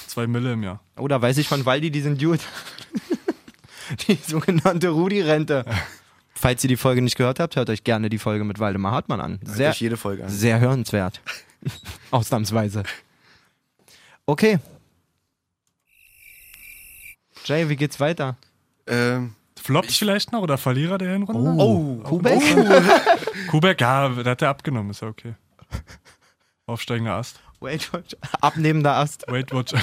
Speaker 3: Zwei Mille im Jahr.
Speaker 4: Oh, Oder weiß ich von Waldi diesen Dude. die sogenannte Rudi-Rente. Falls ihr die Folge nicht gehört habt, hört euch gerne die Folge mit Waldemar Hartmann an.
Speaker 2: Sehr.
Speaker 4: Sehr,
Speaker 2: Durch jede Folge an.
Speaker 4: sehr hörenswert. Ausnahmsweise. Okay. Jay, wie geht's weiter?
Speaker 2: Ähm,
Speaker 3: Flops vielleicht noch oder Verlierer der Hinrunde?
Speaker 4: Oh, Kubek?
Speaker 3: Kubek, ja, da hat er abgenommen, ist ja okay. Aufsteigender Ast.
Speaker 4: Wait, wait. Abnehmender Ast.
Speaker 3: Weight Watch.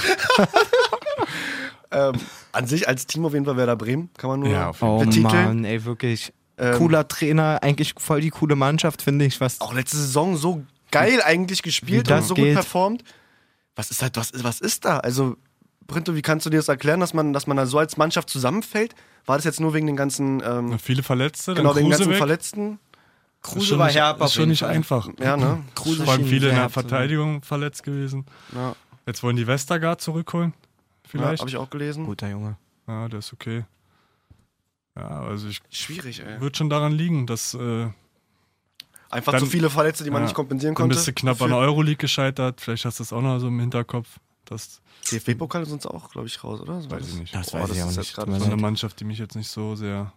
Speaker 2: ähm, an sich als Team auf jeden Fall Werder Bremen, kann man nur
Speaker 3: Ja, auf
Speaker 4: Oh
Speaker 2: betiteln.
Speaker 4: Mann, ey, wirklich.
Speaker 2: Ähm,
Speaker 4: Cooler Trainer, eigentlich voll die coole Mannschaft, finde ich. Was
Speaker 2: Auch letzte Saison so geil eigentlich gespielt
Speaker 4: das
Speaker 2: und so
Speaker 4: geht.
Speaker 2: gut performt. Was ist halt, was, ist- was ist da? Also, Brinto, wie kannst du dir das erklären, dass man, dass man da so als Mannschaft zusammenfällt? War das jetzt nur wegen den ganzen, ähm,
Speaker 3: Viele Verletzte,
Speaker 2: genau,
Speaker 3: dann
Speaker 2: den
Speaker 3: Kruse
Speaker 2: ganzen
Speaker 3: weg.
Speaker 2: Verletzten?
Speaker 3: Ist schon nicht, ist schon nicht einfach.
Speaker 2: Ja, ne?
Speaker 4: Kruse
Speaker 3: Vor allem
Speaker 4: schien
Speaker 3: viele in
Speaker 4: sehr
Speaker 3: der
Speaker 4: herb zu sein.
Speaker 3: Verteidigung verletzt gewesen.
Speaker 2: Ja.
Speaker 3: Jetzt wollen die Westergaard zurückholen.
Speaker 2: Ja,
Speaker 3: Vielleicht.
Speaker 2: Habe ich auch gelesen.
Speaker 4: Guter Junge.
Speaker 3: Ja, der ist okay. Ja, also ich
Speaker 2: Schwierig, ey.
Speaker 3: würde schon daran liegen, dass äh,
Speaker 2: Einfach
Speaker 3: Dann-
Speaker 2: zu viele Verletzte, die man
Speaker 3: ja,
Speaker 2: nicht kompensieren
Speaker 3: dann
Speaker 2: konnte.
Speaker 3: bist du knapp an der Euroleague gescheitert. Vielleicht hast du das auch noch so im Hinterkopf. Das
Speaker 2: DFB-Pokal sind auch, glaube ich, raus, oder?
Speaker 3: weiß ich nicht.
Speaker 4: Oh, Das
Speaker 2: Boah,
Speaker 4: weiß
Speaker 2: das
Speaker 4: ich auch
Speaker 2: ist jetzt
Speaker 4: nicht.
Speaker 2: gerade
Speaker 4: Tut mir
Speaker 3: So
Speaker 2: so
Speaker 3: eine
Speaker 4: leid.
Speaker 3: Mannschaft, die mich jetzt nicht so sehr.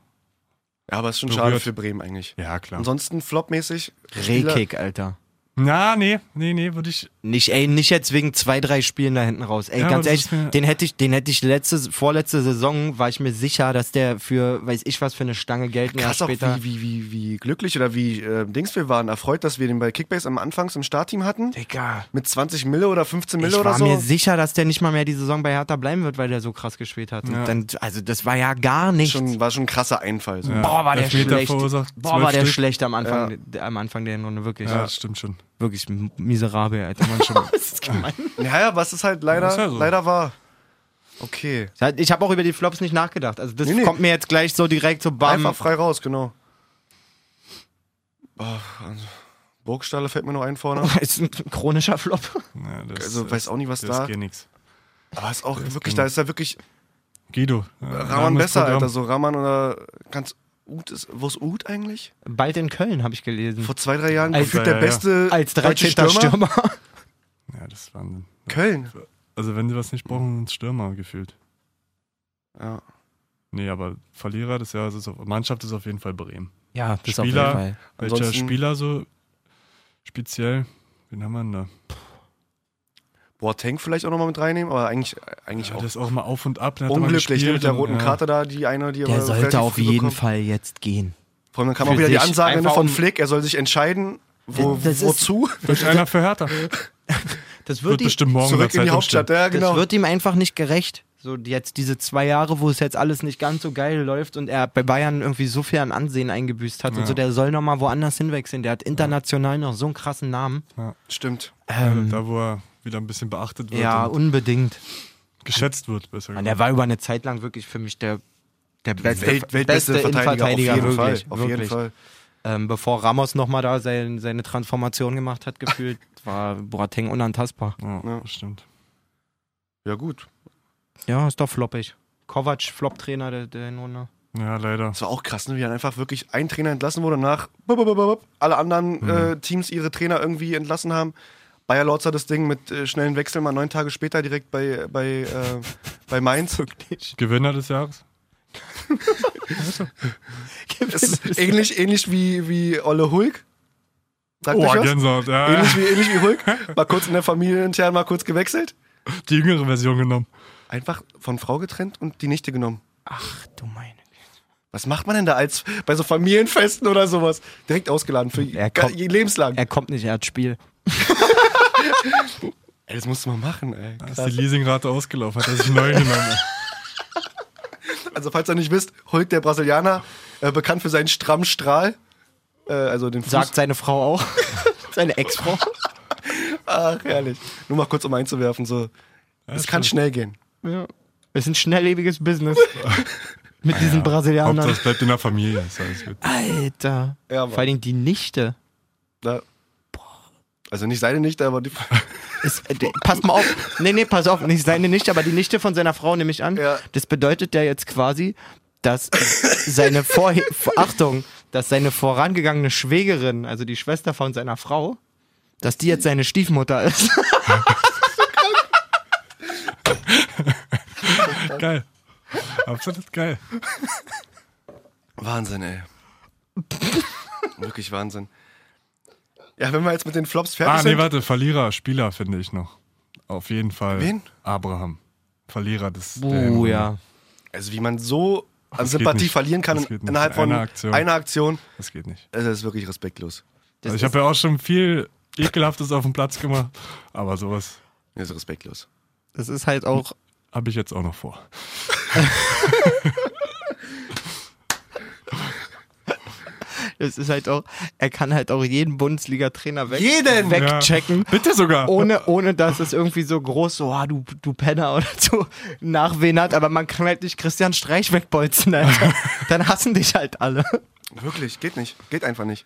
Speaker 2: Ja, aber es ist schon
Speaker 3: Berührt.
Speaker 2: schade für Bremen eigentlich.
Speaker 3: Ja, klar.
Speaker 2: Ansonsten flopmäßig. Spieler-
Speaker 4: Rehkick, Alter.
Speaker 3: Na, nee, nee, nee, würde ich.
Speaker 4: Nicht, ey, nicht jetzt wegen zwei, drei Spielen da hinten raus. Ey,
Speaker 3: Ja, aber
Speaker 4: ganz
Speaker 3: das
Speaker 4: ehrlich,
Speaker 3: ist mir-
Speaker 4: den hätte ich, den hätte ich letzte, vorletzte Saison, war ich mir sicher, dass der für, weiß ich was, für eine Stange gelten
Speaker 2: Krass
Speaker 4: ja,
Speaker 2: auch,
Speaker 4: später.
Speaker 2: wie, wie, wie, wie glücklich oder wie äh, Dings wir waren. Erfreut, dass wir den bei Kickbase am Anfang im Startteam hatten.
Speaker 4: Digga.
Speaker 2: Mit 20 Mille oder 15
Speaker 4: Ich
Speaker 2: Mille oder
Speaker 4: war
Speaker 2: so.
Speaker 4: mir sicher, dass der nicht mal mehr die Saison bei Hertha bleiben wird, weil der so krass gespielt hat. Und
Speaker 3: Ja.
Speaker 4: Dann, also das war ja gar nichts.
Speaker 2: schon, war schon ein krasser Einfall. So.
Speaker 3: Ja,
Speaker 4: Boah, war der
Speaker 3: Elfmeter
Speaker 4: schlecht.
Speaker 3: verursacht,
Speaker 4: Boah,
Speaker 3: zwölf
Speaker 4: war der
Speaker 3: Stück.
Speaker 4: schlecht am Anfang, der- am Anfang der Runde, wirklich.
Speaker 3: Ja, das stimmt schon.
Speaker 4: Wirklich m- miserabel, Alter. Das ist gemein.
Speaker 2: Ja, ja, was ist halt leider,
Speaker 3: Ist ja so.
Speaker 2: leider war. Okay.
Speaker 4: Ich habe auch über die Flops nicht nachgedacht. Also das
Speaker 2: Nee, nee.
Speaker 4: kommt mir jetzt gleich so direkt so bam.
Speaker 2: Einfach frei raus, genau. Boah, also, Burgstalle fällt mir noch ein vorne.
Speaker 4: Ist ein chronischer Flop.
Speaker 3: Ja, das,
Speaker 2: Also weiß auch nicht, was
Speaker 3: das
Speaker 2: da.
Speaker 3: geht nix.
Speaker 2: Aber ist auch wirklich,
Speaker 3: ging-
Speaker 2: da ist ja wirklich
Speaker 3: Guido. äh,
Speaker 2: Raman
Speaker 3: Name ist
Speaker 2: besser,
Speaker 3: Programm.
Speaker 2: Alter. So Raman oder ganz Ut ist. Wo ist Ut eigentlich?
Speaker 4: Bald in Köln, habe ich gelesen.
Speaker 2: Vor zwei, drei Jahren
Speaker 4: Als-
Speaker 2: gefühlt
Speaker 3: Ja,
Speaker 2: der
Speaker 3: Hm. ja.
Speaker 2: beste
Speaker 4: Als
Speaker 2: deutsche
Speaker 4: 13.
Speaker 2: Stürmer.
Speaker 4: Stürmer.
Speaker 3: Ja, das ist Wahnsinn.
Speaker 2: Köln.
Speaker 3: Also, wenn sie was nicht brauchen, sind Stürmer gefühlt.
Speaker 2: Ja.
Speaker 3: Nee, aber Verlierer des Jahres ist auf, Mannschaft ist auf jeden Fall Bremen.
Speaker 4: Ja, das
Speaker 3: Spieler.
Speaker 4: auf jeden Fall.
Speaker 3: Welcher
Speaker 2: Ansonsten-
Speaker 3: Spieler so speziell? Wen haben wir denn da?
Speaker 2: Boateng vielleicht auch nochmal mit reinnehmen, aber eigentlich, eigentlich
Speaker 3: Ja,
Speaker 2: auch
Speaker 3: das ist auch mal auf und ab. dann hat er mal
Speaker 2: unglücklich ne,
Speaker 3: gespielt
Speaker 2: mit der
Speaker 3: und,
Speaker 2: roten
Speaker 3: ja.
Speaker 2: Karte da, die eine, die
Speaker 4: Der
Speaker 2: aber
Speaker 4: sollte
Speaker 2: relativ
Speaker 4: auf
Speaker 2: früh
Speaker 4: jeden
Speaker 2: bekommen.
Speaker 4: Fall jetzt gehen.
Speaker 2: Vor allem dann kam auch
Speaker 4: Für
Speaker 2: wieder die
Speaker 4: sich
Speaker 2: Ansage ne,
Speaker 4: einfach
Speaker 2: von
Speaker 4: um-
Speaker 2: Flick, er soll sich entscheiden, wo,
Speaker 4: Das ist-
Speaker 2: wozu.
Speaker 3: Vielleicht einer für Hertha.
Speaker 4: Das
Speaker 3: Wird bestimmt morgen in der
Speaker 2: Zurück in die
Speaker 3: Zeitung
Speaker 2: Hauptstadt,
Speaker 3: stehen.
Speaker 2: ja genau.
Speaker 4: Das wird ihm einfach nicht gerecht. So jetzt diese zwei Jahre, wo es jetzt alles nicht ganz so geil läuft und er bei Bayern irgendwie so viel an Ansehen eingebüßt hat und
Speaker 3: Ja.
Speaker 4: so, der soll nochmal woanders hinwechseln. Der hat international noch so einen krassen Namen.
Speaker 2: Stimmt.
Speaker 4: Ähm,
Speaker 3: Da, wo er wieder ein bisschen beachtet wird
Speaker 4: ja,
Speaker 3: und
Speaker 4: unbedingt.
Speaker 3: geschätzt wird, besser
Speaker 4: Und
Speaker 3: gesagt.
Speaker 4: der war über eine Zeit lang wirklich für mich der, der beste,
Speaker 2: Welt, weltbeste
Speaker 4: beste
Speaker 2: Verteidiger, auf jeden
Speaker 4: wirklich,
Speaker 2: Fall. Auf jeden
Speaker 4: wirklich.
Speaker 2: Fall.
Speaker 4: Ähm, bevor Ramos nochmal da sein, seine Transformation gemacht hat, gefühlt, war Boateng unantastbar.
Speaker 3: Ja,
Speaker 2: Ja.
Speaker 3: das stimmt.
Speaker 2: Ja gut.
Speaker 4: Ja, ist doch floppig. Kovac, Flop-Trainer der, der Hinrunde.
Speaker 3: Ja, leider.
Speaker 2: Das war auch krass, ne? wie dann einfach wirklich ein Trainer entlassen wurde und nach bup, bup, bup, bup, alle anderen äh, Teams ihre Trainer irgendwie entlassen haben. Bayer Lorz hat das Ding mit äh, schnellen Wechseln mal neun Tage später direkt bei, bei, äh, bei Mainz.
Speaker 3: Gewinner des Jahres?
Speaker 2: Es
Speaker 4: e-
Speaker 2: ist ähnlich, ähnlich wie, wie Olle Hulk.
Speaker 4: Oh,
Speaker 2: Sagt euch was?
Speaker 3: Oh, Gänsehaut. Ja, ja.
Speaker 2: ähnlich, wie, ähnlich wie Hulk. Mal kurz in der Familie intern mal kurz gewechselt.
Speaker 3: Die jüngere Version genommen.
Speaker 2: Einfach von Frau getrennt und die Nichte genommen.
Speaker 4: Ach du meine.
Speaker 2: Was macht man denn da als bei so Familienfesten oder sowas? Direkt ausgeladen für
Speaker 4: Er kommt-
Speaker 2: je- lebenslang.
Speaker 4: Er kommt nicht, er hat Spiel.
Speaker 2: Ey, das musst du mal machen, ey.
Speaker 3: Da ist die Leasingrate ausgelaufen, hat er sich neu genommen.
Speaker 2: Also, falls ihr nicht wisst, Hulk, der Brasilianer, äh, bekannt für seinen strammen Strahl. Äh, also den Fuß.
Speaker 4: Sagt seine Frau auch. seine Ex-Frau.
Speaker 2: Ach, herrlich. Nur mal kurz, um einzuwerfen. So. es kann schnell gehen.
Speaker 4: Ja. Ist ein schnelllebiges Business. Mit diesen
Speaker 3: Hauptsache,
Speaker 4: Brasilianern.
Speaker 3: es bleibt in der Familie. Ist alles gut.
Speaker 4: Alter.
Speaker 2: Ja, Mann.
Speaker 4: Vor allen Dingen die Nichte.
Speaker 2: Na, also nicht seine Nichte, aber die.
Speaker 4: Ist, äh, der- pass mal auf. Nee, nee, pass auf. Nicht seine Nichte, aber die Nichte von seiner Frau nehme ich an.
Speaker 2: Ja.
Speaker 4: Das bedeutet ja jetzt quasi, dass seine Vorhe Achtung, dass seine vorangegangene Schwägerin, also die Schwester von seiner Frau, dass die jetzt seine Stiefmutter ist.
Speaker 3: Geil. Absolut geil.
Speaker 2: Wahnsinn, ey. Wirklich Wahnsinn. Ja, wenn wir jetzt mit den Flops fertig
Speaker 3: Ah, nee,
Speaker 2: sind.
Speaker 3: warte. Verlierer, Spieler finde ich noch. Auf jeden Fall.
Speaker 2: Wen?
Speaker 3: Abraham. Verlierer des. der
Speaker 4: Oh
Speaker 3: Hinrunde.
Speaker 4: ja.
Speaker 2: also, wie man so an
Speaker 3: Das geht
Speaker 2: Sympathie
Speaker 3: nicht.
Speaker 2: verlieren kann
Speaker 3: Das geht nicht.
Speaker 2: innerhalb von
Speaker 3: Einer Aktion.
Speaker 2: einer Aktion,
Speaker 3: Das geht nicht.
Speaker 2: das ist wirklich respektlos.
Speaker 4: Das
Speaker 3: also ich habe ja auch schon viel Ekelhaftes auf dem Platz gemacht, aber sowas
Speaker 2: Das ist respektlos.
Speaker 4: Das ist halt auch.
Speaker 3: habe ich jetzt auch noch vor.
Speaker 4: Es ist halt auch, er kann halt auch jeden Bundesliga-Trainer weg,
Speaker 2: Jeden!
Speaker 4: wegchecken.
Speaker 3: Ja. Bitte sogar.
Speaker 4: Ohne, ohne dass es irgendwie so groß, so, ah, du, du Penner oder so nachwehen hat, aber man kann halt nicht Christian Streich wegbolzen, Alter. Dann hassen dich halt alle.
Speaker 2: Wirklich, geht nicht. Geht einfach nicht.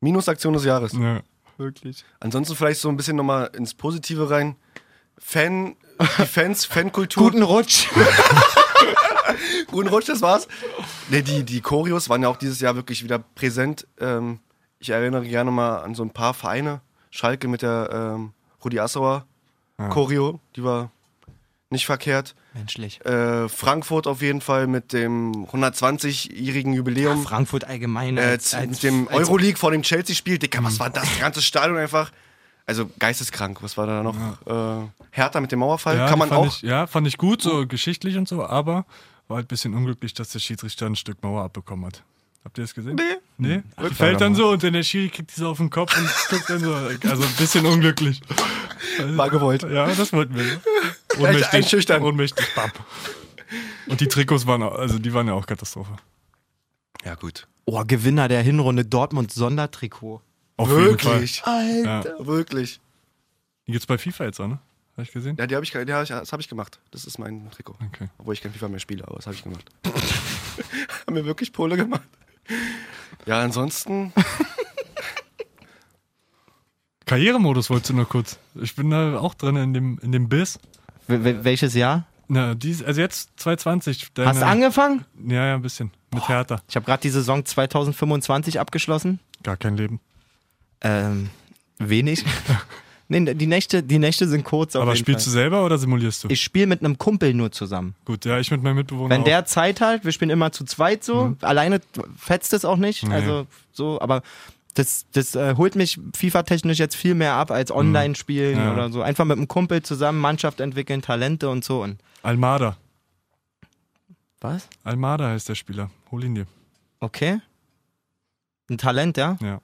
Speaker 2: Minusaktion des Jahres.
Speaker 3: Ja.
Speaker 4: Wirklich.
Speaker 2: Ansonsten vielleicht so ein bisschen nochmal ins Positive rein. Fan, die Fans, Fankultur.
Speaker 4: Guten Rutsch.
Speaker 2: Guten Rutsch, das war's. Nee, die, die Choreos waren ja auch dieses Jahr wirklich wieder präsent. Ähm, ich erinnere gerne mal an so ein paar Vereine. Schalke mit der ähm, Rudi Assauer Choreo, die war nicht verkehrt.
Speaker 4: Menschlich.
Speaker 2: Äh, Frankfurt auf jeden Fall mit dem 120-jährigen
Speaker 4: Ja,
Speaker 2: Jubiläum.
Speaker 4: Frankfurt allgemein.
Speaker 2: äh,
Speaker 4: Als,
Speaker 2: z-
Speaker 4: als,
Speaker 2: mit dem
Speaker 4: als,
Speaker 2: Euroleague vor dem Chelsea-Spiel. Dicker,
Speaker 3: Mhm.
Speaker 2: was war das? Das ganze Stadion einfach. Also geisteskrank. Was war da noch? Äh, Hertha mit dem Mauerfall.
Speaker 3: Ja,
Speaker 2: Kann man
Speaker 3: fand
Speaker 2: auch.
Speaker 3: Ich, ja, fand ich gut, so geschichtlich und so, aber war halt ein bisschen unglücklich, dass der Schiedsrichter ein Stück Mauer abbekommen hat. Habt ihr das gesehen? Nee.
Speaker 2: Hm.
Speaker 3: Nee? Die fällt dann so und dann der Schiri kriegt die so auf den Kopf und guckt dann so. Also ein bisschen unglücklich.
Speaker 2: War gewollt.
Speaker 3: Ja, das wollten wir.
Speaker 2: Echt einschüchtern.
Speaker 3: Ohnmächtig, bapp. Und die Trikots waren, auch- also die waren ja auch Katastrophe.
Speaker 2: Ja, gut.
Speaker 4: oh, Gewinner der Hinrunde Dortmund Sondertrikot.
Speaker 3: Auf jeden Fall.
Speaker 2: Wirklich.
Speaker 4: Alter.
Speaker 3: Ja.
Speaker 2: Wirklich.
Speaker 3: Die gibt's bei FIFA jetzt auch, ne? Habe ich gesehen?
Speaker 2: Ja, die hab ich, ge- die hab ich, das habe ich gemacht. Das ist mein Trikot.
Speaker 3: Okay.
Speaker 2: Obwohl ich kein FIFA mehr spiele, aber das habe ich gemacht. Haben wir wirklich Pole gemacht. Ja, ansonsten.
Speaker 3: Karrieremodus wolltest du noch kurz. Ich bin da auch drin in dem, in dem Biss.
Speaker 4: Wel- wel- welches Jahr?
Speaker 3: Na, dies, also jetzt 220. Deine,
Speaker 4: Hast du angefangen?
Speaker 3: Ja, ja, ein bisschen. Mit Hertha.
Speaker 4: Ich habe gerade die Saison 2025 abgeschlossen.
Speaker 3: Gar kein Leben.
Speaker 4: Ähm, wenig. nee, die Nächte, die Nächte sind kurz. Auf
Speaker 3: Aber
Speaker 4: jeden
Speaker 3: spielst
Speaker 4: Fall.
Speaker 3: du selber oder simulierst du?
Speaker 4: Ich spiele mit einem Kumpel nur zusammen.
Speaker 3: Gut, ja, ich mit meinem Mitbewohner.
Speaker 4: Wenn
Speaker 3: auch.
Speaker 4: der Zeit hat, wir spielen immer zu zweit so. Alleine fetzt es auch nicht.
Speaker 3: Mhm. Nee.
Speaker 4: Also so, aber das, das äh, holt mich FIFA-technisch jetzt viel mehr ab als Online-Spielen
Speaker 3: Mhm. Ja.
Speaker 4: oder so. Einfach mit einem Kumpel zusammen Mannschaft entwickeln, Talente und so. Und
Speaker 3: Almada.
Speaker 4: was?
Speaker 3: Almada heißt der Spieler. Hol ihn dir.
Speaker 4: Okay. Ein Talent, ja?
Speaker 3: Ja.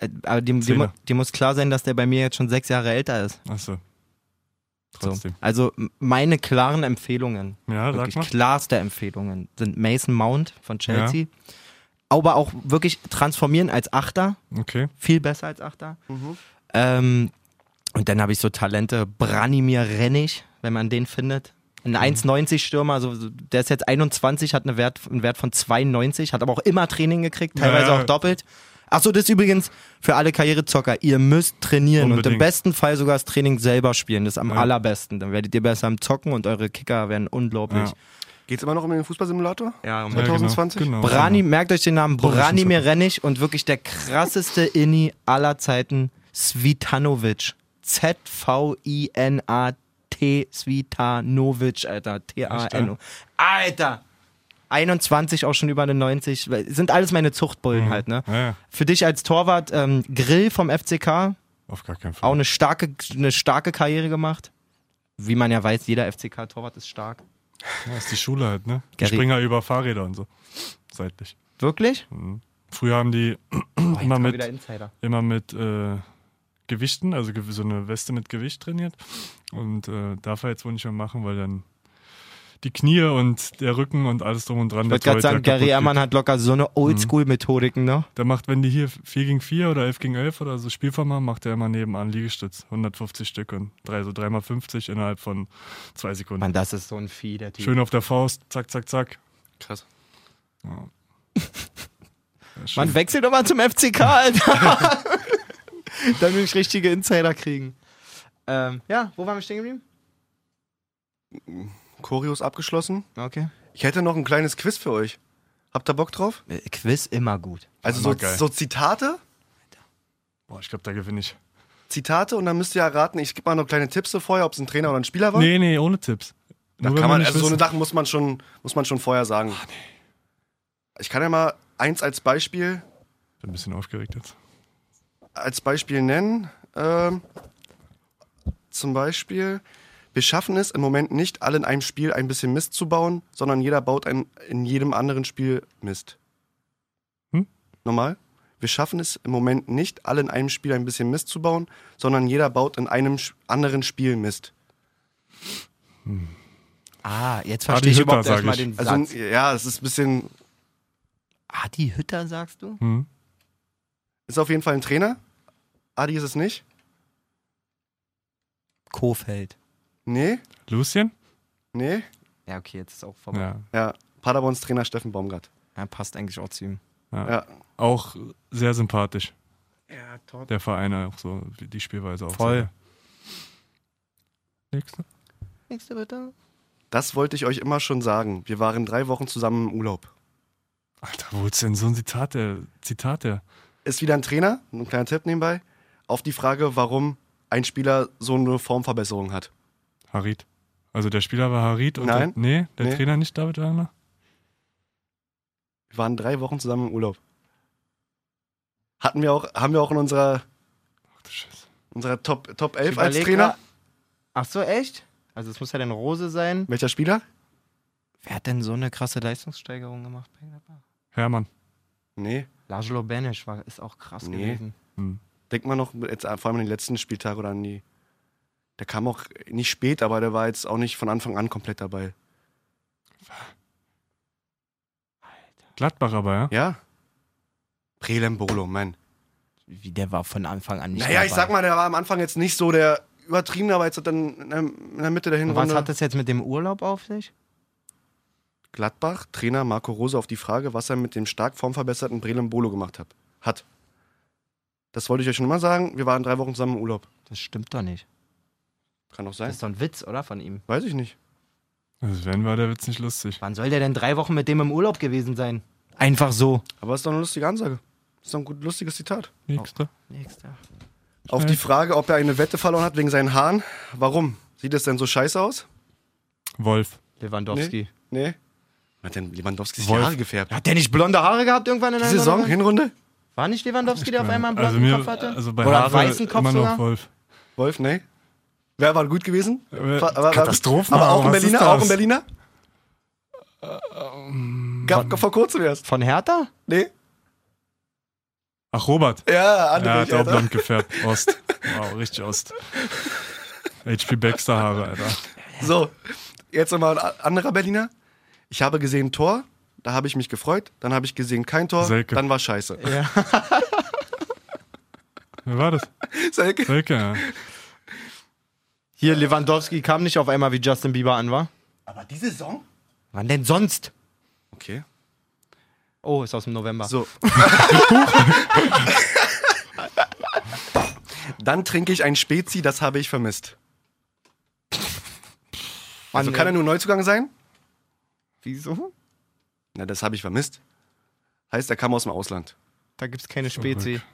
Speaker 4: Äh, Aber dem, dem, mu-
Speaker 3: Zehner.
Speaker 4: dem muss klar sein, dass der bei mir jetzt schon sechs Jahre älter ist.
Speaker 3: Achso.
Speaker 4: So.
Speaker 3: Trotzdem.
Speaker 4: Also m- meine klaren Empfehlungen.
Speaker 3: Ja, sag
Speaker 4: wirklich
Speaker 3: mal.
Speaker 4: klarste Empfehlungen sind Mason Mount von Chelsea. Aber auch wirklich transformieren als Achter.
Speaker 3: Okay. genau.
Speaker 4: Viel besser als Achter.
Speaker 3: Mhm.
Speaker 4: Ähm, und dann habe ich so Talente. Branimir Rennig, wenn man den findet.
Speaker 3: Mhm.
Speaker 4: Ein 1,90-Stürmer, also so- der ist jetzt 21, hat eine Wert, einen Wert von 92, hat aber auch immer Training gekriegt, teilweise
Speaker 3: Ja.
Speaker 4: auch doppelt. Achso, das ist übrigens für alle Karrierezocker, ihr müsst trainieren und im
Speaker 3: Unbedingt.
Speaker 4: besten Fall sogar das Training selber spielen, das ist am
Speaker 3: Ja.
Speaker 4: allerbesten. Dann werdet ihr besser am Zocken und eure Kicker werden unglaublich.
Speaker 3: Ja.
Speaker 2: Geht's immer noch um den Fußballsimulator?
Speaker 4: Ja, um
Speaker 3: Ja, genau,
Speaker 2: 2020?
Speaker 3: Genau,
Speaker 4: Brani, merkt euch den Namen, Brani
Speaker 3: Profi-
Speaker 4: Merenich und wirklich der krasseste Inni aller Zeiten, Svitanovic. Z-V-I-N-A-T Svitanovic, Alter. T-A-N-O. Alter! 21, auch schon über eine 90. Sind alles meine
Speaker 3: Mhm.
Speaker 4: Zuchtbullen halt, ne?
Speaker 3: Genau. Ja, ja,
Speaker 4: Für dich als Torwart, ähm, Grill vom FCK,
Speaker 3: auf gar keinen Fall.
Speaker 4: auch eine starke, eine starke Karriere gemacht. Wie man ja weiß, jeder FCK-Torwart ist stark.
Speaker 3: Ja, ist die Schule halt, ne? Die
Speaker 4: Gary-
Speaker 3: Springer über Fahrräder und so. Seitlich.
Speaker 4: Wirklich?
Speaker 3: Früher haben die immer
Speaker 4: Mal
Speaker 3: mit,
Speaker 4: wieder Insider.
Speaker 3: immer mit äh, Gewichten, also gew- so eine Weste mit Gewicht trainiert. Und äh, darf er jetzt wohl nicht mehr machen, weil dann die Knie und der Rücken und alles drum und dran.
Speaker 4: Ich wollte gerade sagen, Gary Ehrmann hat locker so eine Oldschool-Methodiken, ne?
Speaker 3: Der macht, wenn die hier 4 gegen 4 oder 11 gegen 11 oder so Spielform haben, macht er immer nebenan Liegestütz. 150 Stück und drei, so 3x50 innerhalb von zwei Sekunden.
Speaker 4: Mann, das ist so ein Vieh, der Typ.
Speaker 3: Schön auf der Faust, zack, zack, zack.
Speaker 2: Krass.
Speaker 3: Ja, schön.
Speaker 4: Man wechselt doch mal zum FCK, Alter. Dann will ich richtige Insider kriegen. Ähm, ja, wo waren wir stehen geblieben?
Speaker 2: Choreos abgeschlossen.
Speaker 4: Okay.
Speaker 2: Ich hätte noch ein kleines Quiz für euch. Habt ihr Bock drauf?
Speaker 4: Äh, Quiz immer gut.
Speaker 2: Also
Speaker 3: Immer
Speaker 2: so,
Speaker 3: geil.
Speaker 2: so Zitate,
Speaker 3: Boah, ich glaube, da gewinne ich.
Speaker 2: Zitate und dann müsst ihr erraten, ich gebe mal noch kleine Tipps so vorher, ob es ein Trainer oder ein Spieler war.
Speaker 3: Nee, nee, ohne Tipps.
Speaker 2: da
Speaker 3: Nur wenn
Speaker 2: kann man,
Speaker 3: nicht
Speaker 2: also so eine
Speaker 3: wissen- Ah,
Speaker 2: Sache muss man schon, muss man schon vorher sagen. Ich kann ja mal eins als Beispiel,
Speaker 3: Bin ein bisschen aufgeregt jetzt.
Speaker 2: als Beispiel nennen. Ähm, zum Beispiel, wir schaffen es im Moment nicht, alle in einem Spiel ein bisschen Mist zu bauen, sondern jeder baut ein, in jedem anderen Spiel Mist.
Speaker 3: Hm?
Speaker 2: Nochmal. Wir schaffen es im Moment nicht, alle in einem Spiel ein bisschen Mist zu bauen, sondern jeder baut in einem Sch- anderen Spiel Mist.
Speaker 4: Ah, jetzt verstehe
Speaker 3: Adi
Speaker 4: ich
Speaker 3: Hütter,
Speaker 4: überhaupt
Speaker 3: sag
Speaker 4: erstmal
Speaker 3: ich.
Speaker 4: den
Speaker 2: Also,
Speaker 4: Satz.
Speaker 2: ja, es ist ein bisschen.
Speaker 4: Adi Hütter, sagst du?
Speaker 3: Hm?
Speaker 2: Ist auf jeden Fall ein Trainer. Adi ist es nicht.
Speaker 4: Kofeld.
Speaker 2: Nee,
Speaker 3: Lucien?
Speaker 2: nee.
Speaker 4: Ja, okay, jetzt ist auch vorbei. Ja.
Speaker 3: Ja.
Speaker 2: Ja, Paderborns Trainer Steffen Baumgart.
Speaker 4: passt eigentlich auch zu ihm.
Speaker 2: Ja.
Speaker 3: Auch sehr sympathisch.
Speaker 4: Ja, top.
Speaker 3: Der Verein auch so, die Spielweise auch.
Speaker 4: Voll.
Speaker 3: So. Nächste.
Speaker 4: Nächste bitte.
Speaker 2: Das wollte ich euch immer schon sagen. Wir waren drei Wochen zusammen im Urlaub.
Speaker 3: Alter, wo ist denn so ein Zitat der? Zitat der?
Speaker 2: ist wieder ein Trainer, ein kleiner Tipp nebenbei, auf die Frage, warum ein Spieler so eine Formverbesserung hat.
Speaker 3: Harit. Also der Spieler war Harit und
Speaker 2: Nein.
Speaker 3: Der, nee, der
Speaker 2: Nee.
Speaker 3: Trainer nicht David Wagner?
Speaker 2: Wir waren drei Wochen zusammen im Urlaub. Hatten wir auch, haben wir auch in unserer,
Speaker 3: Ach du Scheiße.
Speaker 2: unserer Top, Top
Speaker 4: Ich
Speaker 2: 11 als
Speaker 4: überleg
Speaker 2: Trainer.
Speaker 4: grad- Ach so, echt? Also es muss ja dann Rose sein.
Speaker 2: Welcher Spieler?
Speaker 4: Wer hat denn so eine krasse Leistungssteigerung gemacht? bei Gladbach?
Speaker 3: Hermann.
Speaker 2: Nee.
Speaker 4: Lajlo Benesch war, ist auch krass
Speaker 2: Nee.
Speaker 4: gewesen.
Speaker 3: Hm.
Speaker 2: Denkt man noch jetzt vor allem an den letzten Spieltag oder an die. Der kam auch nicht spät, aber der war jetzt auch nicht von Anfang an komplett dabei.
Speaker 3: Gladbach aber, ja?
Speaker 2: Ja? Prelem Bolo, Mann.
Speaker 4: Wie der war von Anfang an nicht.
Speaker 2: Naja,
Speaker 4: dabei.
Speaker 2: ich sag mal, der war am Anfang jetzt nicht so der übertriebene, aber jetzt hat dann in der- in der Mitte der
Speaker 4: Und
Speaker 2: Hinrunde.
Speaker 4: Was hat das jetzt mit dem Urlaub auf sich?
Speaker 2: Gladbach Trainer Marco Rose auf die Frage, was er mit dem stark formverbesserten Brelem Bolo gemacht hat. hat. Das wollte ich euch schon mal sagen. Wir waren drei Wochen zusammen im Urlaub.
Speaker 4: Das stimmt doch nicht.
Speaker 2: Kann doch
Speaker 4: Das
Speaker 2: sein.
Speaker 4: ist doch ein Witz, oder? Von ihm.
Speaker 2: Weiß ich nicht.
Speaker 3: Also wenn war der Witz nicht lustig.
Speaker 4: Wann soll der denn drei Wochen mit dem im Urlaub gewesen sein? Einfach so.
Speaker 2: Aber ist doch eine lustige Ansage. Ist doch ein gut, lustiges Zitat.
Speaker 3: Nächste.
Speaker 4: Nächster.
Speaker 2: Auf die Frage, ob er eine Wette verloren hat wegen seinen Haaren. Warum? Sieht es denn so scheiße aus?
Speaker 3: Wolf.
Speaker 4: Lewandowski.
Speaker 2: Nee. Hat denn Lewandowski sich
Speaker 3: Wolf.
Speaker 2: die Haare gefärbt?
Speaker 4: Hat der nicht blonde Haare gehabt irgendwann in
Speaker 2: Die
Speaker 4: einer
Speaker 2: Saison,
Speaker 4: Runde?
Speaker 2: Hinrunde?
Speaker 4: War nicht Lewandowski, der auf einmal einen
Speaker 3: also
Speaker 4: blonden
Speaker 3: mir,
Speaker 4: Kopf hatte?
Speaker 3: also bei
Speaker 4: Oder einen
Speaker 3: Haare
Speaker 4: weißen Kopf
Speaker 3: immer noch
Speaker 4: sogar?
Speaker 3: Wolf.
Speaker 2: Wolf, nee. Wer war gut gewesen?
Speaker 3: Äh,
Speaker 2: Fa- aber-
Speaker 3: Katastrophen,
Speaker 2: Aber auch ein
Speaker 3: aber was ist
Speaker 2: Berliner? Auch
Speaker 3: das? Ähm,
Speaker 2: ein Berliner? Gab vor kurzem erst.
Speaker 4: Von Hertha?
Speaker 2: Nee?
Speaker 3: Ach, Robert.
Speaker 2: Ja,
Speaker 3: Ja,
Speaker 2: andere ne?
Speaker 3: hat auch
Speaker 2: Alter.
Speaker 3: blond gefärbt. Ost. Wow, richtig Ost. HP Baxter Haare, Alter.
Speaker 2: So, jetzt nochmal ein anderer Berliner. Ich habe gesehen Tor, da habe ich mich gefreut. Dann habe ich gesehen kein Tor,
Speaker 3: Selke.
Speaker 2: dann war scheiße.
Speaker 4: Ja.
Speaker 3: Wer war das? Oh,
Speaker 2: Selke.
Speaker 3: Selke, ja.
Speaker 4: Hier, Lewandowski kam nicht auf einmal wie Justin Bieber an, war?
Speaker 2: Aber diese Saison?
Speaker 4: Wann denn sonst?
Speaker 2: Okay.
Speaker 4: Oh, ist aus dem November.
Speaker 2: So. dann trinke ich ein Spezi, das habe ich vermisst. Also
Speaker 4: Mann,
Speaker 2: kann er nur Neuzugang sein?
Speaker 4: Wieso?
Speaker 2: Na, das habe ich vermisst. Heißt, er kam aus dem Ausland.
Speaker 4: Da gibt's keine Spezi.
Speaker 3: Verrückt.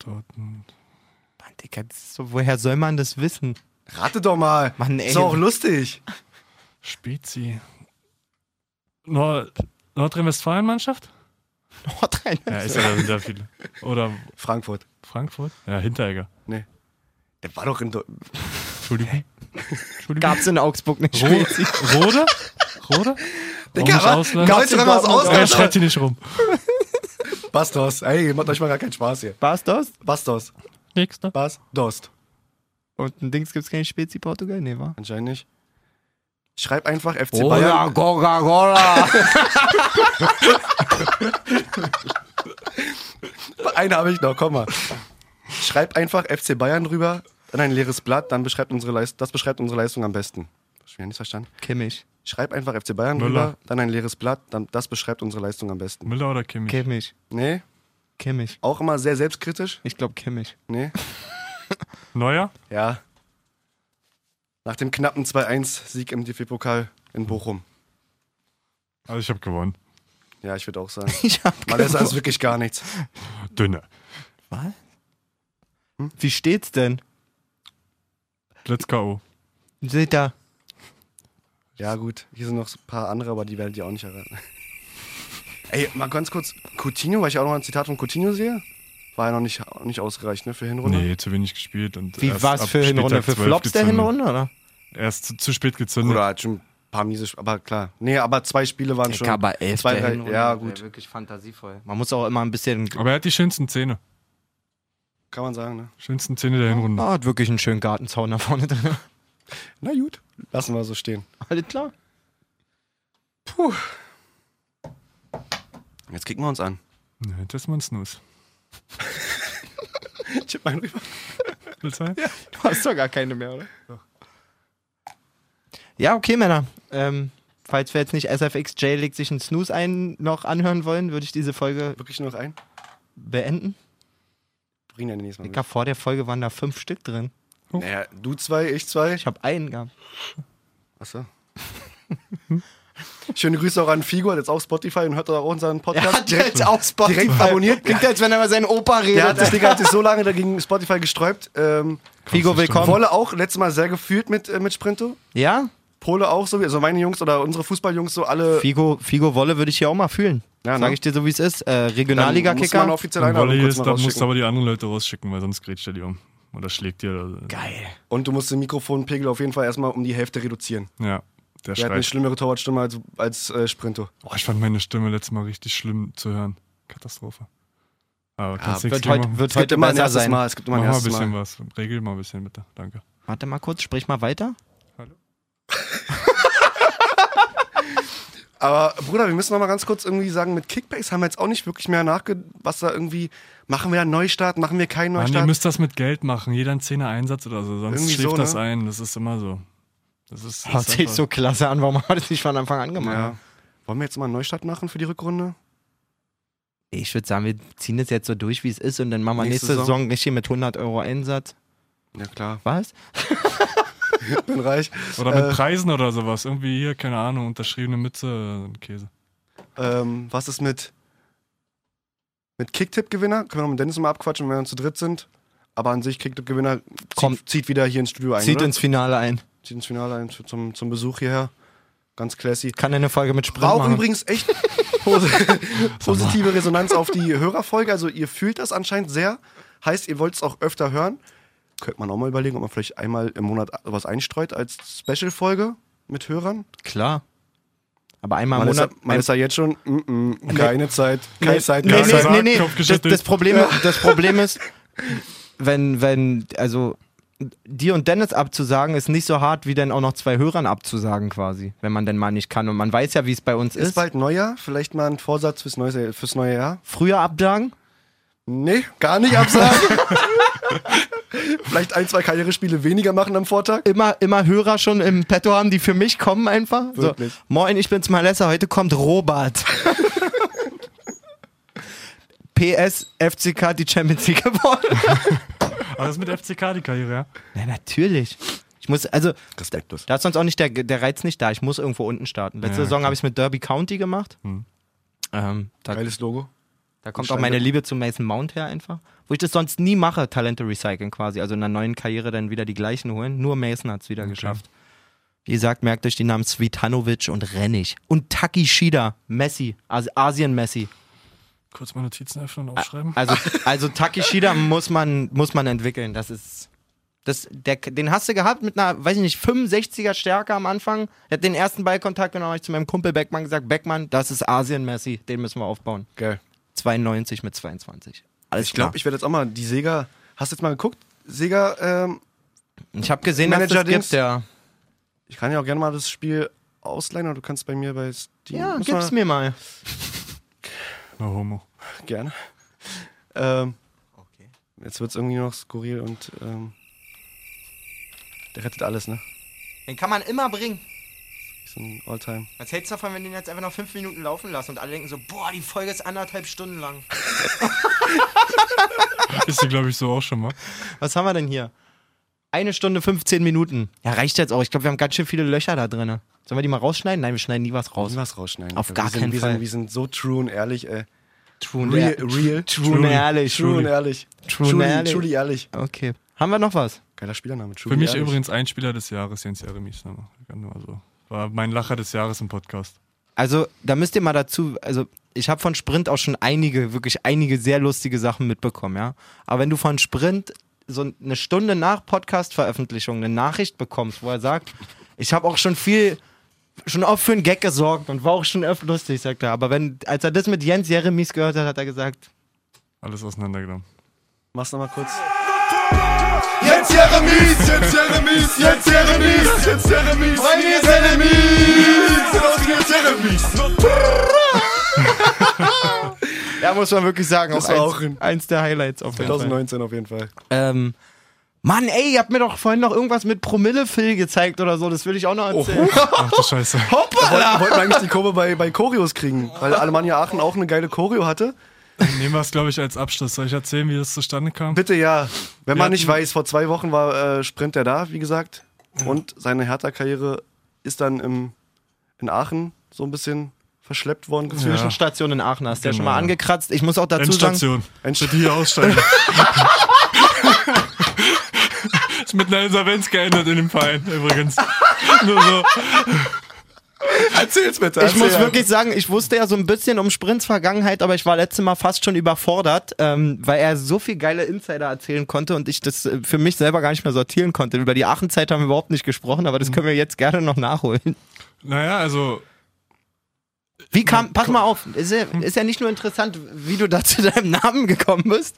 Speaker 3: Dortmund.
Speaker 4: Mann, Digga, das ist so, woher soll man das wissen?
Speaker 2: Rate doch mal.
Speaker 4: Mann, ey.
Speaker 2: Ist doch auch lustig.
Speaker 3: Spezi. Nord Nordrhein-Westfalen-Mannschaft? Ja, ist ja da sind ja viele. Oder
Speaker 2: Frankfurt.
Speaker 3: Frankfurt? Ja, Hinteregger.
Speaker 2: Nee. Der war doch in. Do
Speaker 3: Entschuldigung. Entschuldigung.
Speaker 4: Gab's in Augsburg nicht
Speaker 3: Ro
Speaker 4: Spezi?
Speaker 3: Rode? Rode?
Speaker 2: Digga,
Speaker 3: Warum
Speaker 2: wa-
Speaker 3: nicht Ausland?
Speaker 2: Gab's denn was aus-
Speaker 3: Oh, er schreit hier nicht rum.
Speaker 2: Bastos. Ey, ihr macht euch mal gar keinen Spaß hier.
Speaker 4: War's das?
Speaker 2: Bastos.
Speaker 3: Nächster.
Speaker 2: Bastos.
Speaker 4: Und ein Dings gibt's keine Spezi Portugal? Nee, war.
Speaker 2: Anscheinend nicht. Schreib einfach
Speaker 3: Oh
Speaker 2: FC
Speaker 4: Gora,
Speaker 2: Bayern.
Speaker 4: gora, gora.
Speaker 2: Eine habe ich noch, komm mal. Schreib einfach FC Bayern drüber, dann ein leeres Blatt, dann beschreibt unsere Leistung, das beschreibt unsere Leistung am besten. Hab ich wieder nicht verstanden?
Speaker 4: Kimmich.
Speaker 2: Schreib einfach FC Bayern
Speaker 3: Müller.
Speaker 2: drüber, dann ein leeres Blatt, dann das beschreibt unsere Leistung am besten.
Speaker 3: Müller oder Kimmich?
Speaker 4: Kimmich.
Speaker 2: Nee,
Speaker 4: Kimmich.
Speaker 2: auch immer sehr selbstkritisch.
Speaker 4: Ich glaube Kimmich.
Speaker 2: Nee,
Speaker 3: Neuer?
Speaker 2: ja. Nach dem knappen 2-1-Sieg im DFB-Pokal in Bochum.
Speaker 3: Also ich habe gewonnen.
Speaker 2: Ja, ich würde auch sagen.
Speaker 4: Ich hab
Speaker 2: Mal besser ist wirklich gar nichts.
Speaker 3: Dünne.
Speaker 4: Was?
Speaker 3: Hm?
Speaker 4: Wie steht's denn?
Speaker 3: Blitz K.O.
Speaker 4: Seht da.
Speaker 2: Ja, gut. Hier sind noch so ein paar andere, aber die werdet ihr auch nicht erraten. Ey, mal ganz kurz. Coutinho, weil ich auch noch ein Zitat von Coutinho sehe. War ja noch nicht, nicht ausgereicht, ne, für Hinrunde.
Speaker 3: Nee, zu wenig gespielt. Und
Speaker 4: Wie
Speaker 3: erst
Speaker 4: war's
Speaker 3: ab
Speaker 4: für Hinrunde? Für
Speaker 3: Spieltag 12
Speaker 4: Flops der
Speaker 3: gezündet.
Speaker 4: Hinrunde, oder?
Speaker 3: Erst zu, zu spät gezündet.
Speaker 2: Oder hat schon ein paar miese Sp Aber klar. Nee, aber zwei Spiele waren schon.
Speaker 4: aber elf
Speaker 2: Zwei, drei- ja, gut.
Speaker 4: Wirklich fantasievoll. Man muss auch immer ein bisschen.
Speaker 3: Aber er hat die schönsten Zähne.
Speaker 2: Kann man sagen, ne?
Speaker 3: Schönsten Zähne der Hinrunde.
Speaker 4: Ah, hat wirklich einen schönen Gartenzaun da vorne drin.
Speaker 2: Na gut. Lassen wir so stehen.
Speaker 4: Alles klar.
Speaker 2: Jetzt kicken wir uns an.
Speaker 3: Nee, das ist mal ein Snooze.
Speaker 2: Ich hab meinen rüber.
Speaker 3: Willst du ein?
Speaker 4: Du hast doch gar keine mehr, oder? Ja, okay, Männer. Ähm, falls wir jetzt nicht SFX J legt sich einen Snooze ein noch anhören wollen, würde ich diese Folge
Speaker 2: Wirklich nur noch ein?
Speaker 4: beenden.
Speaker 2: Bring deine nächste Mal.
Speaker 4: Ich glaube, vor der Folge waren da fünf Stück drin.
Speaker 2: mit. Naja, du zwei, ich zwei.
Speaker 4: Ich habe einen gehabt.
Speaker 2: Achso. Schöne Grüße auch an Figo, hat jetzt auch Spotify und hört auch unseren
Speaker 4: Er
Speaker 2: Podcast.
Speaker 4: hat jetzt auf Spotify
Speaker 2: direkt abonniert.
Speaker 4: Klingt, als wenn er mal seinen Opa
Speaker 2: Der hat, das
Speaker 4: redet.
Speaker 2: Ding hat sich so lange dagegen Spotify gesträubt. Ähm,
Speaker 4: Figo, willkommen.
Speaker 2: Wolle auch letztes Mal sehr gefühlt mit, äh, mit Sprinto.
Speaker 4: Ja?
Speaker 2: Pole auch so, wie- also meine Jungs oder unsere Fußballjungs so alle.
Speaker 4: Figo, Figo Wolle würde ich hier auch mal fühlen.
Speaker 2: Ja, ne?
Speaker 4: Sag ich dir so, wie es ist. Äh,
Speaker 2: Dann Muss man
Speaker 4: Regionalliga-Kicker.
Speaker 2: offiziell
Speaker 3: Wenn
Speaker 2: Einladung
Speaker 3: Wolle hier
Speaker 2: kurz
Speaker 3: ist,
Speaker 2: mal
Speaker 3: dann musst du
Speaker 2: rausschicken.
Speaker 3: aber die anderen Leute rausschicken, weil sonst grätscht er die um. Oder schlägt dir. Oder so.
Speaker 4: Geil.
Speaker 2: Und du musst den Mikrofonpegel auf jeden Fall erstmal um die Hälfte reduzieren.
Speaker 3: Ja, der
Speaker 2: Der hat eine
Speaker 3: schreit.
Speaker 2: schlimmere Torwartstimme als, als äh, Sprinto.
Speaker 3: Boah, ich fand meine Stimme letztes Mal richtig schlimm zu hören. Katastrophe. Aber kannst nichts
Speaker 4: Ah, Wird
Speaker 3: gegen
Speaker 4: heute,
Speaker 3: machen.
Speaker 4: wird heute besser
Speaker 2: erstes
Speaker 4: sein.
Speaker 2: Mal. Es gibt immer
Speaker 3: Mach
Speaker 2: ein
Speaker 3: mal ein
Speaker 2: erstes
Speaker 3: bisschen
Speaker 2: Mal.
Speaker 3: was. Regel mal ein bisschen bitte. Danke.
Speaker 4: Warte mal kurz, sprich mal weiter.
Speaker 2: Aber Bruder, wir müssen noch mal ganz kurz irgendwie sagen, mit Kickbase haben wir jetzt auch nicht wirklich mehr nachge... Was da irgendwie... Machen wir einen Neustart? Machen wir keinen
Speaker 3: Mann, ihr
Speaker 2: Neustart?
Speaker 3: müsst das mit Geld machen. Jeder ein Zehner Einsatz oder so. Sonst
Speaker 2: Irgendwie
Speaker 3: schläft
Speaker 2: so,
Speaker 3: das
Speaker 2: ne?
Speaker 3: ein. Das ist immer so. Das ist, das
Speaker 4: Hört
Speaker 3: ist
Speaker 4: sich
Speaker 3: einfach-
Speaker 4: so klasse an. Warum hat es nicht von Anfang an gemacht?
Speaker 2: ja. Wollen wir jetzt mal einen Neustart machen für die Rückrunde?
Speaker 4: Ich würde sagen, wir ziehen das jetzt so durch, wie es ist. Und dann machen wir
Speaker 2: Nächste
Speaker 4: nächste, Saison. richtig mit 100 Euro Einsatz.
Speaker 2: Ja klar,
Speaker 4: Was?
Speaker 2: bin reich.
Speaker 3: Oder mit
Speaker 2: Äh,
Speaker 3: Preisen oder sowas. Irgendwie hier, keine Ahnung, unterschriebene Mütze, äh, Käse.
Speaker 2: Ähm, was ist mit, mit Kicktipp-Gewinner? Können wir mit Dennis mal abquatschen, wenn wir zu dritt sind. Aber an sich, Kicktipp-Gewinner zieht,
Speaker 4: Kommt.
Speaker 2: zieht wieder hier ins Studio ein.
Speaker 4: Zieht
Speaker 2: oder?
Speaker 4: ins Finale ein.
Speaker 2: zieht ins Finale ein zu- zum, zum Besuch hierher. Ganz classy.
Speaker 4: Kann eine Folge mit Sprint
Speaker 2: War auch
Speaker 4: machen.
Speaker 2: übrigens echt posi- positive Resonanz auf die Hörerfolge. Also ihr fühlt das anscheinend sehr. Heißt, ihr wollt es auch öfter hören. Könnte man auch mal überlegen, ob man vielleicht einmal im Monat was einstreut als Special-Folge mit Hörern.
Speaker 4: Klar. Aber einmal
Speaker 2: Man,
Speaker 4: im
Speaker 2: ist ja,
Speaker 4: Monat.
Speaker 2: man ist ja jetzt schon, mm -mm, keine Zeit, keine Zeit.
Speaker 4: Nee,
Speaker 2: keine Zeit.
Speaker 4: nee,
Speaker 3: gesagt,
Speaker 4: nee, nee.
Speaker 3: Kopf
Speaker 4: Das,
Speaker 3: geschüttelt.
Speaker 4: das, Problem, das Problem ist, wenn, wenn, also dir und Dennis abzusagen, ist nicht so hart, wie dann auch noch zwei Hörern abzusagen quasi, wenn man denn mal nicht kann. Und man weiß ja, wie es bei uns
Speaker 2: Ist
Speaker 4: ist.
Speaker 2: bald Neujahr, vielleicht mal ein Vorsatz fürs neue, fürs neue Jahr.
Speaker 4: Früher absagen?
Speaker 2: Nee, gar nicht absagen. vielleicht ein, zwei Karrierespiele weniger machen am Vortag.
Speaker 4: Immer, immer Hörer schon im Petto haben, die für mich kommen einfach. So,
Speaker 2: Wirklich.
Speaker 4: Moin, ich bin's Malessa, heute kommt Robert. PS, FCK, die Champions League gewonnen.
Speaker 3: Aber das ist mit FCK die Karriere, ja?
Speaker 4: Ja, natürlich. Ich muss, also,
Speaker 2: Respektlos.
Speaker 4: da ist sonst auch nicht der, der Reiz nicht da. Ich muss irgendwo unten starten. Letzte
Speaker 3: Ja,
Speaker 4: Saison
Speaker 3: klar.
Speaker 4: habe ich es mit Derby County gemacht.
Speaker 3: Hm.
Speaker 4: Ähm, da,
Speaker 2: Geiles Logo.
Speaker 4: da kommt auch
Speaker 2: Stein-
Speaker 4: meine Liebe zu Mason Mount her einfach. Wo ich das sonst nie mache, Talente recyceln quasi. Also in einer neuen Karriere dann wieder die gleichen holen. Nur Mason hat es wieder geschafft. Wie gesagt, merkt euch die Namen Svitanovic und Rennig. Und Taki Shida, Messi, As Asien-Messi.
Speaker 3: Kurz mal Notizen öffnen und aufschreiben.
Speaker 2: Ah,
Speaker 4: Also, also Taki Shida muss man, muss man entwickeln. Das ist. Das, der, den hast du gehabt mit einer, weiß ich nicht, 65er Stärke am Anfang. Er hat den ersten Ballkontakt genommen, habe ich zu meinem Kumpel Beckmann gesagt: Beckmann, das ist Asien-Messi, den müssen wir aufbauen.
Speaker 2: Geil.
Speaker 4: 92 mit 22. Alles
Speaker 2: Ich glaube, ich werde jetzt auch mal die Sega. Hast du jetzt mal geguckt? Sega, ähm,
Speaker 4: ich, ich habe gesehen, dass es das
Speaker 2: Manager-Dings?
Speaker 4: gibt, ja.
Speaker 2: ich kann ja auch gerne mal das Spiel ausleihen oder du kannst bei mir bei Steam.
Speaker 4: Ja,
Speaker 2: Muss
Speaker 4: gib's
Speaker 2: man-
Speaker 4: mir mal.
Speaker 3: No homo.
Speaker 2: Gerne. Ähm, Jetzt wird es irgendwie noch skurril und ähm, der rettet alles, ne?
Speaker 4: Den kann man immer bringen.
Speaker 2: Ist ein Alltime.
Speaker 4: Was hältst du davon, wenn wir den jetzt einfach noch fünf Minuten laufen lassen und alle denken so, boah, die Folge ist anderthalb Stunden lang.
Speaker 2: ah.
Speaker 3: Ist die, glaube ich, so auch schon mal.
Speaker 4: Was haben wir denn hier? Eine Stunde 15 Minuten. Ja, reicht jetzt auch. Ich glaube, wir haben ganz schön viele Löcher da drin. Sollen wir die mal rausschneiden? Nein, wir schneiden nie was raus.
Speaker 2: Müssen wir was rausschneiden?
Speaker 4: Auf
Speaker 2: Wir
Speaker 4: gar
Speaker 2: sind,
Speaker 4: keinen
Speaker 2: wir
Speaker 4: Fall.
Speaker 2: Sind, wir sind so true und ehrlich, ey.
Speaker 4: True and
Speaker 2: Real,
Speaker 4: ehr-
Speaker 2: real.
Speaker 4: True und ehrlich.
Speaker 2: True und ehrlich.
Speaker 4: True und
Speaker 2: Truly-
Speaker 4: ehrlich.
Speaker 2: Truly ehrlich.
Speaker 4: Okay. Haben wir noch was?
Speaker 2: Geiler Spielername. Truly
Speaker 3: Für mich
Speaker 2: ehrlich.
Speaker 3: übrigens ein Spieler des Jahres, Jens Jeremies. ne? Kann nur so. War mein Lacher des Jahres im Podcast.
Speaker 4: Also, da müsst ihr mal dazu, also ich habe von Sprint auch schon einige, wirklich einige sehr lustige Sachen mitbekommen, ja. Aber wenn du von Sprint so eine Stunde nach Podcast-Veröffentlichung eine Nachricht bekommst, wo er sagt, ich habe auch schon viel, schon oft für einen Gag gesorgt und war auch schon oft lustig, sagt er. Aber wenn, als er das mit Jens Jeremies gehört hat, hat er gesagt,
Speaker 3: Alles auseinandergenommen.
Speaker 2: Mach's nochmal kurz.
Speaker 5: Jetzt Jeremies, jetzt Jeremies, jetzt Jeremies, jetzt Jeremies. Meine Jeremies, jetzt Jeremies.
Speaker 4: Ja, muss man wirklich sagen.
Speaker 2: Das
Speaker 4: auch
Speaker 2: war
Speaker 4: eins,
Speaker 2: auch ein-
Speaker 4: eins der Highlights auf jeden Fall.
Speaker 2: 2019 auf jeden Fall.
Speaker 4: Ähm, Mann, ey, ihr habt mir doch vorhin noch irgendwas mit Promille-Phil gezeigt oder so. Das will ich auch noch erzählen.
Speaker 3: Ach
Speaker 2: Oh.
Speaker 3: du Scheiße.
Speaker 4: Hoppala!
Speaker 2: Wollten wir eigentlich die Kurve bei, bei Choreos kriegen, weil Alemannia Aachen auch eine geile Choreo hatte.
Speaker 3: Nehmen wir es, glaube ich, als Abschluss. Soll ich erzählen, wie das zustande kam?
Speaker 2: Bitte ja. Wenn
Speaker 3: Wir
Speaker 2: man nicht
Speaker 3: hatten-
Speaker 2: weiß, vor zwei Wochen war äh, Sprint der da, wie gesagt. Und seine Hertha-Karriere ist dann im, in Aachen so ein bisschen verschleppt worden. gefühlt.
Speaker 4: Zwischenstation in Aachen hast du ja schon mal
Speaker 3: Genau.
Speaker 4: angekratzt. Ich muss auch dazu sagen,
Speaker 3: Endstation. Endstadt hier aussteigen. Ist mit einer Insolvenz geändert in dem Verein, übrigens. Nur so.
Speaker 2: Erzähl's bitte.
Speaker 4: ich muss
Speaker 2: erzähl.
Speaker 4: wirklich sagen, ich wusste ja so ein bisschen um Sprints Vergangenheit, aber ich war letztes Mal fast schon überfordert, ähm, weil er so viel geile Insider erzählen konnte und ich das äh, für mich selber gar nicht mehr sortieren konnte. Über die Aachenzeit haben wir überhaupt nicht gesprochen, aber das können wir jetzt gerne noch nachholen.
Speaker 3: Naja, also
Speaker 4: Wie kam, pass mal auf, ist ja, ist ja nicht nur interessant, wie du da zu deinem Namen gekommen bist.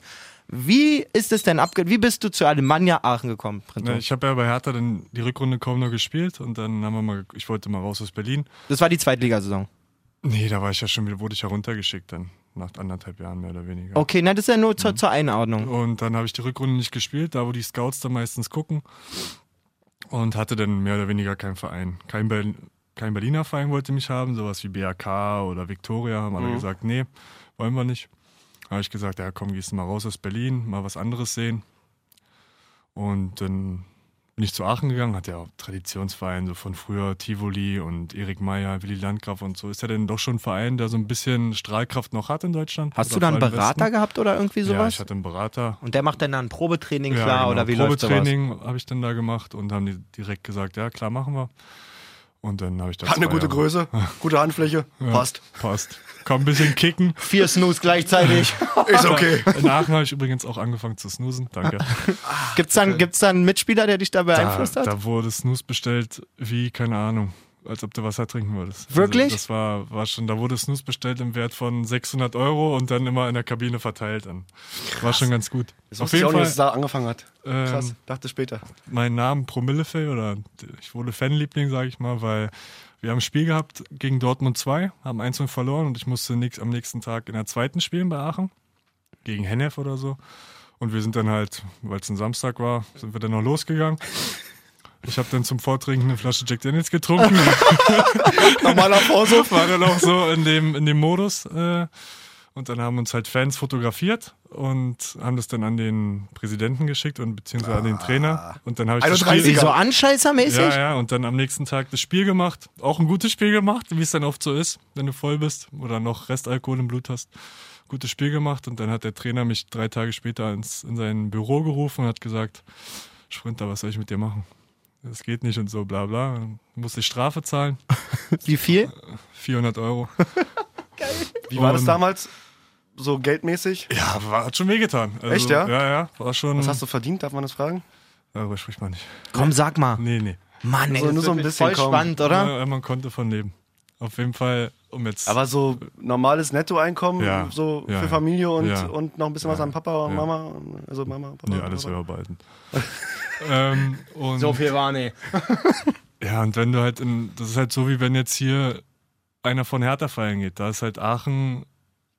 Speaker 4: Wie ist es denn abge... Wie bist du zu Alemannia Aachen gekommen, Prinz?
Speaker 3: Na, ne, ich habe ja bei Hertha dann die Rückrunde kaum noch gespielt und dann haben wir mal, ich wollte mal raus aus Berlin.
Speaker 4: Das war die Zweitligasaison.
Speaker 3: Nee, da war ich ja schon wieder, wurde ich ja runtergeschickt dann, nach anderthalb Jahren mehr oder weniger.
Speaker 4: Okay, na, das ist ja nur
Speaker 3: Mhm.
Speaker 4: zur, zur Einordnung.
Speaker 3: Und dann habe ich die Rückrunde nicht gespielt, da wo die Scouts dann meistens gucken und hatte dann mehr oder weniger keinen Verein. Kein, Berl kein Berliner Verein wollte mich haben, sowas wie BAK oder Viktoria haben
Speaker 4: Mhm.
Speaker 3: alle gesagt, nee, wollen wir nicht. Da habe ich gesagt, ja komm, gehst du mal raus aus Berlin, mal was anderes sehen. Und dann bin ich zu Aachen gegangen, hat ja Traditionsverein so von früher, Tivoli und Erik Meyer, Willi Landgraf und so. Ist ja denn doch schon ein Verein, der so ein bisschen Strahlkraft noch hat in Deutschland.
Speaker 4: Hast du
Speaker 3: Oder
Speaker 4: da einen
Speaker 3: vor allem im
Speaker 4: Berater
Speaker 3: Westen.
Speaker 4: gehabt oder irgendwie
Speaker 3: Ja,
Speaker 4: sowas?
Speaker 3: ich hatte einen Berater
Speaker 4: und der macht dann da ein Probetraining klar
Speaker 3: genau.
Speaker 4: oder wie läuft sowas?
Speaker 3: Probetraining habe ich dann da gemacht und haben die direkt gesagt, ja klar, machen wir. Und dann habe ich da
Speaker 2: Hat eine
Speaker 3: zwei
Speaker 2: gute
Speaker 3: Jahre-
Speaker 2: Größe, gute Handfläche,
Speaker 3: Ja,
Speaker 2: passt.
Speaker 3: Passt. Komm, ein bisschen kicken.
Speaker 4: Vier Snooze gleichzeitig.
Speaker 2: Ist okay.
Speaker 3: In Aachen habe ich übrigens auch angefangen zu snoosen. Danke.
Speaker 4: gibt's, dann, gibt's dann einen Mitspieler, der dich da
Speaker 3: Da,
Speaker 4: beeinflusst hat?
Speaker 3: da wurde Snooze bestellt wie, keine Ahnung, als ob du Wasser trinken würdest.
Speaker 4: Wirklich?
Speaker 3: Also das war, war schon, da wurde Snooze bestellt im Wert von 600 Euro und dann immer in der Kabine verteilt. Dann. War schon ganz gut.
Speaker 2: Das wusste ich auch nicht, dass es da angefangen hat.
Speaker 3: ähm,
Speaker 2: Krass, dachte später.
Speaker 3: meinen Namen Promillefell oder ich wurde Fanliebling, sage ich mal, weil wir haben ein Spiel gehabt gegen Dortmund 2, haben 1 verloren und ich musste nix, am nächsten Tag in der zweiten spielen bei Aachen, gegen Hennef oder so. Und wir sind dann halt, weil es ein Samstag war, sind wir dann noch losgegangen. Ich habe dann zum Vortrinken eine Flasche Jack Daniels getrunken.
Speaker 2: Normaler Vorsuff.
Speaker 3: war dann auch so in dem, in dem Modus. Äh, Und dann haben uns halt Fans fotografiert und haben das dann an den Präsidenten geschickt und beziehungsweise an den Trainer. Und dann habe ich das Spiel,
Speaker 2: 31er.
Speaker 4: So anscheißermäßig?
Speaker 3: ja, ja, und dann am nächsten Tag das Spiel gemacht. Auch ein gutes Spiel gemacht, wie es dann oft so ist, wenn du voll bist oder noch Restalkohol im Blut hast. Gutes Spiel gemacht und dann hat der Trainer mich drei Tage später ins, in sein Büro gerufen und hat gesagt, Sprinter, was soll ich mit dir machen? Das geht nicht und so, bla bla. Dann musste ich Strafe zahlen,
Speaker 4: Wie viel?
Speaker 3: 400 Euro.
Speaker 2: Wie war das
Speaker 3: Ähm,
Speaker 2: damals? So geldmäßig?
Speaker 3: Ja, war, hat schon wehgetan. Also,
Speaker 2: Echt, ja?
Speaker 3: Ja, ja, war schon.
Speaker 2: Was hast du verdient? Darf man das fragen?
Speaker 3: Darüber spricht man nicht.
Speaker 4: Komm, sag mal.
Speaker 3: Nee, nee.
Speaker 4: Mann, ey,
Speaker 2: So,
Speaker 4: das
Speaker 2: nur so
Speaker 4: wird
Speaker 2: ein
Speaker 4: mir
Speaker 2: bisschen
Speaker 4: voll
Speaker 2: kaum.
Speaker 4: spannend, oder?
Speaker 3: Ja, man konnte von leben. Auf jeden Fall, um jetzt.
Speaker 2: Aber so normales Nettoeinkommen,
Speaker 3: Ja.
Speaker 2: so
Speaker 3: Ja,
Speaker 2: für
Speaker 3: ja.
Speaker 2: Familie und,
Speaker 3: Ja.
Speaker 2: und noch ein bisschen was an Papa und
Speaker 3: Ja.
Speaker 2: Mama. und- Also Mama, Papa.
Speaker 3: nee,
Speaker 2: und
Speaker 3: alles
Speaker 2: Papa.
Speaker 3: überarbeiten. ähm, und,
Speaker 4: viel war nee.
Speaker 3: Ja, und wenn du halt in. Das ist halt so, wie wenn jetzt hier einer von Hertha feiern geht. Da ist halt Aachen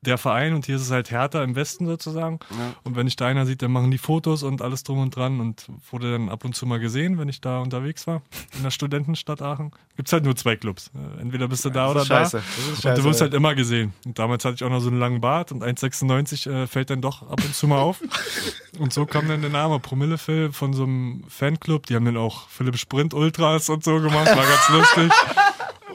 Speaker 3: der Verein und hier ist es halt Hertha im Westen sozusagen. Und wenn ich da einer sieht, dann machen die Fotos und alles drum und dran und wurde dann ab und zu mal gesehen, wenn ich da unterwegs war, in der Studentenstadt Aachen. Gibt es halt nur zwei Clubs. Äh, Entweder bist du
Speaker 2: Das
Speaker 3: da oder
Speaker 2: ist
Speaker 3: da.
Speaker 2: scheiße. Das ist
Speaker 3: Und
Speaker 2: scheiße,
Speaker 3: du wirst
Speaker 2: ja.
Speaker 3: halt immer gesehen. Und damals hatte ich auch noch so einen langen Bart und 1,96 äh, fällt dann doch ab und zu mal auf. und so kam dann der Name Promille Phil von so einem Fanclub. Die haben dann auch Philipp Sprint Ultras und so gemacht. War ganz lustig.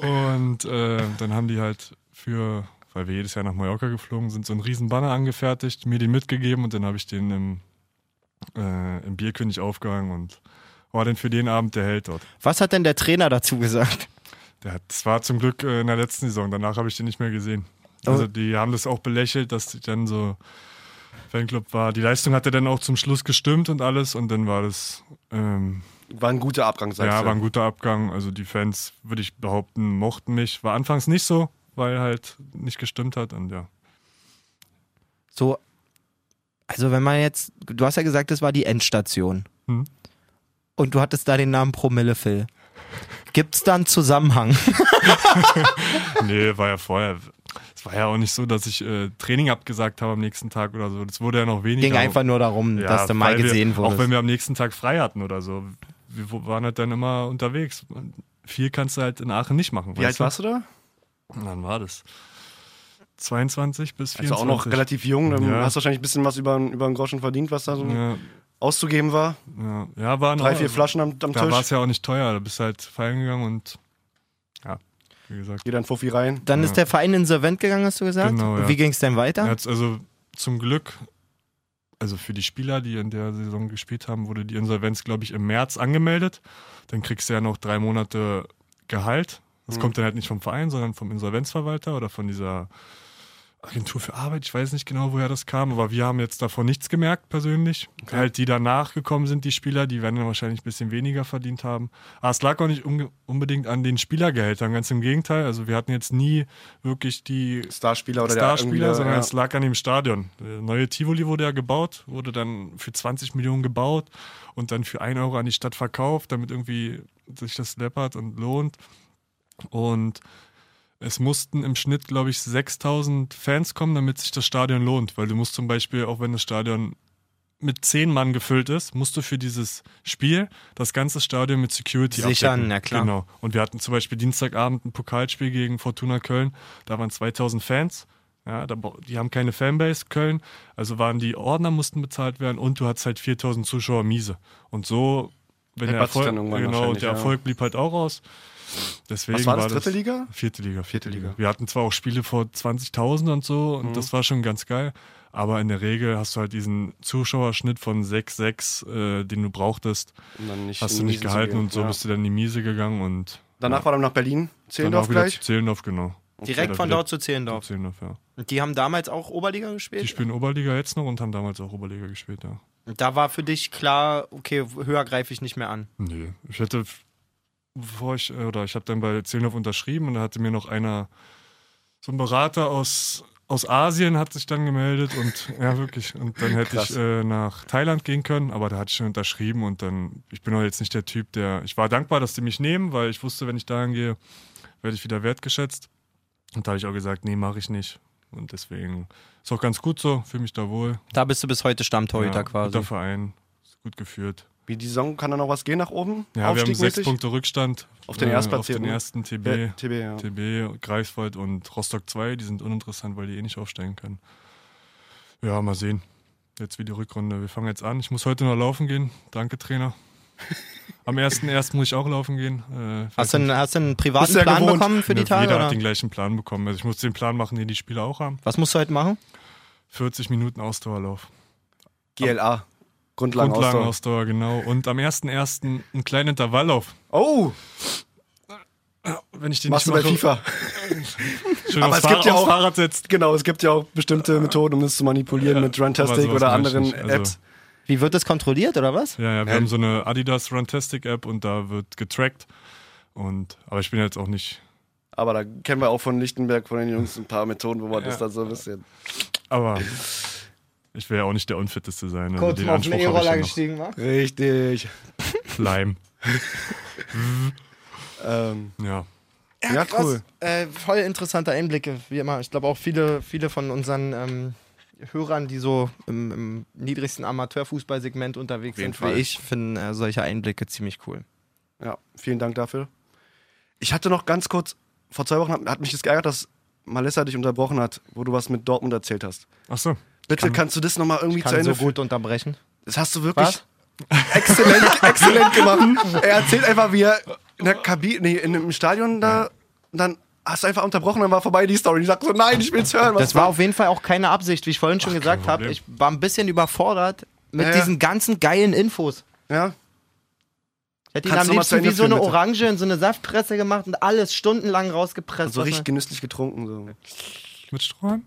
Speaker 3: Und äh, dann haben die halt für, weil wir jedes Jahr nach Mallorca geflogen sind, so einen riesen Banner angefertigt, mir den mitgegeben und dann habe ich den im, äh, im Bierkönig aufgehangen und war dann für den Abend der Held dort.
Speaker 4: Was hat denn der Trainer dazu gesagt?
Speaker 3: Der hat, das war zum Glück äh, in der letzten Saison, danach habe ich den nicht mehr gesehen. Also
Speaker 4: Oh.
Speaker 3: die haben das auch belächelt, dass ich dann so Fanclub war. Die Leistung hatte dann auch zum Schluss gestimmt und alles und dann war das, ähm,
Speaker 2: War ein guter Abgang, sagst
Speaker 3: ja,
Speaker 2: du.
Speaker 3: war ein guter Abgang. Also die Fans, würde ich behaupten, mochten mich. War anfangs nicht so, weil halt nicht gestimmt hat und ja.
Speaker 4: So, also wenn man jetzt, du hast ja gesagt, das war die Endstation.
Speaker 3: Hm.
Speaker 4: Und du hattest da den Namen Promille Phil. Gibt's da einen Zusammenhang?
Speaker 3: Nee, war ja vorher. Es war ja auch nicht so, dass ich äh, Training abgesagt habe am nächsten Tag oder so. Das wurde ja noch weniger.
Speaker 4: Ging einfach nur darum,
Speaker 3: Ja,
Speaker 4: dass du mal
Speaker 3: weil
Speaker 4: gesehen
Speaker 3: wir, Auch wenn
Speaker 4: wurdest.
Speaker 3: wir am nächsten Tag frei hatten oder so. Wir wo- waren halt dann immer unterwegs. Viel kannst du halt in Aachen nicht machen.
Speaker 2: Wie alt warst du da?
Speaker 3: du? Wann war das? 22 bis 24.
Speaker 2: Also auch noch relativ jung. Dann
Speaker 3: Ja.
Speaker 2: hast du wahrscheinlich ein bisschen was über, über einen Groschen verdient, was da so
Speaker 3: Ja,
Speaker 2: auszugeben war.
Speaker 3: ja, ja also waren
Speaker 2: Drei,
Speaker 3: auch-
Speaker 2: vier Flaschen am, am
Speaker 3: Da war
Speaker 2: Tisch.
Speaker 3: es ja auch nicht teuer. Da bist du halt feiern gegangen und ja, wie gesagt.
Speaker 2: Jeder ein Fuffi rein.
Speaker 4: Dann ist
Speaker 3: Ja.
Speaker 4: der Verein insolvent gegangen, hast du gesagt?
Speaker 3: Genau,
Speaker 4: Und
Speaker 3: ja.
Speaker 4: Wie ging's denn weiter?
Speaker 3: Er hat's also zum Glück, also für die Spieler, die in der Saison gespielt haben, wurde die Insolvenz, glaube ich, im März angemeldet. Dann kriegst du ja noch drei Monate Gehalt. Das kommt dann halt nicht vom Verein, sondern vom Insolvenzverwalter oder von dieser Agentur für Arbeit. Ich weiß nicht genau, woher das kam, aber wir haben jetzt davon nichts gemerkt persönlich. Halt die danach gekommen sind, die Spieler, die werden dann wahrscheinlich ein bisschen weniger verdient haben. Aber es lag auch nicht unge- unbedingt an den Spielergehältern, ganz im Gegenteil. Also wir hatten jetzt nie wirklich die
Speaker 2: Starspieler oder
Speaker 3: Starspieler,
Speaker 2: der
Speaker 3: sondern
Speaker 2: irgendwie äh,
Speaker 3: es lag an dem Stadion. Der neue Tivoli wurde ja gebaut, wurde dann für 20 Millionen gebaut und dann für 1 Euro an die Stadt verkauft, damit irgendwie sich das läppert und lohnt. Und es mussten im Schnitt, glaube ich, 6000 Fans kommen, damit sich das Stadion lohnt. Weil du musst zum Beispiel, auch wenn das Stadion mit 10 Mann gefüllt ist, musst du für dieses Spiel das ganze Stadion mit Security
Speaker 4: Sichern,
Speaker 3: abdecken.
Speaker 4: na klar.
Speaker 3: Genau. Und wir hatten zum Beispiel Dienstagabend ein Pokalspiel gegen Fortuna Köln. Da waren 2000 Fans. Ja, da, bra- die haben keine Fanbase, Köln. Also waren die Ordner mussten bezahlt werden und du hattest halt 4000 Zuschauer miese. Und so, wenn der
Speaker 2: Läppert sich
Speaker 3: Erfolg,
Speaker 2: dann irgendwann
Speaker 3: genau,
Speaker 2: wahrscheinlich,
Speaker 3: der
Speaker 2: ja.
Speaker 3: Erfolg blieb halt auch aus. Deswegen
Speaker 2: Was war das, dritte Liga?
Speaker 3: Vierte Liga,
Speaker 2: Vierte
Speaker 3: vierte
Speaker 2: Liga.
Speaker 3: Liga. Wir hatten zwar auch Spiele vor 20.000 und so und das war schon ganz geil, aber in der Regel hast du halt diesen Zuschauerschnitt von 6,6, äh, den du brauchtest,
Speaker 2: Und dann nicht
Speaker 3: hast
Speaker 2: in
Speaker 3: du
Speaker 2: die
Speaker 3: nicht
Speaker 2: Wiesen zu
Speaker 3: gehalten
Speaker 2: gehen.
Speaker 3: und so
Speaker 2: Ja.
Speaker 3: bist du dann in die Miese gegangen und
Speaker 2: Danach war dann nach Berlin, Zehlendorf
Speaker 3: dann auch wieder
Speaker 2: gleich.
Speaker 3: zu Zehlendorf, genau.
Speaker 4: Direkt
Speaker 3: Okay.
Speaker 4: von dort zu
Speaker 3: Zu
Speaker 4: Zehlendorf.
Speaker 3: Zehlendorf, ja.
Speaker 4: Und die haben damals auch Oberliga
Speaker 3: Die
Speaker 4: gespielt?
Speaker 3: spielen Oberliga jetzt noch und haben damals auch Oberliga gespielt, ja.
Speaker 4: Und da war für dich klar, okay, höher greife ich nicht mehr an.
Speaker 3: Nee, ich hätte, f- bevor ich, äh, oder ich habe dann bei Zehnhof unterschrieben und da hatte mir noch einer, so ein Berater aus, aus Asien hat sich dann gemeldet und ja, wirklich. Und dann hätte ich äh, nach Thailand gehen können, aber da hatte ich schon unterschrieben und dann, ich bin auch jetzt nicht der Typ, der, ich war dankbar, dass die mich nehmen, weil ich wusste, wenn ich dahin gehe, werde ich wieder wertgeschätzt. Und da habe ich auch gesagt, nee, mache ich nicht. Und deswegen ist auch ganz gut so, fühle mich da wohl.
Speaker 4: Da bist du bis heute Stammtorhüter
Speaker 3: Ja,
Speaker 4: quasi.
Speaker 3: Guter Verein, ist gut geführt.
Speaker 2: Wie die Saison kann da noch was gehen nach oben?
Speaker 3: Ja, wir haben sechs
Speaker 2: Aufstiegmäßig?
Speaker 3: Punkte Rückstand äh,
Speaker 2: Auf den Erstplatzierten.
Speaker 3: auf den ersten TB,
Speaker 2: Ja, TB, Äh, ja.
Speaker 3: TB, Greifswald und Rostock 2. Die sind uninteressant, weil die eh nicht aufsteigen können. Ja, mal sehen. Jetzt wie die Rückrunde. Wir fangen jetzt an. Ich muss heute noch laufen gehen. Danke, Trainer. Am 1.1. muss ich auch laufen gehen. Äh,
Speaker 4: Hast du, einen, hast du einen privaten
Speaker 2: Bist du ja
Speaker 4: Plan
Speaker 2: gewohnt.
Speaker 4: bekommen für die
Speaker 3: Nö,
Speaker 4: Tage?
Speaker 3: Jeder
Speaker 4: Oder?
Speaker 3: hat den gleichen Plan bekommen. Also ich muss den Plan machen, den die Spieler auch haben.
Speaker 4: Was musst du heute machen?
Speaker 3: 40 Minuten Ausdauerlauf.
Speaker 2: GLA. Grundlagenausdauer.
Speaker 3: Grundlagenausdauer, genau. Und am 1.1. einen kleinen Intervalllauf.
Speaker 2: Oh,
Speaker 3: Wenn ich den
Speaker 2: machst du
Speaker 3: nicht
Speaker 2: bei
Speaker 3: mache,
Speaker 2: FIFA.
Speaker 3: Schön
Speaker 2: Aber
Speaker 3: aufs
Speaker 2: es gibt
Speaker 3: Fahrrad-
Speaker 2: ja
Speaker 3: aufs
Speaker 2: auch-
Speaker 3: Fahrrad setzt.
Speaker 2: Genau, es gibt ja auch bestimmte Methoden, um das zu manipulieren mit
Speaker 3: aber
Speaker 2: Runtastic
Speaker 3: sowas
Speaker 2: oder
Speaker 3: mach ich
Speaker 2: anderen
Speaker 3: nicht. Also-
Speaker 2: Apps.
Speaker 4: Wie wird das kontrolliert oder was?
Speaker 3: Ja, ja, wir haben so eine Adidas Runtastic App und da wird getrackt. Und, aber ich bin jetzt auch nicht.
Speaker 2: Aber da kennen wir auch von Lichtenberg, von den Jungs, ein paar Methoden, wo man das
Speaker 3: Ja.
Speaker 2: dann so ein bisschen.
Speaker 3: Aber ich will ja auch nicht der Unfitteste sein. Also den Anspruch habe ich ja noch.
Speaker 4: war.
Speaker 2: Richtig.
Speaker 3: Leim.
Speaker 2: Ähm,
Speaker 3: Ja.
Speaker 2: ja,
Speaker 4: Krass,
Speaker 2: cool.
Speaker 4: äh, voll interessante Einblicke, wie immer. Ich glaube auch viele, viele von unseren ähm, Hörern, die so im, im niedrigsten Amateurfußballsegment unterwegs
Speaker 2: jeden
Speaker 4: sind
Speaker 2: Fall.
Speaker 4: wie ich, finden äh, solche Einblicke ziemlich cool.
Speaker 2: Ja, vielen Dank dafür. Ich hatte noch ganz kurz, vor zwei Wochen hat, hat mich das geärgert, dass Malessa dich unterbrochen hat, wo du was mit Dortmund erzählt hast.
Speaker 3: Achso.
Speaker 2: Bitte kannst du das nochmal irgendwie zu
Speaker 4: Kann
Speaker 2: Ende
Speaker 4: so
Speaker 2: führen?
Speaker 4: gut unterbrechen.
Speaker 2: Das hast du wirklich exzellent, exzellent gemacht. Er erzählt einfach, wie er in der Kabine, nee, in einem Stadion da, und dann hast du einfach unterbrochen, dann war vorbei die Story. Ich sag so, nein, ich will's hören.
Speaker 4: Das war auf jeden Fall auch keine Absicht, wie ich vorhin schon gesagt habe.
Speaker 3: Problem.
Speaker 4: Ich war ein bisschen überfordert mit
Speaker 2: Ja, ja.
Speaker 4: diesen ganzen geilen Infos.
Speaker 2: ja,
Speaker 4: Ich hätte ihn
Speaker 2: Kannst
Speaker 4: am
Speaker 2: du mal zu
Speaker 4: liebsten
Speaker 2: Ende
Speaker 4: wie so eine
Speaker 2: führen, bitte?
Speaker 4: Orange in so eine Saftpresse gemacht und alles stundenlang rausgepresst.
Speaker 2: so
Speaker 4: was
Speaker 2: richtig
Speaker 4: man-
Speaker 2: genüsslich getrunken. So.
Speaker 3: Mit Strohhalm?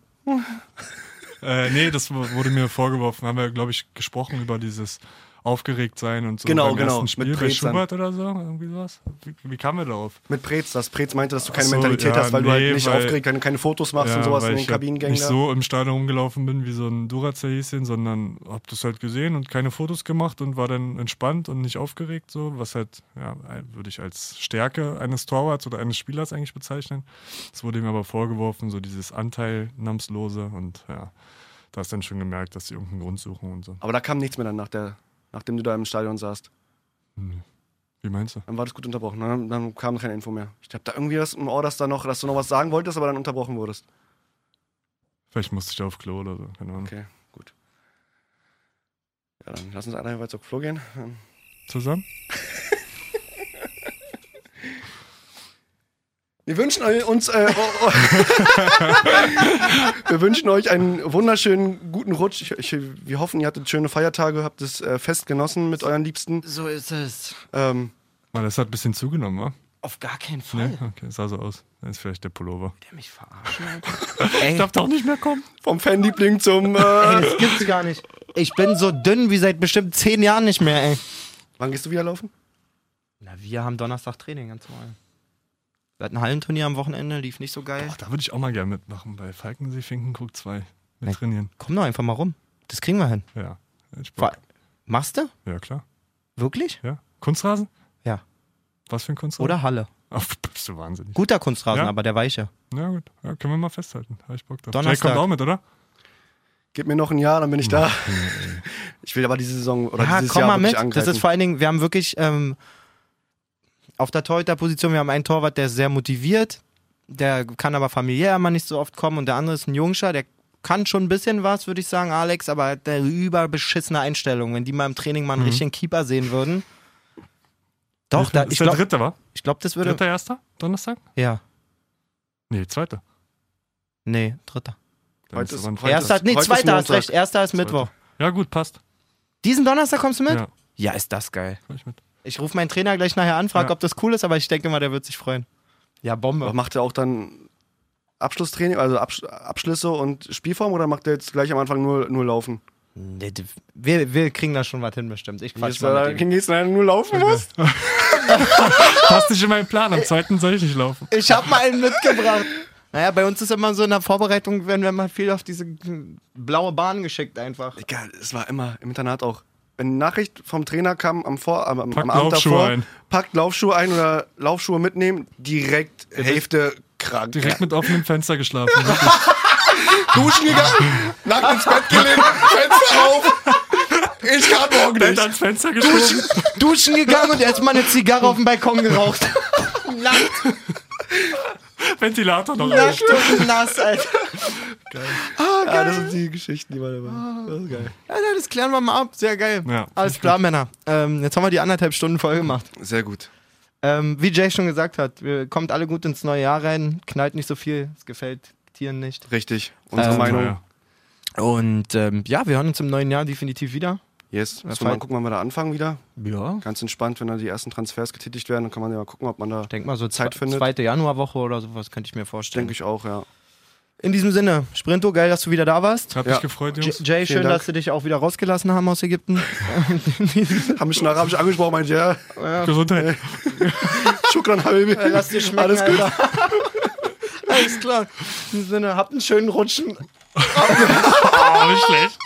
Speaker 3: äh, nee, das w- wurde mir vorgeworfen. Haben wir, glaube ich, gesprochen über dieses aufgeregt sein und so
Speaker 2: Genau,
Speaker 3: beim
Speaker 2: genau,
Speaker 3: ersten
Speaker 2: mit
Speaker 3: Spiel bei
Speaker 2: Brezern.
Speaker 3: Schubert oder so, irgendwie sowas. Wie, wie kamen wir darauf?
Speaker 2: Mit Prez, dass Prez meinte, dass du keine
Speaker 3: Ach so,
Speaker 2: Mentalität
Speaker 3: ja,
Speaker 2: hast, weil du halt
Speaker 3: nee,
Speaker 2: nicht
Speaker 3: weil-
Speaker 2: aufgeregt, keine, keine Fotos machst und
Speaker 3: Ja,
Speaker 2: sowas
Speaker 3: weil
Speaker 2: in den
Speaker 3: ich halt
Speaker 2: Kabinengängen.
Speaker 3: nicht
Speaker 2: da.
Speaker 3: so im Stadion rumgelaufen bin wie so ein Duracell-Häschen, sondern hab das halt gesehen und keine Fotos gemacht und war dann entspannt und nicht aufgeregt, so, was halt, ja, würde ich als Stärke eines Torwarts oder eines Spielers eigentlich bezeichnen. Es wurde mir aber vorgeworfen, so dieses Anteilnahmslose und ja, da hast du dann schon gemerkt, dass sie irgendeinen Grund suchen und so.
Speaker 2: Aber da kam nichts mehr dann, nach der, nachdem du da im Stadion saßt.
Speaker 3: Wie meinst du?
Speaker 2: Dann war das gut unterbrochen. ne? Dann, dann kam keine Info mehr. Ich hab da irgendwie was im Ohr, dass, da noch, dass du noch was sagen wolltest, aber dann unterbrochen wurdest.
Speaker 3: Vielleicht musste ich da auf Klo oder so, keine Ahnung.
Speaker 2: Okay, gut. Ja, dann lass uns einmal weiter zum Klo gehen. Dann
Speaker 3: Zusammen?
Speaker 2: Wir wünschen eu- uns, äh, oh, oh. wir wünschen euch einen wunderschönen guten Rutsch. Ich, ich, wir hoffen, ihr hattet schöne Feiertage, habt das äh, Fest genossen mit euren Liebsten.
Speaker 4: So ist es.
Speaker 2: Ähm,
Speaker 3: Mal, das hat ein bisschen zugenommen, wa?
Speaker 4: Auf gar keinen Fall.
Speaker 2: Ah,
Speaker 3: Ne? Okay, sah so aus. Das ist vielleicht der Pullover.
Speaker 4: Der mich verarschen, Alter. Ey,
Speaker 3: doch nicht mehr kommen.
Speaker 2: vom Fanliebling zum.
Speaker 4: ey,
Speaker 2: Äh,
Speaker 4: das gibt's gar nicht. Ich bin so dünn wie seit bestimmt zehn Jahren nicht mehr, ey.
Speaker 2: wann gehst du wieder laufen?
Speaker 4: Na, wir haben Donnerstag Training, ganz normal. Wir hatten ein Hallenturnier am Wochenende, lief nicht so geil.
Speaker 3: Boah, da würde ich auch mal gerne mitmachen bei Falkensee Finkenkrug 2. Wir
Speaker 4: Nee.
Speaker 3: trainieren.
Speaker 4: Komm doch einfach mal rum. Das kriegen wir hin.
Speaker 3: Ja. Ich
Speaker 4: Vor-
Speaker 3: Bock.
Speaker 4: Machst du?
Speaker 3: Ja, klar.
Speaker 4: Wirklich?
Speaker 3: Ja. Kunstrasen?
Speaker 4: Ja.
Speaker 3: Was für ein Kunstrasen?
Speaker 4: Oder Halle?
Speaker 3: Ach, bist du wahnsinnig.
Speaker 4: Guter Kunstrasen,
Speaker 3: Ja.
Speaker 4: aber der weiche.
Speaker 3: Na gut, ja, können wir mal festhalten. Habe ich Bock drauf.
Speaker 4: Donnerstag.
Speaker 3: Jay kommt auch mit, oder?
Speaker 2: Gib mir noch ein Jahr, dann bin ich da. Ich will aber diese Saison oder
Speaker 4: Ja,
Speaker 2: dieses
Speaker 4: komm
Speaker 2: Jahr
Speaker 4: mal
Speaker 2: wirklich
Speaker 4: mit.
Speaker 2: angreifen.
Speaker 4: Das ist vor allen Dingen, wir haben wirklich ähm, auf der Torhüterposition, wir haben einen Torwart, der ist sehr motiviert, der kann aber familiär immer nicht so oft kommen und der andere ist ein Jungscher, der kann schon ein bisschen was, würde ich sagen, Alex, aber hat eine überbeschissene Einstellung. Wenn die mal im Training
Speaker 2: Mhm.
Speaker 4: mal einen richtigen Keeper sehen würden. Doch, da,
Speaker 3: ist
Speaker 4: ich
Speaker 3: der
Speaker 4: glaube,
Speaker 3: dritte, wa?
Speaker 4: glaub, das würde.
Speaker 3: Dritter, erster? Donnerstag?
Speaker 4: Ja,
Speaker 3: Nee, zweiter.
Speaker 4: nee, dritter.
Speaker 3: Dann
Speaker 2: Heute ist-
Speaker 3: aber ein
Speaker 2: Heute
Speaker 4: Erster,
Speaker 2: ist-
Speaker 4: nee,
Speaker 2: heute ist
Speaker 4: zweiter hast
Speaker 2: Montag.
Speaker 4: recht, erster ist Mittwoch.
Speaker 3: Ja, gut, passt.
Speaker 4: Diesen Donnerstag kommst du mit?
Speaker 3: Ja,
Speaker 4: ja ist das geil.
Speaker 3: komm ich mit.
Speaker 4: Ich rufe meinen Trainer gleich nachher an, frage,
Speaker 3: Ja.
Speaker 4: ob das cool ist, aber ich denke mal, der wird sich freuen. Ja,
Speaker 2: aber
Speaker 4: Bombe.
Speaker 2: macht er auch dann Abschlusstraining, also Absch Abschlüsse und Spielform oder macht er jetzt gleich am Anfang nur, nur laufen?
Speaker 4: Nee, d- wir, wir kriegen da schon was hin, bestimmt. Ich quatsch
Speaker 2: Gehst du da-
Speaker 4: mal mit ihm.
Speaker 2: gehst du da nur laufen musst?
Speaker 3: Passt nicht in meinen Plan. Am zweiten soll ich nicht laufen.
Speaker 4: Ich hab mal einen mitgebracht. Naja, bei uns ist immer so in der Vorbereitung, werden wir mal viel auf diese hm, blaue Bahn geschickt einfach.
Speaker 2: Egal, es war immer im Internat auch. Wenn eine Nachricht vom Trainer kam am, Vor am, am
Speaker 3: Packt
Speaker 2: Abend
Speaker 3: Laufschuhe
Speaker 2: davor,
Speaker 3: ein.
Speaker 2: packt Laufschuhe ein oder Laufschuhe mitnehmen, direkt Hälfte krank.
Speaker 3: Direkt mit offenem Fenster geschlafen.
Speaker 2: duschen gegangen, nackt ins Bett gelegt, Fenster auf. Ich kann morgen
Speaker 3: Bett
Speaker 2: nicht.
Speaker 3: ans Fenster geschoben.
Speaker 4: Duschen gegangen und erstmal eine Zigarre auf dem Balkon geraucht.
Speaker 3: Ventilator noch an.
Speaker 4: nass, Alter.
Speaker 2: Ja, das sind die Geschichten, die man immer. Das ist geil.
Speaker 4: Alter, das klären wir mal ab. Sehr geil.
Speaker 3: Ja.
Speaker 4: Alles klar, Männer. Ähm, jetzt haben wir die anderthalb Stunden voll gemacht.
Speaker 2: Sehr gut.
Speaker 4: Ähm, wie Jay schon gesagt hat, wir kommt alle gut ins neue Jahr rein, knallt nicht so viel, es gefällt Tieren nicht.
Speaker 2: Richtig. Unsere
Speaker 4: Ähm,
Speaker 2: Meinung.
Speaker 3: Naja.
Speaker 4: Und ähm, ja, wir hören uns im neuen Jahr definitiv wieder.
Speaker 2: Yes. Müssen wir
Speaker 4: fein.
Speaker 2: mal gucken, wann wir da anfangen wieder.
Speaker 4: Ja.
Speaker 2: Ganz entspannt, wenn da die ersten Transfers getätigt werden, dann kann man ja mal gucken, ob man da.
Speaker 4: Denk mal so
Speaker 2: Zeit
Speaker 4: zwe-
Speaker 2: findet.
Speaker 4: zweite Januarwoche oder sowas könnte ich mir vorstellen.
Speaker 2: Denke ich auch, ja.
Speaker 4: In diesem Sinne, Sprinto, geil, dass du wieder da warst.
Speaker 3: Hat
Speaker 2: Ja.
Speaker 3: mich gefreut,
Speaker 4: J-
Speaker 3: Jungs.
Speaker 4: Jay, schön,
Speaker 2: Dank.
Speaker 4: dass sie dich auch wieder rausgelassen haben aus Ägypten.
Speaker 2: Haben mich nachher hab ich angesprochen, meinte, ja,
Speaker 3: Gesundheit.
Speaker 2: Schukran, Habibi.
Speaker 4: Lass dir schmecken,
Speaker 2: Alles gut.
Speaker 4: Alter. Alles klar. In diesem Sinne, habt einen schönen Rutschen.
Speaker 3: Oh, nicht schlecht.